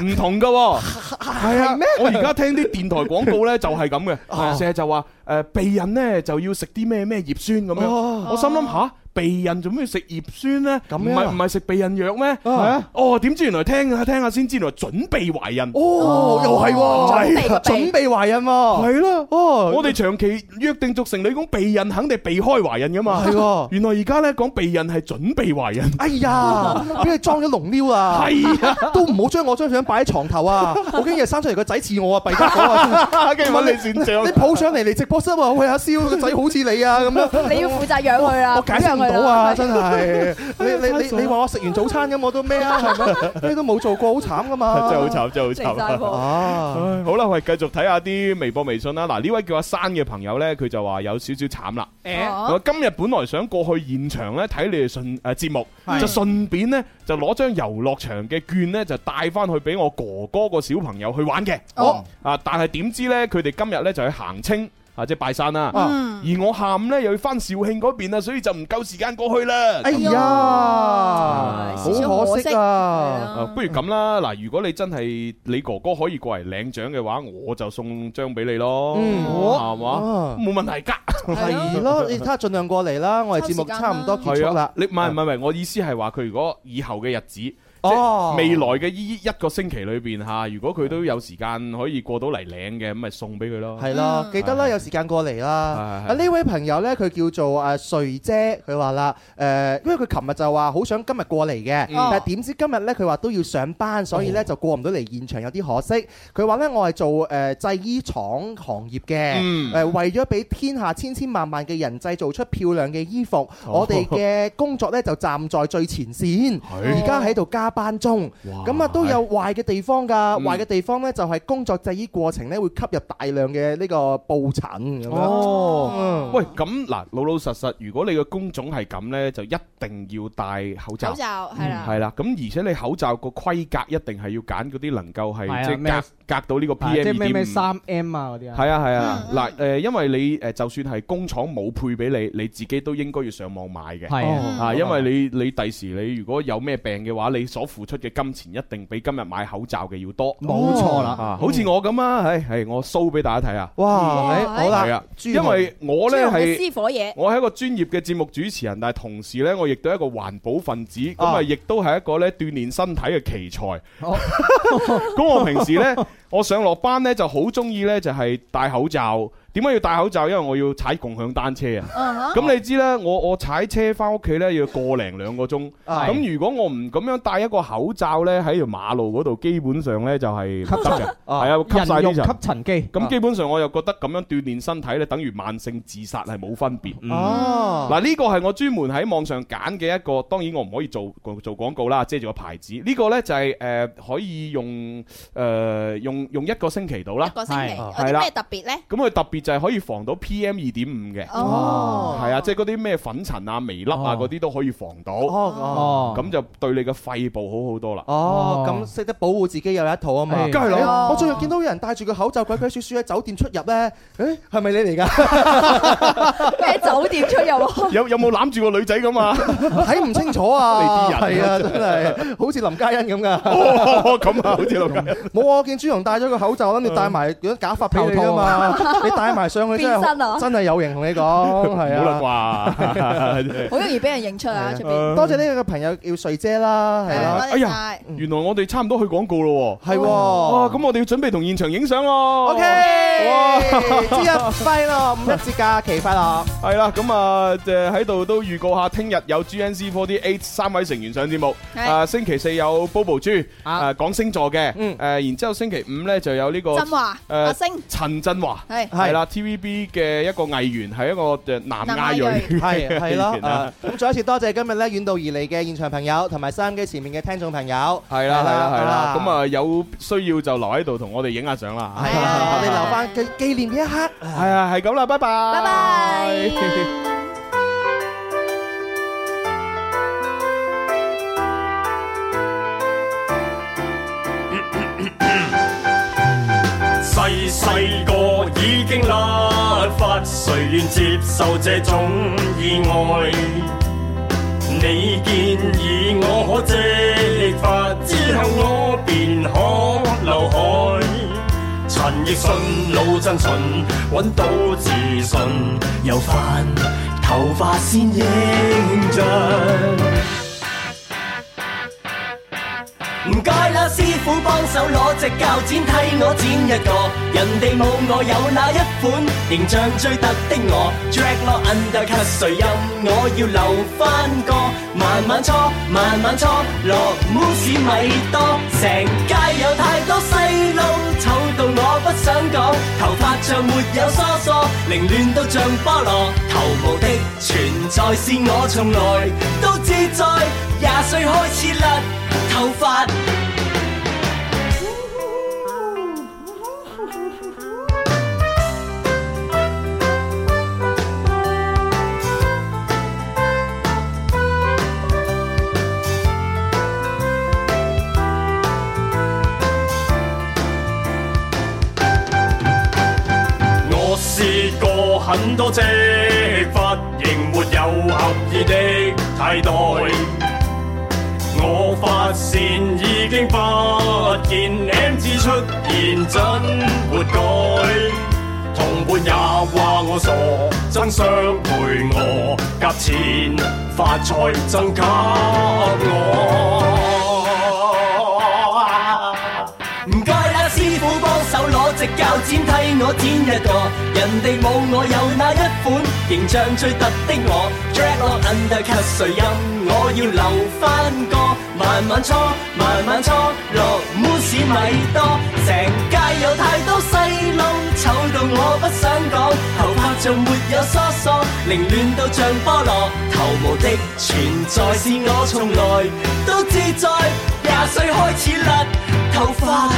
Speaker 3: 唔同噶喎，係啊
Speaker 4: 咩哦
Speaker 3: 我而家聽啲電台廣告咧就係 呃咁嘅，成日就話誒避孕咧就要食啲咩咩葉酸咁樣，我心諗吓。避孕做咩要食葉酸咧？咁唔
Speaker 4: 哦樣啊
Speaker 3: 係唔係食避孕藥咩？
Speaker 4: 啊
Speaker 3: 哦，點知原來聽下聽下先知，原來準備懷孕。
Speaker 4: 哦又係喎
Speaker 3: 係啊
Speaker 4: 準備個備準備懷孕喎
Speaker 3: 係啦，
Speaker 4: 哦
Speaker 3: 我哋長期約定俗成，你講避孕肯定避開懷孕噶嘛。
Speaker 4: 啊係 喎
Speaker 3: 原來而家咧講避孕係準備懷孕。
Speaker 4: 哎 呀，俾佢裝咗龍溜 啊！
Speaker 3: 係啊，
Speaker 4: 都唔好將我張相擺喺床頭 啊！我驚日生出嚟個仔似我啊，弊得我 啊！
Speaker 3: 跟住揾你 算賬
Speaker 4: 你抱上嚟嚟直播室話，喂阿蕭個仔好似你啊咁樣。
Speaker 5: 你要負責養佢啦
Speaker 4: 我解釋唔到
Speaker 5: 撫養
Speaker 4: 啊，
Speaker 5: 佢
Speaker 4: 真
Speaker 5: 啦
Speaker 4: 係你你你你話我食完早餐咁，我都咩啊？係 咪？咩都冇做過，好慘噶嘛！
Speaker 3: 真係好慘，真係好
Speaker 4: 食晒
Speaker 3: 慘
Speaker 4: 貨啊
Speaker 3: 唉好啦，喂，繼續睇下啲微博、微信啦。嗱，呢位叫阿山嘅朋友呢，佢就話有少少慘啦。
Speaker 4: 哦
Speaker 3: 我今日本來想過去現場呢睇你哋順誒節目，
Speaker 4: 係
Speaker 3: 就順便呢就攞張遊樂場嘅券呢，就帶翻去俾我哥哥個小朋友去玩嘅。
Speaker 4: 哦，
Speaker 3: 啊，但係點知呢，佢哋今日呢就去行清。啊，即係拜山啦，
Speaker 4: 嗯
Speaker 3: 而我下午呢又要翻肇慶嗰邊啦，啊所以就唔夠時間過去啦。
Speaker 4: 哎呀，好可惜啊！
Speaker 3: 啊，不如咁啦，嗱，如果你真係你哥哥可以過嚟領獎嘅話，我就送張俾你咯，
Speaker 4: 嗯
Speaker 3: 係嘛
Speaker 4: 哦，
Speaker 3: 冇問題㗎。
Speaker 4: 係咯，你睇下盡量過嚟啦，我哋節目差唔多結束
Speaker 3: 係
Speaker 4: 啦
Speaker 3: 啊。，你唔係唔係唔係，我意思係話佢如果以後嘅日子。即
Speaker 4: 哦
Speaker 3: 係未來嘅依一個星期裏邊嚇，如果佢都有時間可以過到嚟領嘅，咁咪送俾佢咯。
Speaker 4: 係咯，記得啦，有時間過嚟啦。
Speaker 3: 係係
Speaker 4: 啊呢位朋友呢，佢叫做誒瑞姐，佢話啦誒，因為佢琴日就話好想今日過嚟嘅，
Speaker 8: 嗯
Speaker 4: 但係點知今日呢，佢話都要上班，所以呢就過唔到嚟現場，有啲可惜。佢話呢，我係做誒製衣廠行業嘅，
Speaker 8: 嗯
Speaker 4: 誒為咗俾天下千千萬萬嘅人製造出漂亮嘅衣服，我哋嘅工作呢就站在最前線，而家喺度加班中，咁啊都有壞嘅地方㗎，壞嘅地方呢就係工作製衣過程呢會吸入大量嘅呢個布疹咁樣。
Speaker 3: 哦，喂，咁嗱，老老實實，如果你嘅工種係咁呢，就一定要戴口罩。
Speaker 5: 口罩係啦
Speaker 3: 嗯係啦。咁而且你口罩個規格一定係要揀嗰啲能夠
Speaker 8: 係
Speaker 3: 係
Speaker 8: 啊
Speaker 3: 即
Speaker 8: 咩
Speaker 3: 係隔隔到呢個
Speaker 8: 啊即
Speaker 3: PM
Speaker 8: 係咩
Speaker 3: 二
Speaker 8: 咩
Speaker 3: 點五。
Speaker 8: 三 M 啊嗰啲啊，
Speaker 3: 係啊係
Speaker 4: 嗯
Speaker 3: 啊，嗱誒，因為你誒就算係工廠冇配俾你，你自己都應該要上網買嘅。
Speaker 8: 係啊
Speaker 4: 嗯
Speaker 3: 啊，因為你你第時你如果有咩病嘅話，你所付出嘅金錢一定比今日買口罩嘅要多。
Speaker 4: 冇錯啦
Speaker 3: 啊好似我咁啊，係係我 show 俾大家睇啊。
Speaker 4: 哇係好啦
Speaker 3: 係啊，
Speaker 4: 朱紅
Speaker 3: 因為我呢係。
Speaker 5: 私火嘢，
Speaker 3: 我係一個專業嘅節目主持人，但係同時呢，我亦都係一個環保分子，咁
Speaker 4: 啊
Speaker 3: 啊，亦都係一個咧鍛鍊身體嘅奇才。 咁我平時呢，我上落班呢就好中意呢，就係戴口罩。點解要戴口罩？因為我要踩共享單車
Speaker 5: 啊
Speaker 3: 啊！
Speaker 5: 哈
Speaker 3: 咁你知啦，我我踩車翻屋企呢，要個零兩個鐘。
Speaker 4: 係
Speaker 3: 咁如果我唔咁樣戴一個口罩呢，喺條馬路嗰度，基本上呢就係吸
Speaker 8: 塵
Speaker 3: 嘅，係啊，吸晒
Speaker 8: 人肉
Speaker 3: 啲
Speaker 8: 吸
Speaker 3: 塵。
Speaker 8: 塵機。
Speaker 3: 咁基本上我又覺得咁樣鍛鍊身體咧，等於慢性自殺係冇分別。
Speaker 8: 啊
Speaker 4: 哦
Speaker 3: 嗱呢個係我專門喺網上揀嘅一個，當然我唔可以做做廣告啦，遮住個牌子。呢個呢就係誒可以用誒用用一個星期到啦，
Speaker 5: 一個星期有
Speaker 3: 係
Speaker 5: 啲
Speaker 3: 啦
Speaker 5: 咩。特別咧？
Speaker 3: 咁佢特別就係可以防到 PM 二點五嘅，
Speaker 5: 哦
Speaker 3: 係啊，即係嗰啲咩粉塵啊、微粒啊嗰啲都可以防到，
Speaker 4: 哦
Speaker 3: 咁就對你嘅肺部好好多啦。
Speaker 4: 哦，咁識得保護自己有一套啊嘛，
Speaker 3: 梗係啦
Speaker 4: 我最近見到有人戴住個口罩鬼鬼祟祟喺酒店出入呢， 誒係咪你嚟㗎？
Speaker 5: 喺酒店出入啊？
Speaker 3: 有有冇攬住個女仔咁啊？
Speaker 4: 睇唔清楚 啊！
Speaker 3: 你啲人
Speaker 4: 係啊，
Speaker 3: 啊
Speaker 4: 真係 好似林嘉欣咁噶。
Speaker 3: 哦咁啊好似林嘉欣。
Speaker 4: 冇啊！我見朱紅戴咗個口罩，諗住戴埋嗰啲假髮頭套啊嘛
Speaker 3: 頭套。
Speaker 4: 嗯 你戴埋上去真
Speaker 5: 變身
Speaker 4: 係
Speaker 5: 啊
Speaker 4: 真係有型，同你 講係
Speaker 3: 冇
Speaker 4: 啊。
Speaker 3: 啦 啩，
Speaker 5: 好容易俾人認出啊！出邊啊哎
Speaker 4: 多謝呢個朋友叫瑞姐啦，係啊啦。
Speaker 5: 多謝晒。
Speaker 3: 原來我哋差唔多去廣告咯喎，
Speaker 4: 係喎
Speaker 3: 哦咁我哋要準備同現場影相咯。
Speaker 4: OK，
Speaker 3: 哇
Speaker 4: 節日快樂，五一節假期快樂。
Speaker 3: 係啦，咁啊，誒喺度都預告下，聽日有 GNZ48 三位成員上節目，
Speaker 4: 係
Speaker 3: 啊星期四有 Bobo à, 豬，啊講星座嘅，誒然之後星期五咧就有呢個
Speaker 5: 振華阿星
Speaker 3: 陳振華，
Speaker 5: 係
Speaker 3: 係啦 TVB 嘅一個藝員，係一個誒南亞裔，
Speaker 4: 係係
Speaker 3: 嘅藝員
Speaker 4: 咯，
Speaker 3: 啊
Speaker 4: 啊咁再一次多謝今日咧遠道而嚟嘅現場朋友，同埋收音機前面嘅聽眾朋友。
Speaker 3: 係啦係啦係
Speaker 4: Ờ.
Speaker 3: 啦，咁啊有需要就留喺度同我哋影下相啦，係
Speaker 4: 啊我哋留翻 紀紀念呢一刻。
Speaker 3: 係啊係咁啦，拜拜，拜 拜。
Speaker 17: 細細個已經甩發，誰願接受這種意外？你建議我可植髮，之後我便可留海。陳奕迅老真蠢，揾到自信又翻
Speaker 7: 頭髮先影像。唔該啦，師傅幫手攞隻鉸剪替我剪一個，人哋冇我有那一款形象最突的我，drag 我 undercut 誰任我要留翻個，慢慢搓慢慢搓，落 mousse 咪多，成街有太多細路，醜到我不想講，頭髮像沒有梳梳，凌亂到像菠蘿，頭毛的存在是我從來都自在，廿歲開始甩。頭髮。
Speaker 17: 我試過很多職，髮型沒有合意的替代。我發線已經不見 M 字出現真活該，同伴也話我傻，爭相陪我夾錢發財贈給我。
Speaker 7: 唔該啦，師傅幫手攞隻鉸剪替我剪一個，人哋冇我有那一款形象最突的我，drag 我 undercut 誰任我要留翻個，慢慢搓慢慢搓，落 mousse 咪多，成街有太多細路，醜到我不想講，頭髮像沒有梳梳，凌亂到像菠蘿，頭毛的存在是我從來都自在，廿歲開始甩頭髮。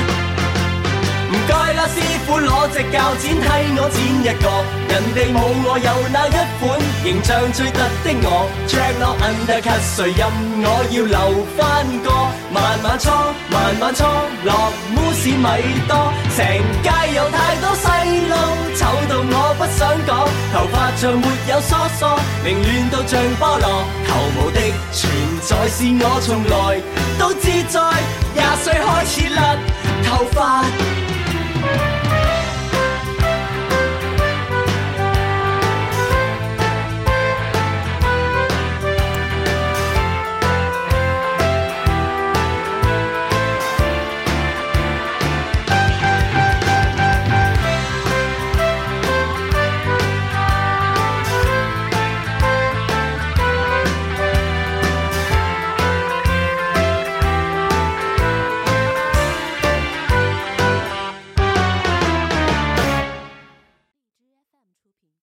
Speaker 7: 唔該啦，師傅攞隻鉸剪替我剪一個，人哋冇我有那一款形象最突的我，drag 落 undercut，誰任我要留翻個，慢慢搓，慢慢搓，落 mousse 咪多，成街有太多細路，醜到我不想講，頭髮像沒有梳梳，凌亂到像菠蘿，頭毛的存在是我從來都自在，廿歲開始甩頭髮。